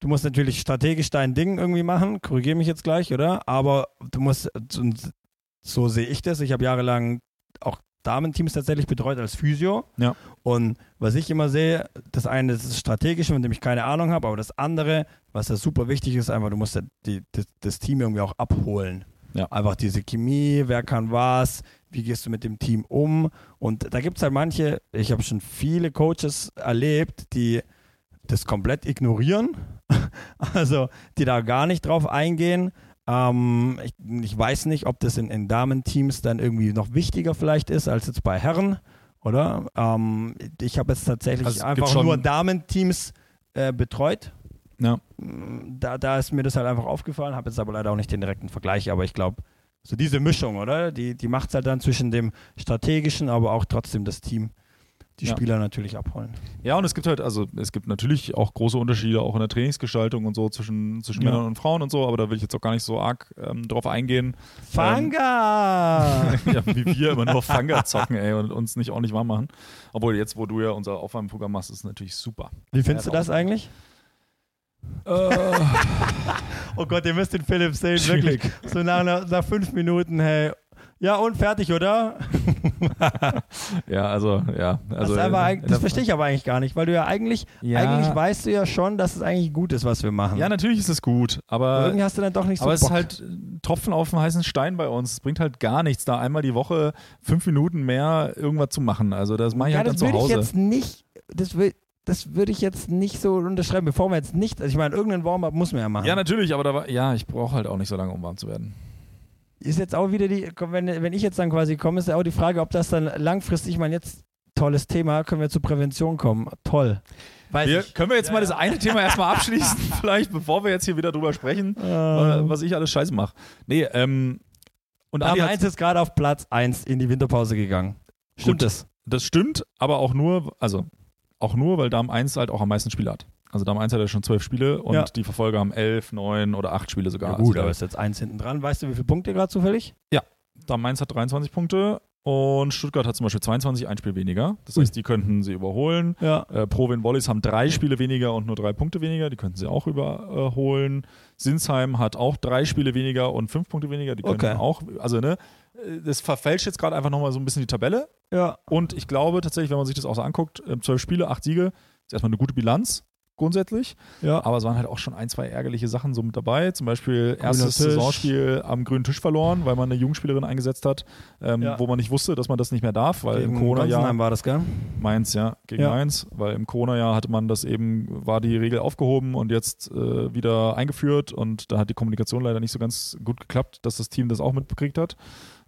Speaker 1: du musst natürlich strategisch dein Ding irgendwie machen, korrigiere mich jetzt gleich, oder? Aber du musst, und so sehe ich das, ich habe jahrelang auch Damenteams tatsächlich betreut als Physio.
Speaker 2: Ja.
Speaker 1: Und was ich immer sehe, das eine ist das Strategische, von dem ich keine Ahnung habe, aber das andere, was da super wichtig ist, einfach, du musst ja die, das, das Team irgendwie auch abholen.
Speaker 2: Ja.
Speaker 1: Einfach diese Chemie, wer kann was, wie gehst du mit dem Team um? Und da gibt es halt manche, ich habe schon viele Coaches erlebt, die das komplett ignorieren, [laughs] also die da gar nicht drauf eingehen. Ähm, ich, ich weiß nicht, ob das in, in Damenteams dann irgendwie noch wichtiger vielleicht ist als jetzt bei Herren, oder? Ähm, ich habe jetzt tatsächlich
Speaker 2: Also es gibt
Speaker 1: einfach
Speaker 2: schon-
Speaker 1: nur Damenteams äh, betreut. Mm,
Speaker 2: Ja.
Speaker 1: Da, da ist mir das halt einfach aufgefallen, habe jetzt aber leider auch nicht den direkten Vergleich, aber ich glaube, so diese Mischung, oder? Die, die macht es halt dann zwischen dem strategischen, aber auch trotzdem das Team die
Speaker 2: Ja.
Speaker 1: Spieler natürlich abholen.
Speaker 2: Ja, und es gibt halt, also es gibt natürlich auch große Unterschiede auch in der Trainingsgestaltung und so zwischen, zwischen
Speaker 1: Ja.
Speaker 2: Männern und Frauen und so, aber da will ich jetzt auch gar nicht so arg ähm, drauf eingehen. [laughs]
Speaker 1: Fanga!
Speaker 2: ja, wie wir immer nur Fanga zocken, ey, und uns nicht ordentlich warm machen. Obwohl jetzt, wo du ja unser Aufwärmprogramm machst, ist natürlich super.
Speaker 1: Wie findest
Speaker 2: Ja,
Speaker 1: du das eigentlich?
Speaker 2: Äh,
Speaker 1: Oh Gott, ihr müsst den Philipp sehen,
Speaker 2: Schwierig.
Speaker 1: wirklich. So nach, einer- nach fünf Minuten, hey. Ja, und fertig, oder?
Speaker 2: ja, also, ja. Also,
Speaker 1: das ist aber,
Speaker 2: in
Speaker 1: eig-
Speaker 2: der-
Speaker 1: das verstehe ich aber eigentlich gar nicht, weil du ja eigentlich,
Speaker 2: Ja.
Speaker 1: eigentlich weißt du ja schon, dass es eigentlich gut ist, was wir machen.
Speaker 2: Ja, natürlich ist es gut,
Speaker 1: Aber
Speaker 2: aber
Speaker 1: irgendwie hast du dann doch nicht so
Speaker 2: Aber es ist
Speaker 1: Bock.
Speaker 2: halt ein Tropfen auf den heißen Stein bei uns. Es bringt halt gar nichts, da einmal die Woche fünf Minuten mehr irgendwas zu machen. Also das mache ich
Speaker 1: ja,
Speaker 2: halt dann
Speaker 1: das
Speaker 2: zu
Speaker 1: würde ich
Speaker 2: Hause.
Speaker 1: jetzt nicht, das, wür- das würde ich jetzt nicht so unterschreiben, bevor wir jetzt nicht, also ich meine, irgendeinen Warm-up muss man ja machen.
Speaker 2: ja, natürlich, aber da war, ja, ich brauche halt auch nicht so lange, um warm zu werden.
Speaker 1: ist jetzt auch wieder die, wenn, wenn ich jetzt dann quasi komme, ist ja auch die Frage, ob das dann langfristig, ich meine, jetzt tolles Thema, können wir zur Prävention kommen. Toll. Weiß
Speaker 2: Wir,
Speaker 1: ich.
Speaker 2: können wir jetzt
Speaker 1: Ja,
Speaker 2: mal
Speaker 1: ja.
Speaker 2: das eine Thema
Speaker 1: [laughs]
Speaker 2: erstmal abschließen, vielleicht, bevor wir jetzt hier wieder drüber sprechen, äh,
Speaker 1: Ähm,
Speaker 2: was ich alles scheiße mache. Nee, ähm, und Adi
Speaker 1: Dame
Speaker 2: hat,
Speaker 1: 1 ist gerade auf Platz 1 in die Winterpause gegangen. Stimmt
Speaker 2: Gut.
Speaker 1: das?
Speaker 2: das stimmt, aber auch nur, also auch nur, weil Dame 1 halt auch am meisten Spiele hat. Also Dame 1 hat ja schon zwölf Spiele und
Speaker 1: Ja.
Speaker 2: die Verfolger haben elf, neun oder acht Spiele sogar. Also,
Speaker 1: ist jetzt 1 hinten dran. Weißt du, wie viele Punkte gerade zufällig?
Speaker 2: Da Mainz hat 23 Punkte und Stuttgart hat zum Beispiel 22, ein Spiel weniger. Das
Speaker 1: Ui.
Speaker 2: heißt, die könnten sie überholen.
Speaker 1: Ja.
Speaker 2: Äh, Provin Wallis haben drei Spiele weniger und nur drei Punkte weniger. Die könnten sie auch überholen. Sinsheim hat auch drei Spiele weniger und fünf Punkte weniger. Die könnten
Speaker 1: Okay.
Speaker 2: auch, also ne, äh, das verfälscht jetzt gerade einfach nochmal so ein bisschen die Tabelle.
Speaker 1: Ja.
Speaker 2: Und ich glaube tatsächlich, wenn man sich das auch so anguckt, äh, zwölf Spiele, acht Siege, ist erstmal eine gute Bilanz grundsätzlich.
Speaker 1: Ja.
Speaker 2: Aber es waren halt auch schon ein, zwei ärgerliche Sachen so mit dabei. Zum Beispiel erstes
Speaker 1: Tisch.
Speaker 2: Saisonspiel am grünen Tisch verloren, weil man eine Jugendspielerin eingesetzt hat, ähm,
Speaker 1: Ja.
Speaker 2: wo man nicht wusste, dass man das nicht mehr darf, weil
Speaker 1: Gegen
Speaker 2: im Corona-Jahr
Speaker 1: Gonsenheim war das, gell?
Speaker 2: Mainz, ja, gegen
Speaker 1: Ja.
Speaker 2: Mainz, weil im Corona-Jahr hatte man das eben, war die Regel aufgehoben und jetzt äh, wieder eingeführt und da hat die Kommunikation leider nicht so ganz gut geklappt, dass das Team das auch mitbekriegt hat.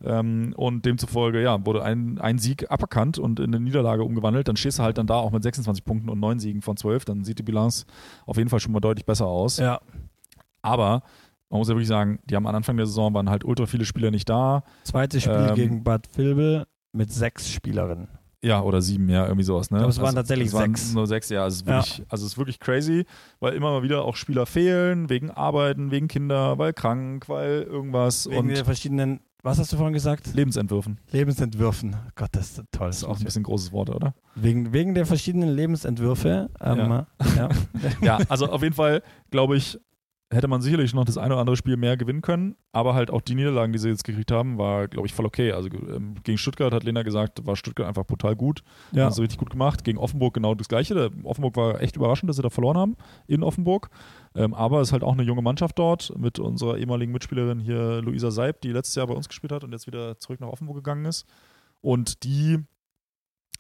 Speaker 2: Ähm, und demzufolge, ja, wurde ein, ein Sieg aberkannt und in eine Niederlage umgewandelt. Dann stehst du halt dann da auch mit 26 Punkten und 9 Siegen von 12. Dann sieht die Bilanz auf jeden Fall schon mal deutlich besser aus.
Speaker 1: Ja.
Speaker 2: Aber man muss ja wirklich sagen, die haben am Anfang der Saison waren halt ultra viele Spieler nicht da.
Speaker 1: Zweites Spiel
Speaker 2: Ähm,
Speaker 1: gegen Bad Vilbel mit sechs Spielerinnen.
Speaker 2: Ja, oder sieben, ja, irgendwie sowas. Ne?
Speaker 1: Ich glaub, es waren tatsächlich
Speaker 2: es waren
Speaker 1: sechs.
Speaker 2: Nur sechs, ja. Also es, ist
Speaker 1: Ja.
Speaker 2: wirklich, also es ist wirklich crazy, weil immer mal wieder auch Spieler fehlen, wegen Arbeiten, wegen Kinder, weil krank, weil irgendwas
Speaker 1: Wegen der
Speaker 2: und
Speaker 1: verschiedenen, was hast du vorhin gesagt?
Speaker 2: Lebensentwürfen.
Speaker 1: Lebensentwürfen. Gott, das ist toll.
Speaker 2: Das ist auch ein bisschen ein großes
Speaker 1: [laughs]
Speaker 2: Wort, oder?
Speaker 1: wegen, wegen der verschiedenen Lebensentwürfe. Ähm,
Speaker 2: Ja.
Speaker 1: ja.
Speaker 2: ja, also auf jeden Fall, glaube ich, hätte man sicherlich noch das eine oder andere Spiel mehr gewinnen können, aber halt auch die Niederlagen, die sie jetzt gekriegt haben, war, glaube ich, voll okay. Also ähm, gegen Stuttgart hat Lena gesagt, war Stuttgart einfach brutal gut. Ja. Haben sie Also richtig gut gemacht. Gegen Offenburg genau das Gleiche. Da, Offenburg war echt überraschend, dass sie da verloren haben in Offenburg. Ähm, aber es ist halt auch eine junge Mannschaft dort mit unserer ehemaligen Mitspielerin hier Luisa Seib, die letztes Jahr bei uns gespielt hat und jetzt wieder zurück nach Offenburg gegangen ist. Und die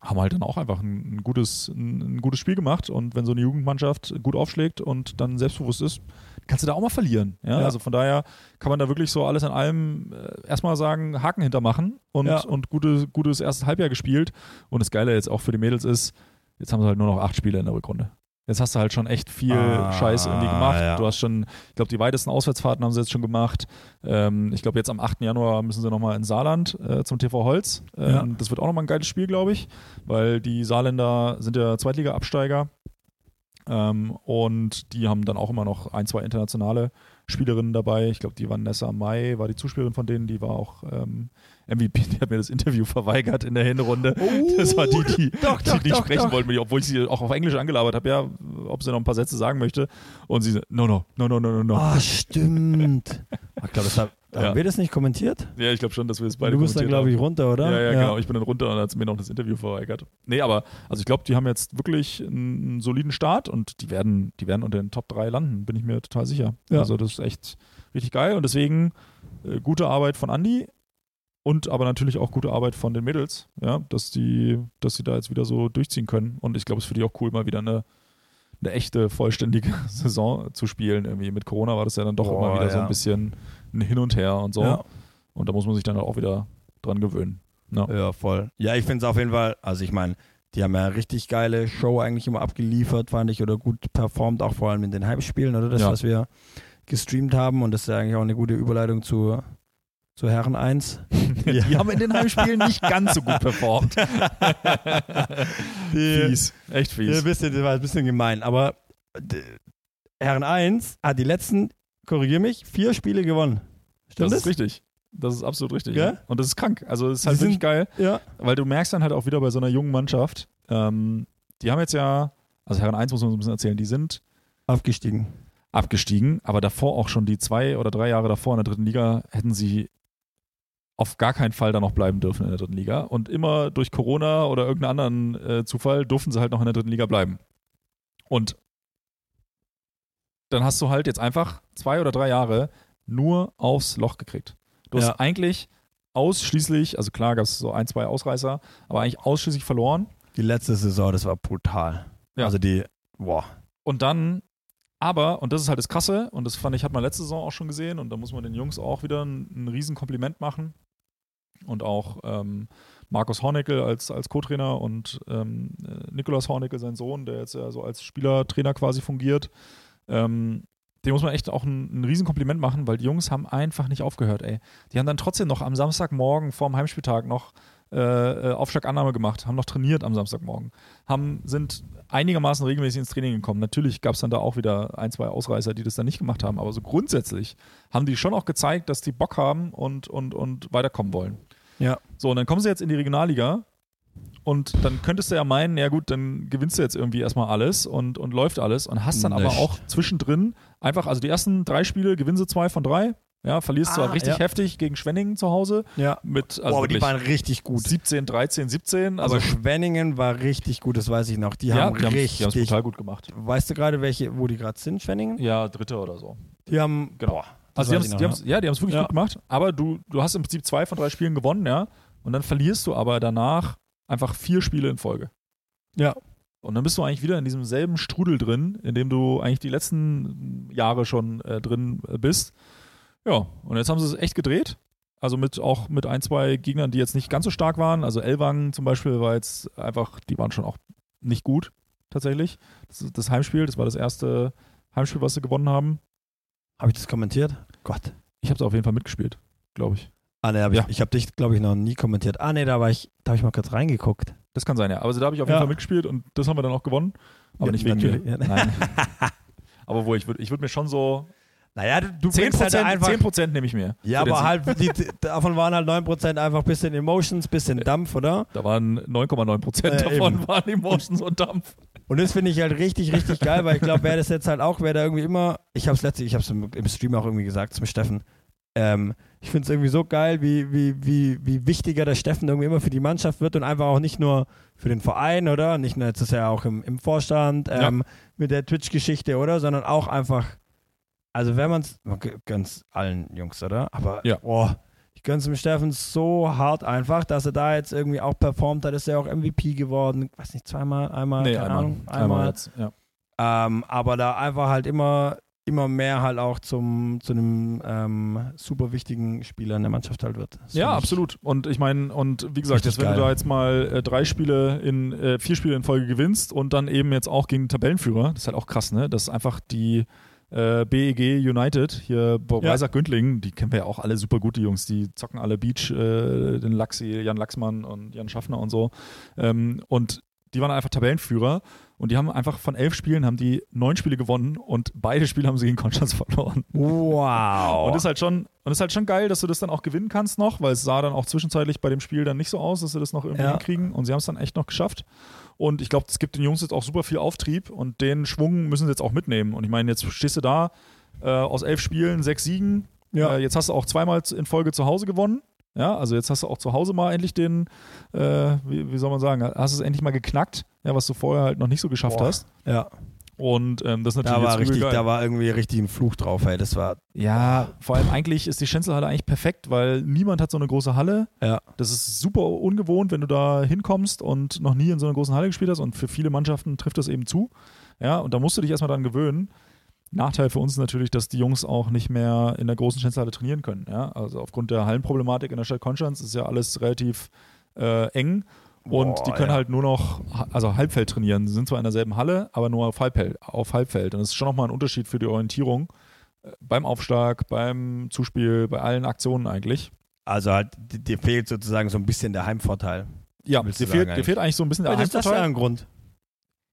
Speaker 2: haben halt dann auch einfach ein, ein, gutes, ein, ein gutes Spiel gemacht. Und wenn so eine Jugendmannschaft gut aufschlägt und dann selbstbewusst ist, kannst du da auch mal verlieren. Ja?
Speaker 1: Ja.
Speaker 2: Also von daher kann man da wirklich so alles in allem äh, erstmal sagen, Haken hintermachen und,
Speaker 1: Ja.
Speaker 2: und gute, gutes erstes Halbjahr gespielt. Und das Geile jetzt auch für die Mädels ist, jetzt haben sie halt nur noch acht Spiele in der Rückrunde. Jetzt hast du halt schon echt viel
Speaker 1: Ah,
Speaker 2: Scheiß irgendwie gemacht.
Speaker 1: ja.
Speaker 2: Du hast schon, ich glaube, die weitesten Auswärtsfahrten haben sie jetzt schon gemacht. Ähm, ich glaube, jetzt am 8. Januar müssen sie nochmal in Saarland äh, zum TV Holz. Ähm,
Speaker 1: Ja.
Speaker 2: Das wird auch nochmal ein geiles Spiel, glaube ich, weil die Saarländer sind ja Zweitliga-Absteiger. Ähm, und die haben dann auch immer noch ein, zwei internationale Spielerinnen dabei. Ich glaube, die Vanessa Mai war die Zuspielerin von denen, die war auch ähm, MVP, [laughs] die hat mir das Interview verweigert in der Hinrunde. [laughs] Das war die, die,
Speaker 1: Doch, doch,
Speaker 2: die nicht
Speaker 1: doch,
Speaker 2: sprechen
Speaker 1: doch.
Speaker 2: wollte mit ihr, obwohl ich sie auch auf Englisch angelabert habe, ja, ob sie noch ein paar Sätze sagen möchte. Und sie so, no, no, no, no, no, no, no.
Speaker 1: Ah, stimmt. Ich glaube, das haben,
Speaker 2: Ja.
Speaker 1: haben wir das nicht kommentiert?
Speaker 2: Ja, ich glaube schon, dass wir es beide
Speaker 1: Du bist dann,
Speaker 2: kommentiert
Speaker 1: glaube ich, runter, oder?
Speaker 2: haben. Ja, ja, genau. Ich bin dann runter und dann hat sie mir noch das Interview verweigert. Nee, aber also ich glaube, die haben jetzt wirklich einen, einen soliden Start und die werden, die werden unter den Top 3 landen, bin ich mir total sicher.
Speaker 1: Ja.
Speaker 2: Also das ist echt richtig geil und deswegen äh, gute Arbeit von Andy und aber natürlich auch gute Arbeit von den Mädels, ja, dass die, dass sie da jetzt wieder so durchziehen können. Und ich glaube, es ist für die auch cool, mal wieder eine eine echte, vollständige [laughs] Saison zu spielen. Irgendwie mit Corona war das ja dann doch
Speaker 1: Boah,
Speaker 2: immer wieder so
Speaker 1: ja.
Speaker 2: ein bisschen ein Hin und Her und so.
Speaker 1: Ja.
Speaker 2: Und da muss man sich dann auch wieder dran gewöhnen.
Speaker 1: Ja, voll. Ja, ich finde es auf jeden Fall, also ich meine, die haben ja richtig geile Show eigentlich immer abgeliefert, fand ich, oder gut performt, auch vor allem in den Heimspielen, oder das,
Speaker 2: Ja.
Speaker 1: was wir gestreamt haben. Und das ist ja eigentlich auch eine gute Überleitung zu, zu Herren
Speaker 2: [laughs]
Speaker 1: 1.
Speaker 2: Die haben in den Heimspielen nicht ganz so gut performt. fies.
Speaker 1: [laughs]
Speaker 2: Echt
Speaker 1: Ja, ein
Speaker 2: fies.
Speaker 1: bisschen, das war ein bisschen gemein, aber d- Herren 1 hat die letzten, korrigiere mich, vier Spiele gewonnen. Stimmt
Speaker 2: Das
Speaker 1: das?
Speaker 2: ist richtig. Das ist absolut richtig.
Speaker 1: Gell?
Speaker 2: ja. Und das ist krank. Also es ist halt
Speaker 1: Sie
Speaker 2: wirklich
Speaker 1: sind-
Speaker 2: geil.
Speaker 1: Ja.
Speaker 2: Weil du merkst dann halt auch wieder bei so einer jungen Mannschaft, ähm, die haben jetzt ja, also Herren 1 muss man so ein bisschen erzählen, die sind
Speaker 1: Aufgestiegen.
Speaker 2: abgestiegen, aber davor auch schon die zwei oder drei Jahre davor in der dritten Liga hätten sie auf gar keinen Fall da noch bleiben dürfen in der dritten Liga. Und immer durch Corona oder irgendeinen anderen äh, Zufall durften sie halt noch in der dritten Liga bleiben. Und dann hast du halt jetzt einfach zwei oder drei Jahre nur aufs Loch gekriegt. Du
Speaker 1: Ja.
Speaker 2: hast eigentlich ausschließlich, also klar gab es so ein, zwei Ausreißer, aber eigentlich ausschließlich verloren.
Speaker 1: Die letzte Saison, das war brutal.
Speaker 2: Ja.
Speaker 1: Also die, boah.
Speaker 2: Und dann, aber, und das ist halt das Krasse, und das fand ich, hat man letzte Saison auch schon gesehen, und da muss man den Jungs auch wieder ein, ein Riesenkompliment machen. Und auch ähm, Markus Hornickel als, als Co-Trainer und ähm, äh, Nikolaus Hornickel, sein Sohn, der jetzt ja so als Spielertrainer quasi fungiert. Ähm, dem muss man echt auch ein, ein Riesenkompliment machen, weil die Jungs haben einfach nicht aufgehört, ey. Die haben dann trotzdem noch am Samstagmorgen vor dem Heimspieltag noch äh, äh, Aufschlagannahme gemacht, haben noch trainiert am Samstagmorgen, haben, sind einigermaßen regelmäßig ins Training gekommen. Natürlich gab es dann da auch wieder ein, zwei Ausreißer, die das dann nicht gemacht haben, aber so grundsätzlich haben die schon auch gezeigt, dass die Bock haben und, und, und weiterkommen wollen.
Speaker 1: Ja.
Speaker 2: So, und dann kommen sie jetzt in die Regionalliga und dann könntest du ja meinen, ja gut, dann gewinnst du jetzt irgendwie erstmal alles und, und läuft alles und hast dann aber
Speaker 1: Nicht.
Speaker 2: auch zwischendrin einfach, also die ersten drei Spiele gewinnst du zwei von drei, ja, verlierst zwar
Speaker 1: Ah,
Speaker 2: richtig
Speaker 1: ja.
Speaker 2: heftig gegen Schwenningen zu Hause
Speaker 1: Ja.
Speaker 2: mit also
Speaker 1: Boah, aber die
Speaker 2: wirklich
Speaker 1: waren richtig gut.
Speaker 2: 17, 13, 17, also
Speaker 1: aber Schwenningen war richtig gut, das weiß ich noch. Die haben
Speaker 2: die haben's- die haben's
Speaker 1: richtig.
Speaker 2: total gut gemacht.
Speaker 1: weißt du gerade, welche, wo die gerade sind, Schwenningen?
Speaker 2: Ja, dritte oder so.
Speaker 1: Die haben.
Speaker 2: Genau.
Speaker 1: Boah, das
Speaker 2: Also die
Speaker 1: weiß ich
Speaker 2: haben's,
Speaker 1: noch,
Speaker 2: die haben's, ja, die haben es wirklich
Speaker 1: Ja.
Speaker 2: gut gemacht, aber du, du hast im Prinzip zwei von drei Spielen gewonnen, ja, und dann verlierst du aber danach einfach vier Spiele in Folge.
Speaker 1: Ja.
Speaker 2: Und dann bist du eigentlich wieder in diesem selben Strudel drin, in dem du eigentlich die letzten Jahre schon äh, drin äh, bist. Ja, und jetzt haben sie es echt gedreht. Also mit auch mit ein, zwei Gegnern, die jetzt nicht ganz so stark waren. Also Elwang zum Beispiel war jetzt einfach, die waren schon auch nicht gut, tatsächlich. Das, ist das Heimspiel, das war das erste Heimspiel, was sie gewonnen haben.
Speaker 1: Habe ich das kommentiert? Gott.
Speaker 2: Ich habe es auf jeden Fall mitgespielt, glaube ich.
Speaker 1: Ah, ne, hab ich,
Speaker 2: Ja.
Speaker 1: ich habe dich, glaube ich, noch nie kommentiert. Ah, ne, da war ich, da habe ich mal kurz reingeguckt.
Speaker 2: Das kann sein, ja. Also da habe ich auf jeden
Speaker 1: Ja.
Speaker 2: Fall mitgespielt und das haben wir dann auch gewonnen. Aber
Speaker 1: Ja,
Speaker 2: nicht wegen mir.
Speaker 1: natürlich. Ja. [laughs]
Speaker 2: Nein. Aber wo ich würde ich würd mir schon so
Speaker 1: Naja, du, du
Speaker 2: 10%,
Speaker 1: bringst halt einfach.
Speaker 2: 10 nehme ich mir.
Speaker 1: Ja,
Speaker 2: Für den
Speaker 1: aber
Speaker 2: Sieg.
Speaker 1: halt, die, die- davon waren halt 9% einfach bisschen Emotions, bisschen Dampf, oder?
Speaker 2: Da waren 9,9%
Speaker 1: Äh,
Speaker 2: davon
Speaker 1: eben.
Speaker 2: waren Emotions und Dampf.
Speaker 1: Und das finde ich halt richtig, richtig geil, weil ich glaube, wer das jetzt halt auch, wer da irgendwie immer, ich habe es letztlich, ich habe es im, im Stream auch irgendwie gesagt zum Steffen, ähm, ich finde es irgendwie so geil, wie, wie, wie, wie wichtiger der Steffen irgendwie immer für die Mannschaft wird und einfach auch nicht nur für den Verein, oder? Nicht nur jetzt ist er ja auch im, im Vorstand ähm, mit der Twitch-Geschichte, oder? Sondern auch einfach, also wenn man es, man gönnt allen Jungs, oder? Aber,
Speaker 2: Ja.
Speaker 1: boah, ich gönn's dem Steffen so hart einfach, dass er da jetzt irgendwie auch performt hat. Ist ja auch MVP geworden. Weiß nicht, zweimal, einmal, Ah, keine Ahnung. Einmal.
Speaker 2: jetzt, ja.
Speaker 1: Ähm, aber da einfach halt immer, immer mehr halt auch zum, zu einem ähm, super wichtigen Spieler in der Mannschaft halt wird. Das
Speaker 2: ja,
Speaker 1: find ich-
Speaker 2: absolut. Und ich meine, und wie gesagt,
Speaker 1: Richtig
Speaker 2: jetzt, wenn du
Speaker 1: geil.
Speaker 2: da jetzt mal äh, drei Spiele in, äh, vier Spiele in Folge gewinnst und dann eben jetzt auch gegen den Tabellenführer, das ist halt auch krass, ne? Dass einfach die äh, BEG United, hier
Speaker 1: Ja.
Speaker 2: Weiser Gündling, die kennen wir ja auch alle super gut, die Jungs, die zocken alle Beach, äh, den Laxi, Jan Laxmann und Jan Schaffner und so. Ähm, und die waren einfach Tabellenführer und die haben einfach von elf Spielen haben die neun Spiele gewonnen und beide Spiele haben sie gegen Konstanz [laughs] verloren.
Speaker 1: Wow.
Speaker 2: Und
Speaker 1: Oh.
Speaker 2: ist halt schon, und ist halt schon geil, dass du das dann auch gewinnen kannst noch, weil es sah dann auch zwischenzeitlich bei dem Spiel dann nicht so aus, dass sie das noch irgendwie
Speaker 1: Ja.
Speaker 2: hinkriegen. Und sie haben es dann echt noch geschafft. Und ich glaube, es gibt den Jungs jetzt auch super viel Auftrieb und den Schwung müssen sie jetzt auch mitnehmen. Und ich meine, jetzt stehst du da äh, aus elf Spielen, sechs Siegen.
Speaker 1: ja.
Speaker 2: Äh, jetzt hast du auch zweimal in Folge zu Hause gewonnen. Ja, also jetzt hast du auch zu Hause mal endlich den, äh, wie, wie soll man sagen, hast es endlich mal geknackt, ja, was du vorher halt noch nicht so geschafft
Speaker 1: Boah.
Speaker 2: hast.
Speaker 1: ja.
Speaker 2: Und ähm, das ist natürlich
Speaker 1: Da war
Speaker 2: jetzt übel
Speaker 1: richtig,
Speaker 2: geil.
Speaker 1: da war irgendwie richtig ein Fluch drauf, ey. Das war,
Speaker 2: Ja, vor allem eigentlich ist die Schenzelhalle eigentlich perfekt, weil niemand hat so eine große Halle.
Speaker 1: Ja.
Speaker 2: Das ist super ungewohnt, wenn du da hinkommst und noch nie in so einer großen Halle gespielt hast und für viele Mannschaften trifft das eben zu. Ja, und da musst du dich erstmal dran gewöhnen. Nachteil für uns ist natürlich, dass die Jungs auch nicht mehr in der großen Schenzelhalle trainieren können. Ja, also aufgrund der Hallenproblematik in der Stadt Konstanz ist ja alles relativ äh, eng. Und
Speaker 1: Boah,
Speaker 2: die können
Speaker 1: ja.
Speaker 2: halt nur noch, also Halbfeld trainieren. Sie sind zwar in derselben Halle, aber nur auf Halbfeld. Auf Halbfeld. Und das ist schon nochmal ein Unterschied äh, für die Orientierung beim Aufschlag, beim Zuspiel, bei allen Aktionen eigentlich.
Speaker 3: Also halt, dir dir fehlt sozusagen so ein bisschen der Heimvorteil.
Speaker 2: Ja, dir
Speaker 3: Willst du
Speaker 2: fehlt,
Speaker 3: sagen
Speaker 2: dir fehlt eigentlich so ein bisschen der
Speaker 1: Vielleicht ist das ja
Speaker 2: Heimvorteil.
Speaker 1: ein Grund.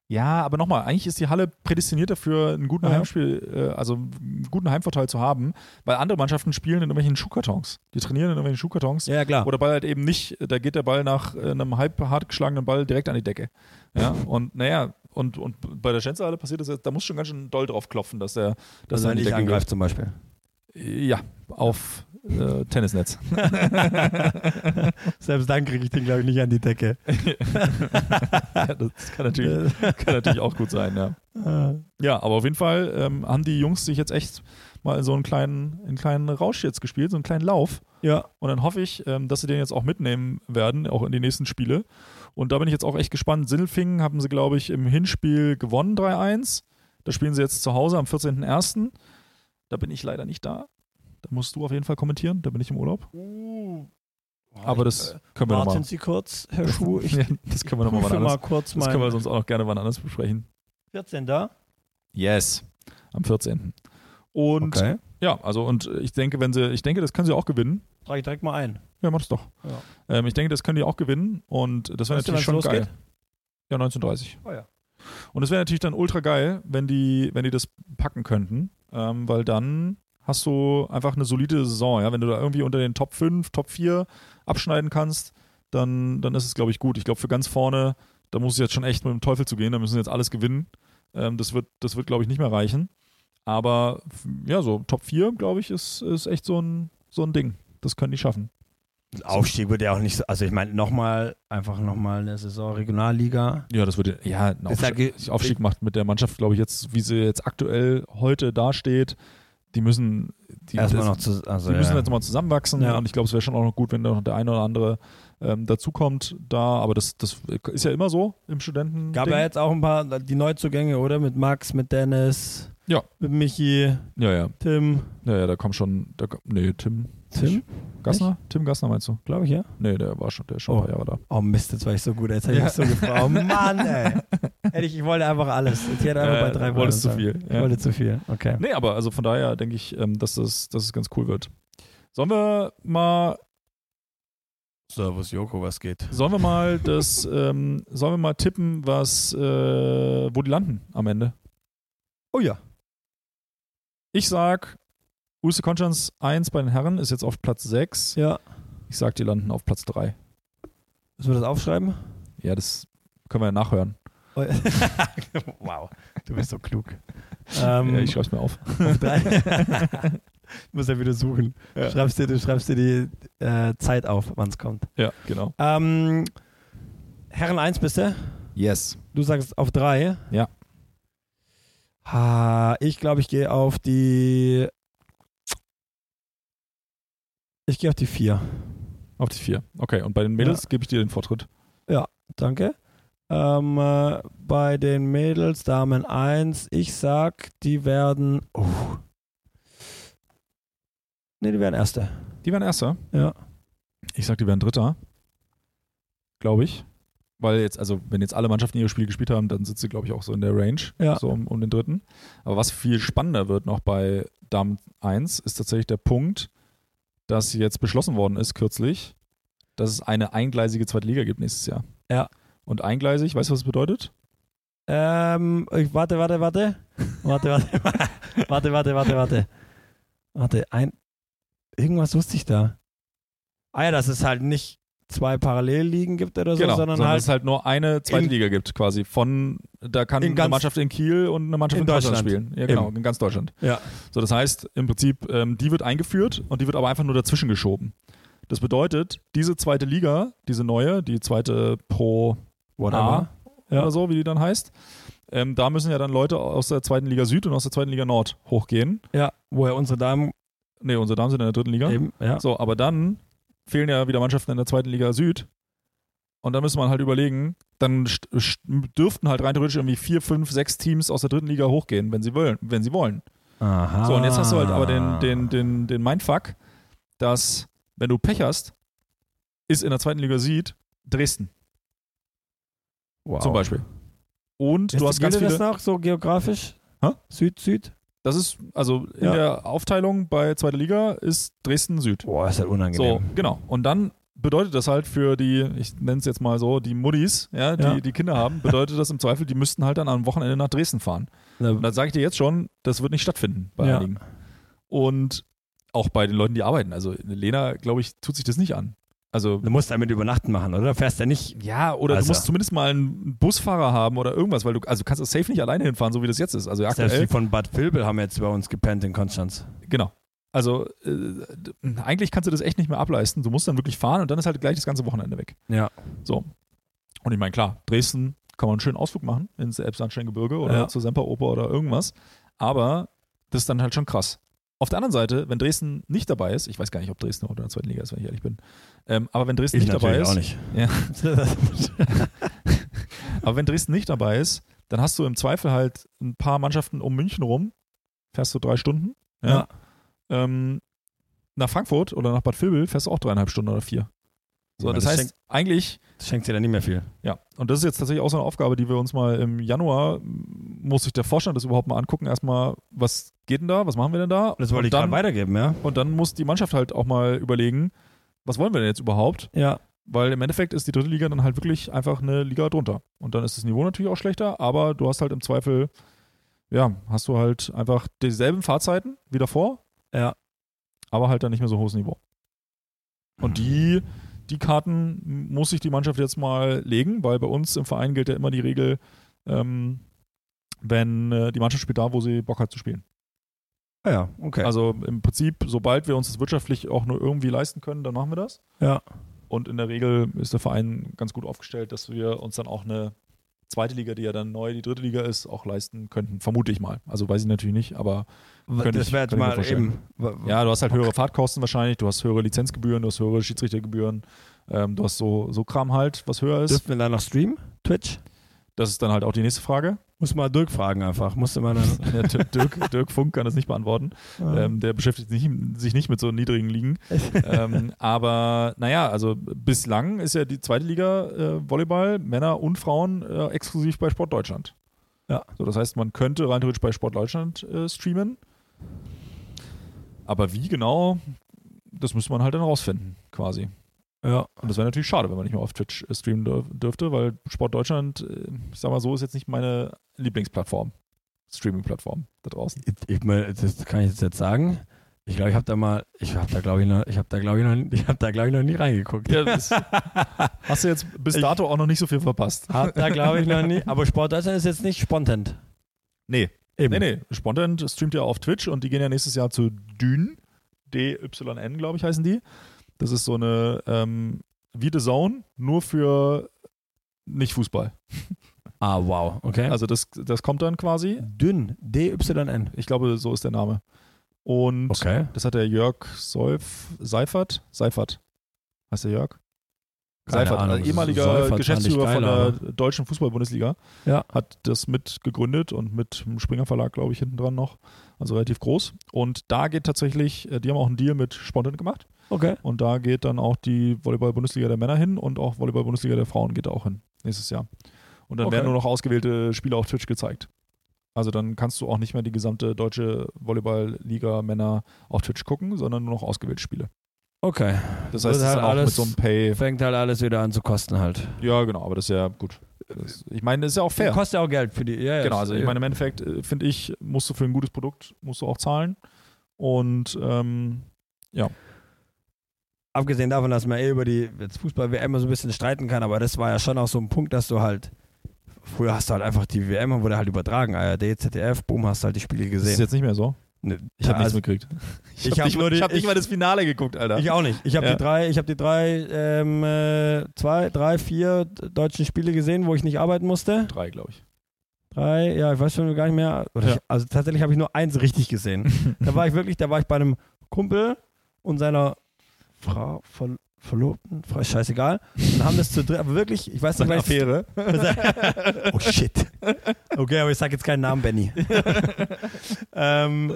Speaker 2: Ja, aber nochmal, eigentlich ist die Halle prädestiniert dafür, einen guten
Speaker 1: Ja.
Speaker 2: Heimspiel, äh, also einen guten Heimvorteil zu haben, weil andere Mannschaften spielen in irgendwelchen Schuhkartons. Die trainieren in irgendwelchen Schuhkartons.
Speaker 3: Ja, ja, klar.
Speaker 2: Oder Ball halt eben nicht, da geht der Ball nach äh, einem halb hart geschlagenen Ball direkt an die Decke. Ja, und naja, und, und bei der Schänzerhalle passiert das jetzt, da muss schon ganz schön doll drauf klopfen, dass der,
Speaker 3: Dass
Speaker 2: dass der
Speaker 3: er
Speaker 2: an die
Speaker 3: nicht
Speaker 2: Decke
Speaker 3: angreift zum Beispiel.
Speaker 2: geht. Ja, auf äh, Tennisnetz.
Speaker 1: Selbst dann kriege ich den, glaube ich, nicht an die [laughs] Decke.
Speaker 2: ja, das kann natürlich, [laughs] kann natürlich auch gut sein, ja. Ja, aber auf jeden Fall ähm, haben die Jungs sich jetzt echt mal so einen kleinen, einen kleinen Rausch jetzt gespielt, so einen kleinen Lauf.
Speaker 1: Ja,
Speaker 2: Und dann hoffe ich, ähm, dass sie den jetzt auch mitnehmen werden, auch in die nächsten Spiele. Und da bin ich jetzt auch echt gespannt. Sindelfingen haben sie, glaube ich, im Hinspiel gewonnen 3-1. Da spielen sie jetzt zu Hause am 14.01. Da bin ich leider nicht da. Da musst du auf jeden Fall kommentieren. Da bin ich im Urlaub.
Speaker 1: Ah,
Speaker 2: Aber
Speaker 1: äh,
Speaker 2: das können wir
Speaker 1: Warten
Speaker 2: nochmal.
Speaker 1: Sie kurz, Herr
Speaker 2: [laughs]
Speaker 1: Schuh. Ich
Speaker 2: Ja, das können wir nochmal wann
Speaker 1: prüfe mal
Speaker 2: anders.
Speaker 1: kurz
Speaker 2: Das können wir
Speaker 1: mein
Speaker 2: sonst auch noch gerne wann anders besprechen.
Speaker 1: 14 da.
Speaker 2: Yes. Am 14. Und
Speaker 3: Okay.
Speaker 2: Ja, also und ich denke, wenn sie, ich denke, das können sie auch gewinnen.
Speaker 1: Trage ich direkt mal ein.
Speaker 2: Ja, mach das doch.
Speaker 1: Ja.
Speaker 2: Ähm, ich denke, das können die auch gewinnen und das wäre
Speaker 1: Weißt du,
Speaker 2: natürlich schon
Speaker 1: wann's
Speaker 2: geil.
Speaker 1: losgeht?
Speaker 2: Ja, 1930.
Speaker 1: Oh ja.
Speaker 2: Und es wäre natürlich dann ultra geil, wenn die, wenn die das packen könnten, ähm, weil dann hast du einfach eine solide Saison, ja, wenn du da irgendwie unter den Top 5, Top 4 abschneiden kannst, dann, dann ist es glaube ich gut. Ich glaube für ganz vorne, da muss es jetzt schon echt mit dem Teufel zu gehen, da müssen sie jetzt alles gewinnen. Ähm, das wird das wird glaube ich nicht mehr reichen, aber f- ja, so Top 4, glaube ich, ist ist echt so ein so ein Ding. Das können die schaffen.
Speaker 3: Aufstieg wird ja auch nicht so. Also ich meine, nochmal, einfach nochmal eine Saison Regionalliga.
Speaker 2: Ja, das würde ja ein
Speaker 3: Ist ja
Speaker 2: Genau, Aufstieg,
Speaker 3: ge-
Speaker 2: Aufstieg macht mit der Mannschaft, glaube ich, jetzt, wie sie jetzt aktuell heute dasteht, die müssen die,
Speaker 3: Erstmal
Speaker 2: das-
Speaker 3: noch zu. Also,
Speaker 2: die müssen
Speaker 3: ja.
Speaker 2: jetzt nochmal zusammenwachsen
Speaker 1: Ja.
Speaker 2: und ich glaube, es wäre schon auch noch gut, wenn da noch der eine oder andere ähm, dazukommt da, aber das, das ist ja immer so im Studenten.
Speaker 1: Gab ja jetzt auch ein paar die Neuzugänge, oder? Mit Max, mit Dennis,
Speaker 2: Ja.
Speaker 1: mit Michi,
Speaker 2: ja, ja,
Speaker 1: Tim.
Speaker 2: ja, ja, da kommt schon, da, kommt- nee, Tim
Speaker 1: Tim?
Speaker 2: Gassner? Tim Gassner meinst du?
Speaker 1: Glaube ich, ja.
Speaker 2: Nee, der war schon, der ist schon ein
Speaker 1: Oh.
Speaker 2: paar Jahre da.
Speaker 1: Oh Mist, jetzt war ich so gut. Jetzt hätte ich
Speaker 2: Ja.
Speaker 1: mich
Speaker 2: [laughs]
Speaker 1: so gefragt. Oh Mann, ey. Hätte ich, ich wollte einfach alles. Ich hätte einfach
Speaker 2: Äh,
Speaker 1: bei drei
Speaker 2: du wolltest zu
Speaker 1: bleiben
Speaker 2: viel.
Speaker 1: sollen. Ich
Speaker 2: ja.
Speaker 1: wollte zu viel. Okay.
Speaker 2: Nee, aber also von daher denke ich, ähm, dass, das, dass es ganz cool wird. Sollen wir mal
Speaker 3: Servus Joko, was geht?
Speaker 2: Sollen wir mal das, ähm, sollen wir mal tippen, was, äh, wo die landen am Ende?
Speaker 1: [laughs] Oh ja.
Speaker 2: Ich sag, Use Konstanz 1 bei den Herren ist jetzt auf Platz 6.
Speaker 1: Ja.
Speaker 2: Ich sag, die landen auf Platz 3.
Speaker 1: Müssen wir das aufschreiben?
Speaker 2: Ja, das können wir Oh ja nachhören.
Speaker 1: [laughs]
Speaker 3: wow, du bist so klug.
Speaker 1: Ähm,
Speaker 2: ja, [laughs] ich schreib's mir auf.
Speaker 1: auf drei. [laughs] ich muss ja wieder suchen.
Speaker 2: Ja.
Speaker 1: Schreibst dir, du schreibst dir die äh, Zeit auf, wann es kommt.
Speaker 2: Ja, genau.
Speaker 1: Ähm, Herren 1 bist du?
Speaker 2: Yes.
Speaker 1: Du sagst auf 3.
Speaker 2: Ja.
Speaker 1: Ha, ich glaube, ich gehe auf die. Ich gehe auf die 4.
Speaker 2: Auf die 4. Okay, und bei den Mädels gebe ich dir den Vortritt.
Speaker 1: Danke. Ähm, äh, bei den Mädels, Damen 1, ich sag, die werden. Oh. Ne, die werden Erste.
Speaker 2: Die werden Erster.
Speaker 1: Ja.
Speaker 2: Ich sag, die werden Dritter. Glaube ich. Weil jetzt, also, wenn jetzt alle Mannschaften ihre Spiele gespielt haben, dann sitzt sie, glaube ich, auch so in der Range.
Speaker 1: Ja.
Speaker 2: so um, um den dritten. Aber was viel spannender wird noch bei Damen 1, ist tatsächlich der Punkt, dass jetzt beschlossen worden ist kürzlich, dass es eine eingleisige zweite Liga gibt nächstes Jahr.
Speaker 1: Ja.
Speaker 2: Und eingleisig, weißt du, was das bedeutet?
Speaker 1: Ähm, ich, warte, warte, warte. Warte, warte, [laughs] warte, warte, warte, warte. Warte, ein. Irgendwas wusste ich da. Ah ja, dass es halt nicht zwei Parallelligen gibt oder so, sondern,
Speaker 2: sondern dass
Speaker 1: halt
Speaker 2: es halt nur eine zweite
Speaker 1: in-
Speaker 2: Liga gibt, quasi. Von da kann
Speaker 1: In
Speaker 2: eine
Speaker 1: ganz-
Speaker 2: Mannschaft in Kiel und eine Mannschaft in,
Speaker 1: in
Speaker 2: Deutschland.
Speaker 1: Deutschland.
Speaker 2: spielen. Ja, genau, in ganz Deutschland.
Speaker 1: Ja.
Speaker 2: So, das heißt, im Prinzip, ähm, die wird eingeführt und die wird aber einfach nur dazwischen geschoben. Das bedeutet, diese zweite Liga, diese neue, die zweite Pro
Speaker 1: whatever.
Speaker 2: ja. oder so, wie die dann heißt. Ähm, da müssen ja dann Leute aus der zweiten Liga Süd und aus der zweiten Liga Nord hochgehen.
Speaker 1: Ja, woher unsere Damen
Speaker 2: Ne, unsere Damen sind in der dritten Liga.
Speaker 1: eben, ja.
Speaker 2: So, aber dann fehlen ja wieder Mannschaften in der zweiten Liga Süd. Und da müsste man halt überlegen, dann st- st- dürften halt rein theoretisch irgendwie vier, fünf, sechs Teams aus der dritten Liga hochgehen, wenn sie wollen. Wenn sie wollen.
Speaker 3: Aha.
Speaker 2: So, und jetzt hast du halt aber
Speaker 4: Ah.
Speaker 2: den, den, den, den Mindfuck, dass, wenn du Pech hast, ist in der zweiten Liga Süd Dresden
Speaker 3: wow.
Speaker 2: zum Beispiel. Und du hast ganz
Speaker 1: gilt
Speaker 2: viele.
Speaker 1: das noch so geografisch?
Speaker 2: Hä?
Speaker 1: Süd, Süd?
Speaker 2: Das ist, also in
Speaker 4: Ja.
Speaker 2: der Aufteilung bei zweiter Liga ist Dresden Süd.
Speaker 1: Boah, ist halt
Speaker 2: So,
Speaker 1: unangenehm.
Speaker 2: genau. Und dann bedeutet das halt für die, ich nenne es jetzt mal so, die Muddies, ja, die,
Speaker 4: Ja.
Speaker 2: die Kinder haben, bedeutet das im Zweifel, die müssten halt dann am Wochenende nach Dresden fahren. Und dann sage ich dir jetzt schon, das wird nicht stattfinden bei
Speaker 4: Ja.
Speaker 2: einigen. Und auch bei den Leuten, die arbeiten. Also Lena, glaube ich, tut sich das nicht an. Also
Speaker 1: Du musst damit übernachten machen, oder? Du fährst ja nicht.
Speaker 2: ja, oder
Speaker 1: Also.
Speaker 2: du musst zumindest mal einen Busfahrer haben oder irgendwas, weil du, also du kannst das safe nicht alleine hinfahren, so wie das jetzt ist. Also
Speaker 1: Selbst die
Speaker 2: aktuell,
Speaker 1: von Bad Vilbel haben jetzt bei uns gepennt in Konstanz.
Speaker 2: genau. Also äh, d- eigentlich kannst du das echt nicht mehr ableisten. Du musst dann wirklich fahren und dann ist halt gleich das ganze Wochenende weg.
Speaker 1: Ja.
Speaker 2: So. Und ich meine, klar, Dresden kann man einen schönen Ausflug machen ins Elbsandsteingebirge oder
Speaker 4: Ja.
Speaker 2: zur Semperoper oder irgendwas. Aber das ist dann halt schon krass. Auf der anderen Seite, wenn Dresden nicht dabei ist, ich weiß gar nicht, ob Dresden oder in der zweiten Liga ist, wenn ich ehrlich bin, ähm, aber wenn Dresden nicht dabei ist,
Speaker 1: auch nicht. [laughs]
Speaker 2: Aber wenn Dresden nicht dabei ist, dann hast du im Zweifel halt ein paar Mannschaften um München rum, fährst du drei Stunden. Ja. Ähm, nach Frankfurt oder nach Bad Vilbel fährst du auch dreieinhalb Stunden oder vier. So,
Speaker 1: Ja,
Speaker 2: das,
Speaker 1: das
Speaker 2: heißt,
Speaker 1: schenkt-
Speaker 2: eigentlich,
Speaker 1: Das schenkt dir dann nicht mehr viel.
Speaker 2: ja, und das ist jetzt tatsächlich auch so eine Aufgabe, die wir uns mal im Januar, m, muss sich der Vorstand das überhaupt mal angucken, erstmal, was geht denn da, was machen wir denn da?
Speaker 1: Das wollte
Speaker 2: und
Speaker 1: ich gerade
Speaker 2: dann,
Speaker 1: weitergeben, ja?
Speaker 2: Und dann muss die Mannschaft halt auch mal überlegen, was wollen wir denn jetzt überhaupt?
Speaker 4: Ja.
Speaker 2: Weil im Endeffekt ist die dritte Liga dann halt wirklich einfach eine Liga drunter. Und dann ist das Niveau natürlich auch schlechter, aber du hast halt im Zweifel, ja, hast du halt einfach dieselben Fahrzeiten wie davor.
Speaker 4: Ja.
Speaker 2: Aber halt dann nicht mehr so hohes Niveau. Und
Speaker 1: Hm.
Speaker 2: die, die Karten muss sich die Mannschaft jetzt mal legen, weil bei uns im Verein gilt ja immer die Regel, ähm, wenn äh, die Mannschaft spielt da, wo sie Bock hat zu spielen.
Speaker 1: Ah ja, okay.
Speaker 2: Also im Prinzip, sobald wir uns das wirtschaftlich auch nur irgendwie leisten können, dann machen wir das.
Speaker 4: Ja.
Speaker 2: Und in der Regel ist der Verein ganz gut aufgestellt, dass wir uns dann auch eine zweite Liga, die ja dann neu die dritte Liga ist, auch leisten könnten. Vermute ich mal. Also weiß ich natürlich nicht, aber könnte
Speaker 1: das
Speaker 2: ich-
Speaker 1: wäre jetzt
Speaker 2: könnte ich mir
Speaker 1: mal
Speaker 2: vorstellen.
Speaker 1: eben. w-
Speaker 2: ja, du hast halt höhere Fahrtkosten wahrscheinlich, du hast höhere Lizenzgebühren, du hast höhere Schiedsrichtergebühren, ähm, du hast so, so Kram halt, was höher ist.
Speaker 1: Dürfen wir da noch streamen? Twitch?
Speaker 2: Das ist dann halt auch die nächste Frage.
Speaker 1: Muss mal Dirk fragen einfach. Musste mal dann.
Speaker 2: [laughs] Ja, Dirk, Dirk Funk kann das nicht beantworten. Ähm, der beschäftigt sich nicht, sich nicht mit so niedrigen Ligen.
Speaker 1: [laughs]
Speaker 2: ähm, aber naja, also bislang ist ja die zweite Liga äh, Volleyball, Männer und Frauen äh, exklusiv bei Sport Deutschland.
Speaker 4: Ja.
Speaker 2: So, das heißt, man könnte rein theoretisch bei Sport Deutschland äh, streamen. Aber wie genau, das müsste man halt dann rausfinden, quasi.
Speaker 4: Ja.
Speaker 2: Und das wäre natürlich schade, wenn man nicht mehr auf Twitch äh, streamen dürf dürfte, weil Sport Deutschland, äh, ich sag mal so, ist jetzt nicht meine Lieblingsplattform. Streaming-Plattform da draußen.
Speaker 1: Ich, ich, meine, das kann ich jetzt, jetzt sagen. Ich glaube, ich habe da mal, ich habe da glaube ich noch, ich habe da glaube ich noch, ich habe da glaube ich noch nie reingeguckt. [laughs]
Speaker 2: Ja, [laughs] das Hast du jetzt bis
Speaker 1: Ich-
Speaker 2: dato auch noch nicht so viel verpasst?
Speaker 4: Hab
Speaker 1: da glaube ich noch nie. Aber Sport Deutschland ist jetzt nicht spontan.
Speaker 2: Nee.
Speaker 1: Eben.
Speaker 2: Nee, nee. Spontan streamt ja auf Twitch und die gehen ja nächstes Jahr zu Dün. D-Y-N, glaube ich, heißen die. Das ist so eine ähm, wie The Zone, nur für nicht Fußball.
Speaker 1: Ah, wow. Okay.
Speaker 2: Also das, das kommt dann quasi.
Speaker 1: dünn. D-Y-N.
Speaker 2: Ich glaube, so ist der Name. Und
Speaker 1: Okay.
Speaker 2: das hat der Jörg Seuf, Seifert? Seifert. Heißt der Jörg?
Speaker 1: Keine
Speaker 2: Seifert,
Speaker 1: Ahnung,
Speaker 2: ein
Speaker 1: das
Speaker 2: ehemaliger
Speaker 1: ist- Seifert fand ich ne?
Speaker 2: Geschäftsführer
Speaker 1: geil,
Speaker 2: von der
Speaker 1: aber-
Speaker 2: deutschen Fußball-Bundesliga,
Speaker 4: Ja.
Speaker 2: hat das mit gegründet und mit dem Springer Verlag, glaube ich, hinten dran noch. Also relativ groß. Und da geht tatsächlich, äh, die haben auch einen Deal mit Spontan gemacht.
Speaker 4: Okay.
Speaker 2: Und da geht dann auch die Volleyball-Bundesliga der Männer hin und auch Volleyball-Bundesliga der Frauen geht da auch hin nächstes Jahr. Und dann
Speaker 4: Okay.
Speaker 2: werden nur noch ausgewählte Spiele auf Twitch gezeigt. Also dann kannst du auch nicht mehr die gesamte deutsche Volleyball-Liga Männer auf Twitch gucken, sondern nur noch ausgewählte Spiele.
Speaker 1: Okay.
Speaker 2: Das
Speaker 1: Wird
Speaker 2: heißt, es ist
Speaker 1: halt
Speaker 2: dann auch mit
Speaker 1: alles-
Speaker 2: so einem Pay.
Speaker 1: Fängt halt alles wieder an zu kosten halt.
Speaker 2: Ja, genau, aber das ist ja gut. Das, ich meine, das ist ja auch fair.
Speaker 4: Kostet ja auch Geld für die. Ja, ja,
Speaker 2: Genau, also ich
Speaker 4: ja.
Speaker 2: meine, im Endeffekt äh, finde ich, musst du für ein gutes Produkt, musst du auch zahlen. Und ähm,
Speaker 1: abgesehen davon, dass man eh über die jetzt Fußball-WM so ein bisschen streiten kann, aber das war ja schon auch so ein Punkt, dass du halt, früher hast du halt einfach die WM, wurde halt übertragen, ARD, ZDF, boom, hast halt die Spiele
Speaker 2: das ist
Speaker 1: gesehen.
Speaker 2: jetzt nicht mehr so.
Speaker 1: Ne,
Speaker 2: Ich habe
Speaker 1: ja, also,
Speaker 2: nichts mitgekriegt.
Speaker 1: Ich hab nur die- ich-
Speaker 2: das Finale geguckt, Alter.
Speaker 1: ich auch nicht. Ich habe
Speaker 2: Ja.
Speaker 1: die drei, ich habe die drei, ähm, äh, zwei, drei, vier deutschen Spiele gesehen, wo ich nicht arbeiten musste.
Speaker 2: [laughs] drei, glaube ich.
Speaker 1: Drei, ja, ich weiß schon gar nicht mehr. Oder
Speaker 2: Ja.
Speaker 1: ich, also tatsächlich habe ich nur eins richtig gesehen.
Speaker 2: [laughs]
Speaker 1: da war ich wirklich, da war ich bei einem Kumpel und seiner Frau, Verl Verlobten, Frau, ist scheißegal. Und haben
Speaker 2: [laughs]
Speaker 1: das zu dritt, aber wirklich, ich weiß nicht, welches-
Speaker 2: Affäre. [laughs]
Speaker 1: oh shit. Okay, aber ich sag jetzt keinen Namen, Benny. ähm,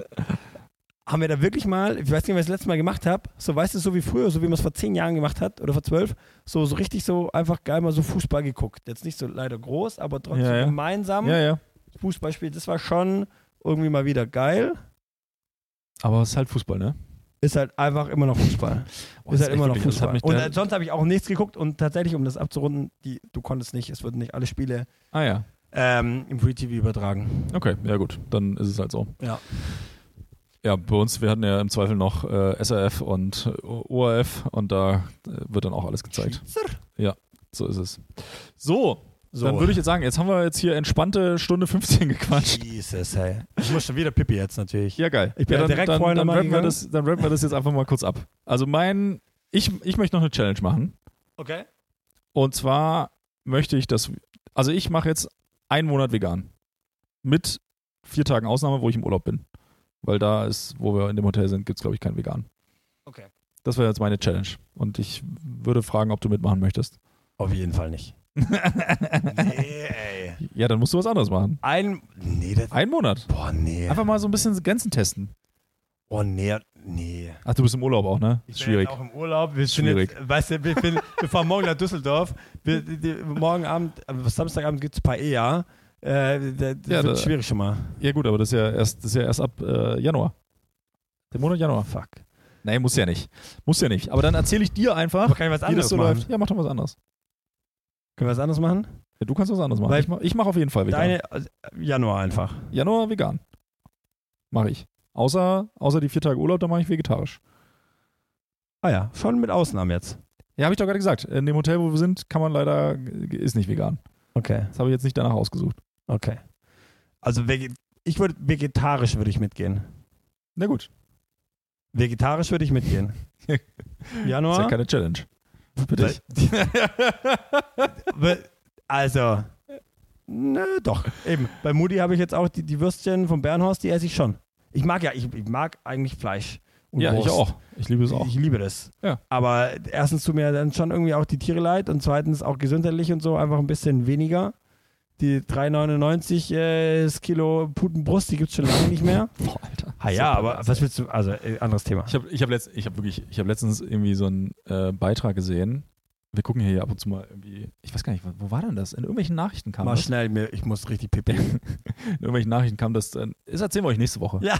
Speaker 1: haben wir da wirklich mal, ich weiß nicht, was ich das letzte Mal gemacht habe, so weißt du, so wie früher, so wie man es vor zehn Jahren gemacht hat oder vor zwölf, so, so richtig so einfach geil mal so Fußball geguckt. Jetzt nicht so leider groß, aber trotzdem
Speaker 2: Ja, ja.
Speaker 1: gemeinsam
Speaker 2: Ja, ja.
Speaker 1: Fußballspiel. Das war schon irgendwie mal wieder geil.
Speaker 2: Aber es ist halt Fußball, ne?
Speaker 1: Ist halt einfach immer noch Fußball.
Speaker 2: Boah,
Speaker 1: ist
Speaker 2: das
Speaker 1: halt immer noch
Speaker 2: wirklich- das hat
Speaker 1: Fußball.
Speaker 2: mich
Speaker 1: Und
Speaker 2: der-
Speaker 1: äh, sonst habe ich auch nichts geguckt und tatsächlich, um das abzurunden, die, du konntest nicht, es wurden nicht alle Spiele
Speaker 2: Ah ja,
Speaker 1: ähm, im Free TV übertragen.
Speaker 2: okay, ja gut, dann ist es halt so.
Speaker 1: Ja.
Speaker 2: Ja, bei uns, wir hatten ja im Zweifel noch äh, SRF und äh, ORF und da äh, wird dann auch alles
Speaker 1: [laughs]
Speaker 2: gezeigt. So ist es. So,
Speaker 1: So.
Speaker 2: dann würde ich jetzt sagen, jetzt haben wir jetzt hier entspannte Stunde 15 gequatscht.
Speaker 1: Jesus, hey. Ich muss schon wieder Pippi jetzt natürlich.
Speaker 2: Ja, geil.
Speaker 1: Ich bin
Speaker 2: ja,
Speaker 1: ja direkt
Speaker 2: dann,
Speaker 1: vorhin
Speaker 2: dann,
Speaker 1: nochmal
Speaker 2: rappen wir
Speaker 1: gegangen.
Speaker 2: das, dann rappen wir das jetzt einfach mal kurz ab. Also mein, ich, ich möchte noch eine Challenge machen.
Speaker 1: Okay.
Speaker 2: Und zwar möchte ich, dass, also ich mache jetzt einen Monat vegan. Mit vier Tagen Ausnahme, wo ich im Urlaub bin. Weil da ist, wo wir in dem Hotel sind, gibt es, glaube ich, keinen Vegan.
Speaker 1: Okay.
Speaker 2: Das wäre jetzt meine Challenge. Und ich würde fragen, ob du mitmachen möchtest.
Speaker 1: [laughs] Auf jeden Fall nicht. nee, ey.
Speaker 2: Ja, dann musst du was anderes machen.
Speaker 1: Ein. Nee, das.
Speaker 2: Einen Monat.
Speaker 1: Boah, nee.
Speaker 2: Einfach mal so ein bisschen Grenzen testen.
Speaker 1: Boah, nee, nee.
Speaker 2: Ach, du bist im Urlaub auch, ne?
Speaker 1: Ich
Speaker 2: Ist
Speaker 1: bin
Speaker 2: schwierig.
Speaker 1: Jetzt auch im Urlaub. Wir sind
Speaker 2: Schwierig.
Speaker 1: jetzt, weißt du, wir, bin, wir fahren morgen nach Düsseldorf. Wir, die, die, morgen Abend, äh, Samstagabend gibt es Paella. E, Äh, das
Speaker 2: Ja,
Speaker 1: wird
Speaker 2: da-
Speaker 1: schwierig schon mal.
Speaker 2: Ja, gut, aber das ist ja erst, das ist ja erst ab äh, Januar. Der Monat Januar.
Speaker 1: Fuck.
Speaker 2: Nee, muss ja nicht. Muss ja nicht. Aber dann erzähle ich dir einfach,
Speaker 1: Aber kann ich was
Speaker 2: wie
Speaker 1: anderes
Speaker 2: das so
Speaker 1: machen?
Speaker 2: läuft. Ja, mach doch was anderes.
Speaker 1: Können wir was anderes machen?
Speaker 2: Ja, du kannst was anderes machen.
Speaker 1: Weil-
Speaker 2: ich mache ich mach auf jeden Fall vegan.
Speaker 1: Deine also, Januar einfach.
Speaker 2: Januar vegan. Mache ich. Außer, außer die vier Tage Urlaub, da mache ich vegetarisch.
Speaker 1: Ah ja, schon mit Ausnahmen jetzt.
Speaker 2: Ja, habe ich doch gerade gesagt. In dem Hotel, wo wir sind, kann man leider, ist nicht vegan.
Speaker 1: Okay,
Speaker 2: Das habe ich jetzt nicht danach ausgesucht.
Speaker 1: okay. Also vege- ich würde vegetarisch würde ich mitgehen.
Speaker 2: Na gut.
Speaker 1: Vegetarisch würde ich mitgehen.
Speaker 2: Ist
Speaker 1: Januar.
Speaker 2: ja keine Challenge. Für
Speaker 1: Weil-
Speaker 2: dich.
Speaker 1: We- Also, nö, doch. Eben, bei Moody habe ich jetzt auch die, die Würstchen vom Bernhorst, die esse ich schon. Ich mag ja, ich, ich mag eigentlich Fleisch. und
Speaker 2: [laughs] ja, ich
Speaker 1: Wurst.
Speaker 2: auch. Ich liebe es auch.
Speaker 1: Ich liebe das.
Speaker 2: Ja.
Speaker 1: Aber erstens tut mir dann schon irgendwie auch die Tiere leid und zweitens auch gesundheitlich und so einfach ein bisschen weniger. Die 3,99 äh, das Kilo Putenbrust, die gibt es schon lange nicht
Speaker 2: [laughs]
Speaker 1: mehr.
Speaker 2: Boah, Alter.
Speaker 1: Ah ja, aber was willst du, also äh, anderes Thema.
Speaker 2: Ich habe ich hab letzt, ich hab wirklich, ich habe letztens irgendwie so einen äh, Beitrag gesehen. Wir gucken hier ja ab und zu mal irgendwie, ich weiß gar nicht, wo- wo war denn das? In irgendwelchen Nachrichten kam
Speaker 1: Mal
Speaker 2: das.
Speaker 1: schnell, mir, ich muss richtig pipi.
Speaker 2: In irgendwelchen Nachrichten kam das. Dann, das erzählen wir euch nächste Woche.
Speaker 1: Ja,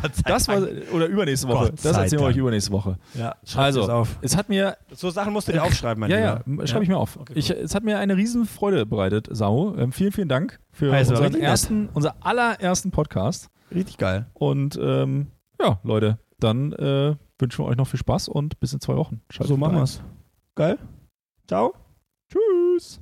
Speaker 1: Gott sei
Speaker 2: Das war, oder übernächste Woche.
Speaker 1: Gott
Speaker 2: Das
Speaker 1: sei
Speaker 2: erzählen wir euch
Speaker 1: Dank.
Speaker 2: übernächste Woche.
Speaker 1: Ja,
Speaker 2: Also.
Speaker 1: also. Das auf. Äh,
Speaker 2: Es hat mir,
Speaker 1: So Sachen musst du dir aufschreiben, mein
Speaker 2: ja, ja,
Speaker 1: Lieber.
Speaker 2: schreibe ich mir auf.
Speaker 1: Okay,
Speaker 2: ich, es hat mir eine riesen Freude bereitet, Sau. Ähm, vielen, vielen Dank für
Speaker 1: Also,
Speaker 2: unseren
Speaker 1: richtig nett.
Speaker 2: ersten, unser allerersten Podcast.
Speaker 1: Richtig geil.
Speaker 2: Und ähm, ja, Leute, dann äh, wünschen wir euch noch viel Spaß und bis in zwei Wochen. Schaltet
Speaker 1: So machen
Speaker 2: ein.
Speaker 1: wir's. Geil. Ciao.
Speaker 2: Tschüss.